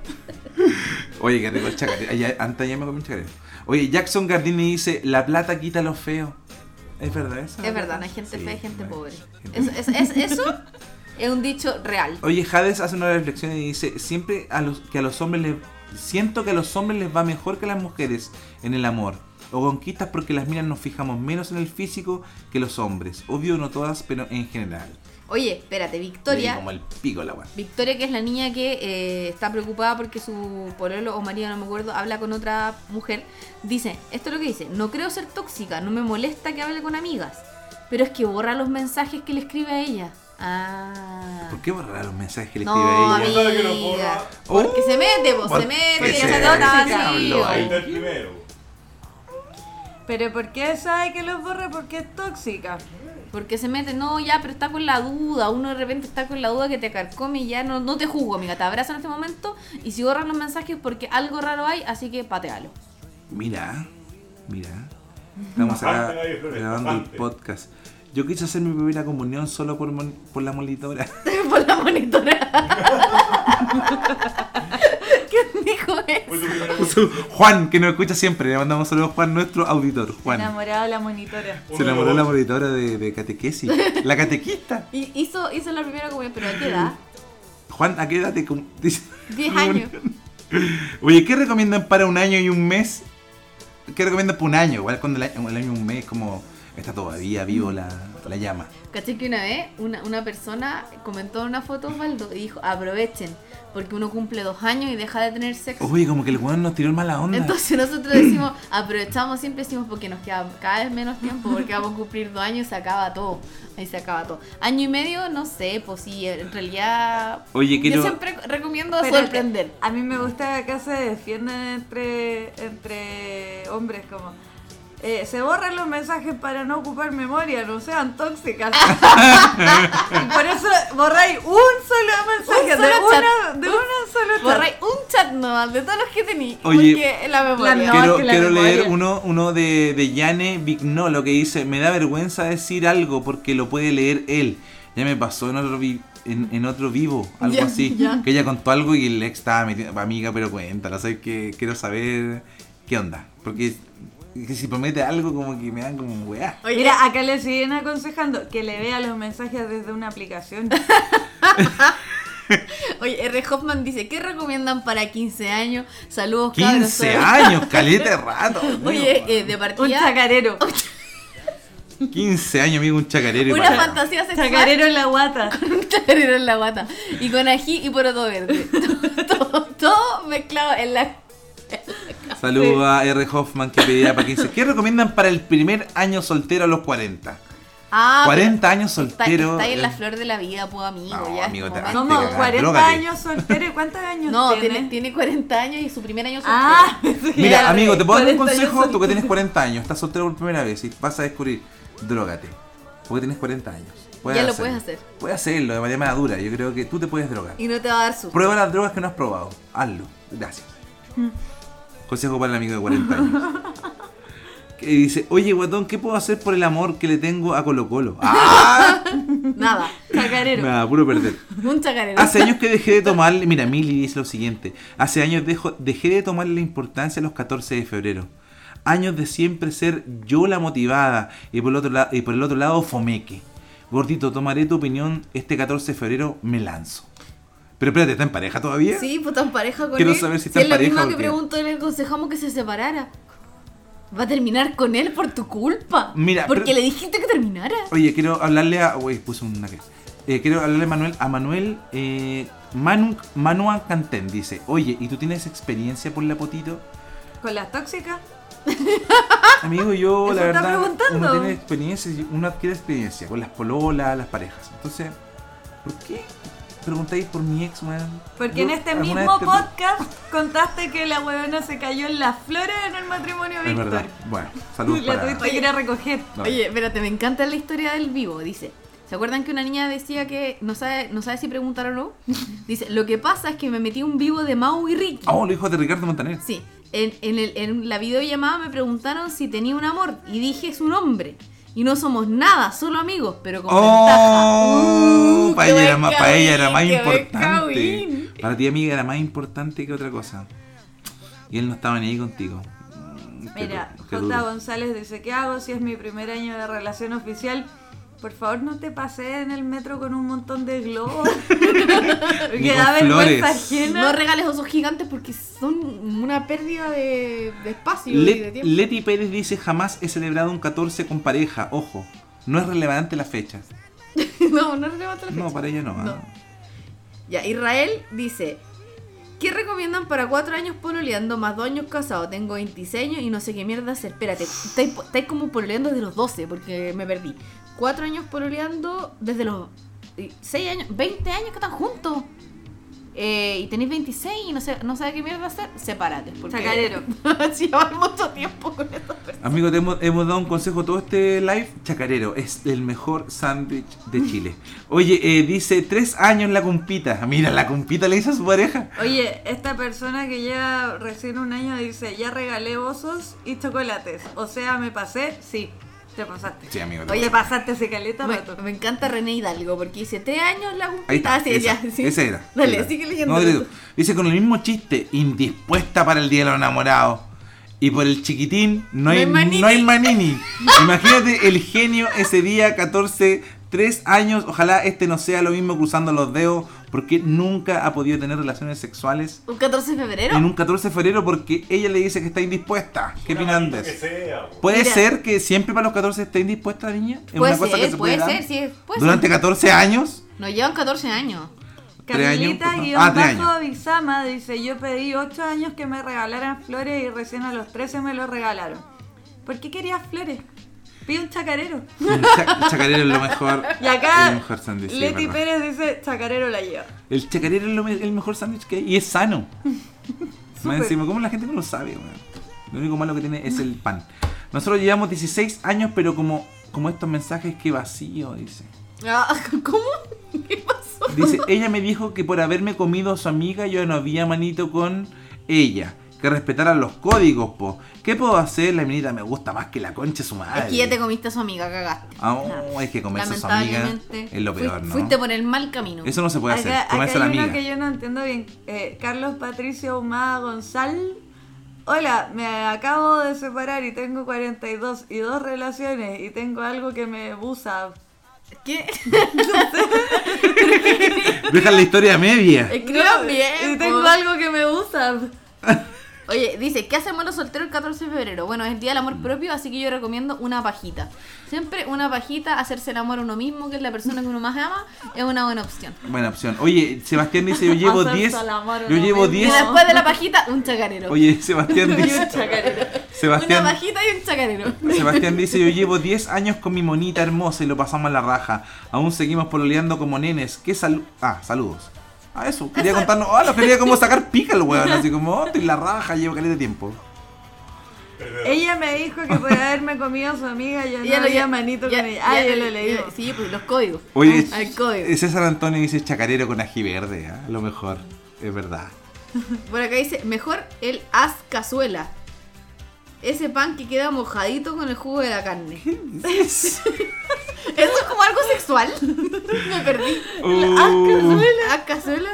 S3: Oye, qué rico el chacarero. Ayer- Antes ayer me comí un chacarero. Oye, Jackson Gardini dice, la plata quita lo feo. Es verdad eso.
S2: Es verdad, no hay gente fea, hay gente pobre.
S3: gente
S2: Eso, eso- es, eso es un dicho real.
S3: Oye, Hades hace una reflexión y dice, siempre a los que a los hombres les Siento que a los hombres les va mejor que a las mujeres en el amor. O conquistas porque las minas nos fijamos menos en el físico que los hombres. Obvio no todas, pero en general.
S2: Oye, espérate,
S3: Le di
S2: Victoria.
S3: Como el pico la weá.
S2: Victoria, que es la niña que eh, está preocupada porque su pololo o marido, no me acuerdo, habla con otra mujer, dice, esto es lo que dice, no creo ser tóxica, no me molesta que hable con amigas, pero es que borra los mensajes que le escribe a ella. Ah.
S3: ¿Por qué borrar los mensajes que le escribe
S2: No,
S3: a ella?
S7: Cuéntale que lo
S2: amiga.
S7: borra.
S2: Porque
S3: Oh,
S2: se mete, vos,
S3: ¿por
S2: se mete,
S3: qué
S2: ya
S3: se
S2: se nota así.
S4: mete?
S3: Hablo
S7: Ahí
S3: ahí.
S7: está el primero.
S4: Pero ¿por qué sabe que los borra? Porque es tóxica.
S2: Porque se mete, no, ya, pero está con la duda. Uno de repente está con la duda que te carcome y ya no, no te juzgo, amiga. Te abrazo en este momento y si borran los mensajes porque algo raro hay, así que patealo.
S3: Mira, mira. Estamos acá
S7: Bastante, Gaby Flores,
S3: grabando el
S7: bastante.
S3: podcast. Yo quise hacer mi primera comunión solo por, mon- por la monitora.
S2: Por la monitora. ¿Quién dijo eso?
S7: Fue tu primera
S3: Juan, que nos escucha siempre. Le mandamos saludos a Juan, nuestro auditor. Juan.
S4: Enamorada de la monitora.
S3: Se enamoró la monitora de, de catequesis. La catequista.
S2: Y hizo, hizo la primera comunión, pero ¿a qué edad?
S3: Juan, ¿a qué edad te com- dice?
S2: 10 años.
S3: Oye, ¿qué recomiendan para un año y un mes? ¿Qué recomiendan para un año? Igual cuando el año, el año y un mes, como está todavía vivo la, la llama.
S2: Caché que una vez una, una persona comentó en una foto, Osvaldo, y dijo, aprovechen, porque uno cumple dos años y deja de tener sexo.
S3: Oye, como que el Juan nos tiró el mala onda.
S2: Entonces nosotros decimos, aprovechamos, siempre decimos porque nos queda cada vez menos tiempo, porque vamos a cumplir dos años y se acaba todo. Ahí se acaba todo. Año y medio, no sé, pues sí, en realidad.
S3: Oye,
S2: Yo
S3: quiero-
S2: siempre recomiendo
S4: Pero
S2: sorprender.
S4: A mí me gusta que acá se defiendan entre, entre hombres como... eh, se borran los mensajes para no ocupar memoria, no sean tóxicas. y por eso borráis un solo mensaje
S2: Un
S4: de,
S2: solo
S4: una,
S2: chat.
S4: de
S2: Un-
S4: una solo chat.
S2: Borré un chat nomás de todos los que tenía.
S3: Oye,
S2: porque la memoria.
S4: la-
S3: quiero
S4: que la
S3: quiero
S4: memoria.
S3: leer uno, uno de, de Yane Vignolo que dice, me da vergüenza decir algo porque lo puede leer él. Ya me pasó en otro, vi- en, en otro vivo, algo
S2: Ya,
S3: así.
S2: ya.
S3: Que ella contó algo y el ex estaba metido, amiga, pero cuéntalo, sé que quiero saber qué onda. Porque que si promete algo como que me dan como weá.
S2: Oye,
S4: Mira, acá le siguen aconsejando que le vea los mensajes desde una aplicación.
S2: oye, R. Hoffman dice: ¿Qué recomiendan para 15 años? Saludos, Oh, cabros.
S3: 15 años, caleta de rato. amigo.
S2: Oye, eh, de
S4: Un
S2: partida.
S4: chacarero.
S3: 15 años, amigo, un chacarero.
S2: Una
S3: igual.
S2: fantasía sexual.
S4: chacarero en la guata.
S2: Chacarero en la guata. Y con ají y poroto verde. Todo, todo, todo mezclado en la.
S3: Saludo a R. Hoffman que pedía para 15. ¿Qué recomiendan para el primer año soltero a los 40?
S2: Ah, pero
S3: 40 años
S2: Está,
S3: soltero.
S2: está ahí en la
S3: eh,
S2: flor de la vida, pues amigo.
S3: No,
S2: ya es
S3: amigo, te-
S2: momento.
S3: te
S4: Como
S3: cagaste,
S4: 40
S3: drógate.
S4: años soltero. ¿Y cuántos años
S2: No,
S4: tiene?
S2: tiene, tiene 40 años y su primer año soltero.
S4: Ah,
S3: Mira, amigo, te puedo dar un
S4: 40
S3: consejo.
S4: años
S3: Tú que
S4: soltero.
S3: tienes 40 años, estás soltero por primera vez y vas a descubrir, drogate. Porque tienes 40 años.
S2: Ya lo puedes hacer.
S3: Puedes hacerlo de manera madura. Yo creo que tú te puedes drogar.
S2: Y no te va a dar susto.
S3: Prueba las drogas que no has probado. Hazlo. Gracias. Consejo para el amigo de 40 años. Que dice, oye guatón, ¿qué puedo hacer por el amor que le tengo a Colo Colo? ¡Ah!
S2: Nada.
S3: Me
S2: Chacarero.
S3: da puro perder.
S2: Un chacarero.
S3: Hace años que dejé de tomar, mira, Mili dice lo siguiente, hace años dejo- dejé de tomar la importancia a los 14 de febrero. Años de siempre ser yo la motivada y por el otro, la- y por el otro lado fomeque. Gordito, tomaré tu opinión este 14 de febrero, me lanzo. Pero espérate, ¿está en pareja todavía?
S2: Sí, pues está en pareja con
S3: Quiero
S2: él.
S3: saber si está en
S2: es lo
S3: pareja
S2: mismo
S3: o
S2: que
S3: qué.
S2: preguntó, le aconsejamos que se separara. Va a terminar con él por tu culpa.
S3: Mira,
S2: Porque
S3: pero-
S2: le dijiste que terminara.
S3: Oye, quiero hablarle a... Uy, puse una que... Eh, quiero hablarle a Manuel, a Manuel eh, Manu, Manuan Cantén. Dice, oye, ¿y tú tienes experiencia por la potito?
S4: ¿Con las tóxicas?
S3: Amigo, yo
S4: Eso
S3: la
S4: está
S3: verdad
S4: preguntando.
S3: uno tiene experiencia, y uno adquiere experiencia con las pololas, las parejas. Entonces, ¿por qué preguntáis por mi ex, weón?
S4: Porque
S3: Yo
S4: en este
S3: alguna
S4: mismo
S3: vez te-
S4: podcast contaste que la huevona se cayó en las flores en el matrimonio
S3: Es verdad.
S4: Víctor.
S3: Bueno,
S4: Y
S3: saludos
S4: La
S3: para.
S4: tuviste que ir a recoger.
S3: No.
S2: Oye, espérate, me encanta la historia del vivo, dice. ¿Se acuerdan que una niña decía que no sabe, no sabe si preguntar o no? Dice, lo que pasa es que me metí un vivo de Mau y Ricky.
S3: Oh, los hijos de Ricardo Montaner.
S2: Sí, en, en el- en la videollamada me preguntaron si tenía un amor y dije su nombre. Y no somos nada, solo amigos, pero con
S3: Oh,
S2: ventaja. Uh,
S3: para
S2: qué
S3: ella,
S2: buen
S3: era más, para ella era más
S2: Kawin, qué buen
S3: importante.
S2: Kawin.
S3: Para ti, amiga, era más importante que otra cosa. Y él no estaba ni ahí contigo. Mm, qué
S4: Mira,
S3: duro, qué
S4: J.
S3: duro.
S4: González dice, ¿qué hago si es mi primer año de relación oficial? Por favor, no te pasees en el metro con un montón de globos.
S3: Ni
S4: que
S3: con
S4: da vergüenza
S3: flores.
S4: ajena.
S2: No regales osos gigantes porque son una pérdida de, de espacio y de
S3: Le-
S2: tiempo.
S3: Leti Pérez dice jamás he celebrado un 14 con pareja, ojo, no es relevante la fecha.
S2: no, no relevante la
S3: No,
S2: fecha.
S3: para ella no.
S2: No.
S3: ah.
S2: Ya, Israel dice: ¿Qué recomiendan para cuatro años pololeando más dos años casado? Tengo 26 años y no sé qué mierda hacer. Espérate, estáis po- estáis como pololeando desde los 12 porque me perdí. Cuatro años pololeando desde los 6 años, 20 años que están juntos. Eh, y tenéis 26 y no sé, no sabes qué mierda hacer, sepárate. Porque
S4: Chacarero.
S2: si llevas mucho tiempo con esta persona.
S3: Amigo, te hemos, hemos dado un consejo todo este live. Chacarero, es el mejor sándwich de Chile. Oye, eh, dice tres años la compita. Mira, la compita le hizo a su pareja.
S4: Oye, esta persona que lleva recién un año dice, ya regalé osos y chocolates. O sea, me pasé, sí, te pasaste.
S3: Sí, amigo. te
S4: Oye,
S3: pasa.
S4: pasaste ese
S2: este
S4: caleta rato.
S2: Me, me encanta René Hidalgo porque dice: Tres años la
S3: Ahí
S2: cumpita.
S3: está.
S2: Ah, sí,
S3: esa,
S2: ya, sí.
S3: esa era.
S2: Dale,
S3: Esa.
S2: sigue leyendo.
S3: No, dale tú. dice con el mismo chiste, indispuesta para el día de los enamorados. Y por el chiquitín no hay,
S2: No hay manini.
S3: no hay manini. Imagínate el genio ese día, 14, 3 años. Ojalá este no sea lo mismo cruzando los dedos, porque nunca ha podido tener relaciones sexuales
S2: Un 14 de febrero.
S3: en un 14 de febrero porque ella le dice que está indispuesta. ¿Qué opinan de
S8: Que
S3: eso?
S8: sea, po.
S3: ¿Puede
S2: Mira.
S3: ser que siempre para los 14 esté indispuesta la niña? ¿Es
S2: Puede
S3: una cosa
S2: ser,
S3: que se
S2: puede
S3: puede dar?
S2: ser, sí, es- puede
S3: ¿Durante
S2: ser.
S3: 14 años?
S2: Nos llevan 14 años.
S3: Tres años,
S4: Carlita
S3: pues, no.
S4: guión
S3: Ah, tres
S4: bajo
S3: años.
S4: Bizama dice, yo pedí 8 años que me regalaran flores y recién a los 13 me lo regalaron. ¿Por qué querías flores? Pide un chacarero.
S3: El cha- chacarero es lo mejor.
S4: Y acá
S3: el mejor sándwich, sí,
S4: Leti
S3: es verdad.
S4: Pérez dice, chacarero la lleva.
S3: El chacarero es lo me- el mejor sándwich que hay y es sano. Más
S4: Súper.
S3: encima, ¿cómo la gente no lo sabe? weón? Lo único malo que tiene es el pan. Nosotros llevamos 16 años, pero como, como estos mensajes, que vacío, dice.
S2: Ah, ¿Cómo? ¿Qué pasó?
S3: Dice, ella me dijo que por haberme comido a su amiga yo no había manito con ella. Que respetara los códigos, po. ¿Qué puedo hacer? La minita me gusta más que la concha de su madre.
S2: Es que ya te comiste a su amiga, cagaste.
S3: Ah, oh, es que comerse a su amiga
S2: Lamentablemente.
S3: es lo
S2: fui-
S3: peor, ¿no?
S2: Fuiste por el mal camino.
S3: Eso no se puede hacer,
S4: Acá, acá
S3: comerse a la
S4: hay
S3: amiga.
S4: uno que yo no entiendo bien. Eh, Carlos Patricio Humada Gonzal. Hola, me acabo de separar y tengo 42 y dos relaciones y tengo algo que me abusa.
S2: ¿Qué?
S3: Deja la historia media.
S2: Escriban bien.
S4: Y tengo
S2: po.
S4: algo que me abusa.
S2: Oye, dice, ¿qué hacemos los solteros el 14 de febrero? Bueno, es el día del
S3: Mm.
S2: amor propio, así que yo recomiendo una pajita. Siempre una pajita, hacerse el amor a uno mismo, que es la persona que uno más ama, es una buena opción.
S3: Buena opción. Oye, Sebastián dice, yo llevo
S4: Hacerse
S3: 10.
S4: al amor
S3: Yo
S4: uno
S3: llevo
S4: mismo.
S2: Y
S3: 10.
S2: después de la pajita, un chacarero.
S3: Oye, Sebastián dice.
S2: una
S3: Sebastián,
S2: pajita y un chacarero.
S3: Sebastián dice, yo llevo 10 años con mi monita hermosa y lo pasamos a la raja. Aún seguimos pololeando como nenes. ¿Qué salud? Ah, saludos. Ah, eso. Quería contarnos. Ah, la quería como sacar pica el weón. Así como, oh, estoy en la raja, llevo caliente tiempo.
S4: Ella me dijo que por haberme comido a su amiga yo
S2: Ya
S4: Ah, no
S2: lo-
S4: había
S2: ya-
S4: manito
S2: ya-
S4: con ella. Ah,
S2: ya
S4: yo lo leí.
S2: ya- Sí, pues los códigos.
S3: Oye, eh,
S2: Al código.
S3: César Antonio dice chacarero con ají verde. ah, A lo mejor. Es verdad.
S2: Por acá dice, mejor el haz cazuela. Ese pan que queda mojadito con el jugo de la carne. ¿Eso es como algo sexual? Me perdí.
S3: Uh,
S2: ¿Haz cazuela?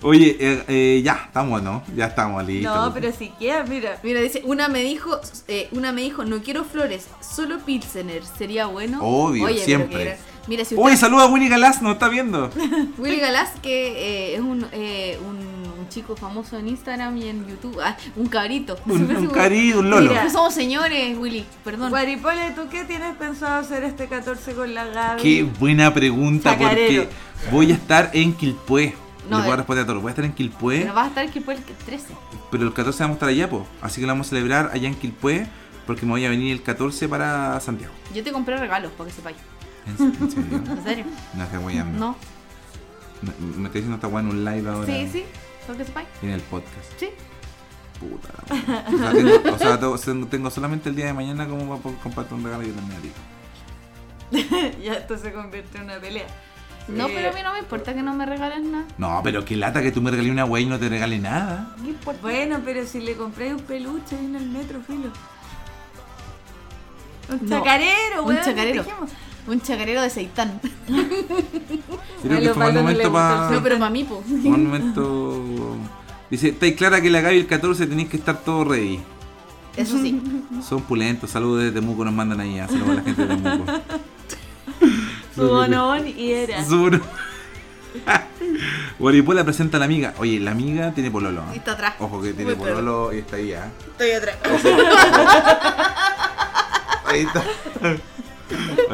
S3: oye, eh, eh, ya estamos, ¿no? Ya estamos listos.
S2: pues.
S4: No, pero si quieres, mira.
S2: Mira, dice, una me dijo, eh, una me dijo, no quiero flores, solo pilsener. ¿Sería bueno?
S3: Obvio,
S2: Oye, pero
S3: siempre.
S2: que era- Mira, si
S3: Uy,
S2: usted,
S3: saluda a Winnie Galás, nos está viendo.
S2: Willy Galás, que eh, es un, eh, un, un chico famoso en Instagram y en YouTube, ah, un cabrito.
S3: Un,
S2: Siempre
S3: un
S2: subo-
S3: carido, un lolo.
S2: No somos señores, Willy, perdón.
S4: Guaripole, ¿tú qué tienes pensado hacer este 14 con la Gaby?
S3: Qué buena pregunta,
S4: Chacarero.
S3: porque voy a estar en Quilpué.
S2: No,
S3: Le voy a
S2: eh.
S3: responder a todos. Voy a estar en Quilpué,
S2: Pero vas a estar aquí por el 13.
S3: pero el 14 vamos a estar allá, po. Así que la vamos a celebrar allá en Quilpué, porque me voy a venir el 14 para Santiago.
S2: Yo te compré regalos, para que sepáis.
S3: ¿En en serio?
S2: ¿En serio?
S3: No estoy guayando.
S2: No.
S3: No, Me estoy diciendo esta guay en un live ahora.
S2: Sí, sí. Para que sepáis.
S3: En el podcast.
S2: Sí.
S3: Puta. la madre. O sea, tengo, o sea, tengo- tengo, solamente el día de mañana como para poder compartir un regalo y yo también a ti.
S4: ya esto se convierte en una pelea.
S2: No,
S4: Eh,
S2: pero a mí no me importa que no me regalen nada.
S3: No, pero qué lata que tú me regalé una wey y no te regale nada.
S2: ¿Qué importa?
S4: Bueno, pero si le compré un peluche en el metro, filo. Un
S2: No,
S4: chacarero,
S2: un
S4: weón.
S2: chacarero.
S4: dijimos.
S2: Un chacarero de seitán.
S3: Creo
S4: A
S3: que
S4: los
S3: fue mal
S4: varones les
S3: momento
S4: gusta
S3: para.
S4: el
S2: No, pero para mí, pues.
S3: Un momento. Dice, estáis clara que la Gaby el 14 tenéis que estar todo ready.
S2: Eso sí.
S3: Son pulentos, saludos desde Temuco nos mandan ahí, ah, saludos a la gente de Temuco.
S4: Su bonobón y era.
S3: Zuru. Guaripola presenta a la amiga. Oye, la amiga tiene pololo. ¿eh?
S2: Y está atrás.
S3: Ojo que tiene
S4: Muy claro.
S3: pololo y está ahí, ¿ah?
S4: Estoy atrás.
S3: Ahí está.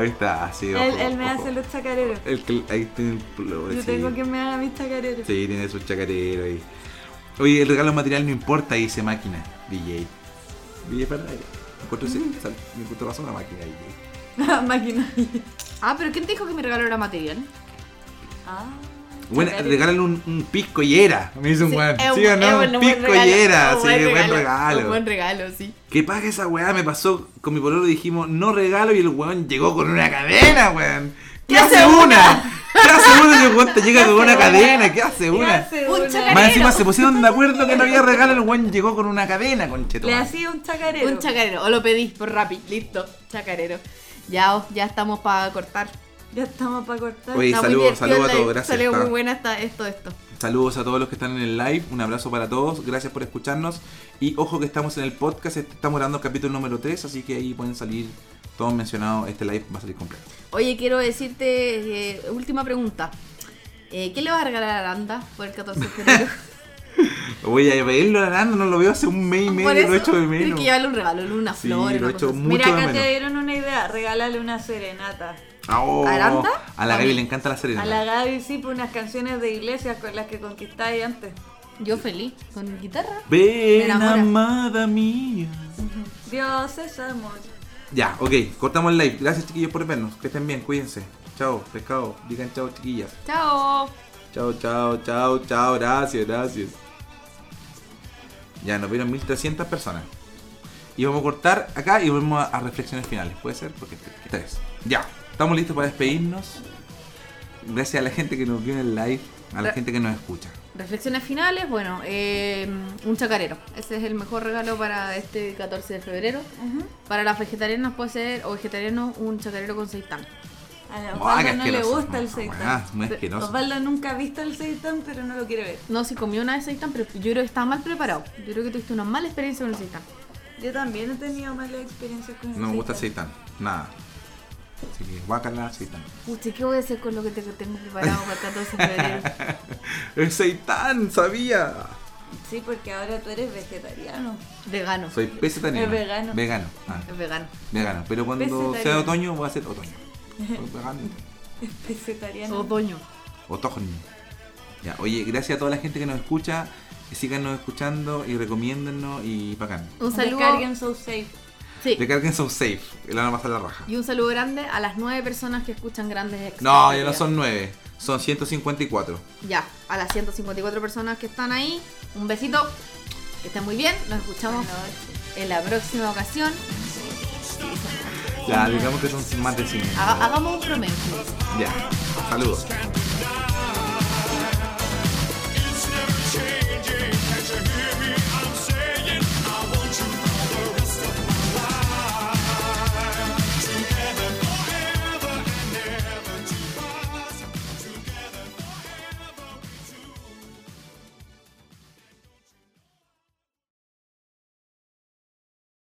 S3: Ahí está, sí, ojo,
S4: Él, él me
S3: ojo.
S4: hace los chacareros.
S3: El que- ahí tiene el pololo.
S4: Yo
S3: sí.
S4: tengo que me haga mis chacareros.
S3: Sí, tiene su chacarero ahí. Oye, el regalo material no importa, dice máquina, DJ. DJ para encuentro, ese- sal- me encuentro razón la máquina, DJ.
S4: Máquina.
S2: Ah, pero ¿quién te dijo que mi regalo era material?
S4: Ah.
S3: Bueno,
S4: Chacarero.
S3: regálale un, un pisco y era. Me dice un
S2: Sí,
S3: weón.
S2: es un-
S3: ¿Sí o
S2: es
S3: no?
S2: un
S3: Un
S2: buen
S3: pisco
S2: regalo,
S3: y era.
S2: un
S3: Sí, buen regalo.
S2: Un buen regalo, sí.
S3: ¿Qué pasa esa weá? Me pasó con mi pololo dijimos no regalo y el weón llegó con una cadena, weón. ¿Qué, hace una? ¿Qué hace una? Y el weón te llega con una cadena. ¿Qué hace
S4: ¿Qué
S3: una?
S4: hace
S2: Un
S4: una?
S2: chacarero.
S3: Más encima se pusieron de acuerdo que no había regalo el weón llegó con una cadena, conchetumare.
S4: Le hacía un chacarero.
S2: Un chacarero. O lo pedís por Rappi. Listo. Chacarero. Ya, os- ya estamos para cortar.
S4: ya estamos para cortar.
S3: Oye,
S2: Está muy
S3: saludos,
S2: divertido el
S3: saludos a todos,
S2: live.
S3: gracias,
S2: Salió
S3: está.
S2: muy buena esta, esto, esto.
S3: Saludos a todos los que están en el live, un abrazo para todos, gracias por escucharnos y ojo que estamos en el podcast, est- estamos grabando el capítulo número 3, así que ahí pueden salir todos mencionados, este live va a salir completo.
S2: Oye, quiero decirte, eh, última pregunta. Eh, ¿Qué le vas a regalar a Aranda por el 14 de febrero?
S3: Voy a verlo Aranda, no lo veo hace un mes y medio,
S2: Por eso,
S3: lo he hecho de
S2: Tienes
S3: menos.
S2: que llevarle un regalo, una
S3: Sí,
S2: flor.
S3: lo
S2: una
S3: he hecho
S2: cosa así.
S3: mucho
S4: Mira, acá
S3: menos.
S4: te dieron una idea. Regálale una serenata.
S3: Ah, oh,
S2: ¿Aranda?
S3: A la
S2: A
S3: Gaby
S2: mí.
S3: le encanta la
S4: A la
S3: serenata.
S4: Gaby sí, por unas canciones de iglesias con las que conquistáis antes.
S2: Yo feliz, con guitarra. Me
S3: Ven
S2: enamora.
S3: amada mía.
S4: Dios es amor.
S3: Ya, ok, cortamos el live. Gracias chiquillos por vernos, que estén bien, cuídense. Chao, pescado, digan chao chiquillas.
S2: Chao.
S3: Chao, chao, chao, chao, gracias, gracias. Ya nos vieron 1300 personas. Y vamos a cortar acá y volvemos a, a reflexiones finales. ¿Puede ser? Porque tres. Ya, estamos listos para despedirnos. Gracias a la gente que nos vio en el live, a la
S2: Re-
S3: gente que nos escucha.
S2: Reflexiones finales, bueno, eh, un chacarero. Ese es el mejor regalo para este 14 de febrero. Para las vegetarianas puede ser, o vegetarianos, un chacarero con seitán.
S4: A la
S3: Ah,
S4: Osvaldo
S3: qué
S4: no le
S3: asqueroso.
S4: gusta el
S3: Ah,
S4: seitán.
S3: ah, muy asqueroso.
S4: Osvaldo nunca ha visto el seitán, pero no lo quiere ver.
S2: No, si comió una de seitán, pero yo creo que estaba mal preparado. Yo creo que tuviste una mala experiencia con el seitán.
S4: Yo también he tenido malas experiencias con el
S3: No me gusta
S4: seitán.
S3: aceitán, nada. Así que guácala, aceitán.
S2: Pucha, ¿qué voy a hacer con lo que te- tengo preparado para el 14 de febrero?
S3: ¡Aceitán! ¡Sabía!
S4: Sí, porque ahora tú eres vegetariano.
S2: Vegano.
S3: Soy pesetaniano.
S4: Es vegano.
S3: Vegano. Ah,
S2: Es vegano.
S3: vegano. Pero cuando
S4: Pesetariano.
S3: sea otoño, voy a ser otoño. Soy vegano.
S4: Vegetariano.
S2: Otoño.
S3: Otoño. Ya, oye, gracias a toda la gente que nos escucha. Síganos escuchando y recomiéndennos y bacán.
S2: Un saludo.
S4: Descarguen So Safe.
S2: Sí.
S3: Recarguen son safe, que la van a pasar la raja.
S2: Y un saludo grande a las nueve personas que escuchan grandes Expectativas.
S3: No, ya no son nueve, son 154.
S2: Ya, a las 154 personas que están ahí, un besito. Que estén muy bien. Nos escuchamos en la próxima ocasión.
S3: Ya, digamos que son más de 100.
S2: Haga- hagamos un promedio.
S3: Ya, saludos.
S8: It's never changing. Can't you hear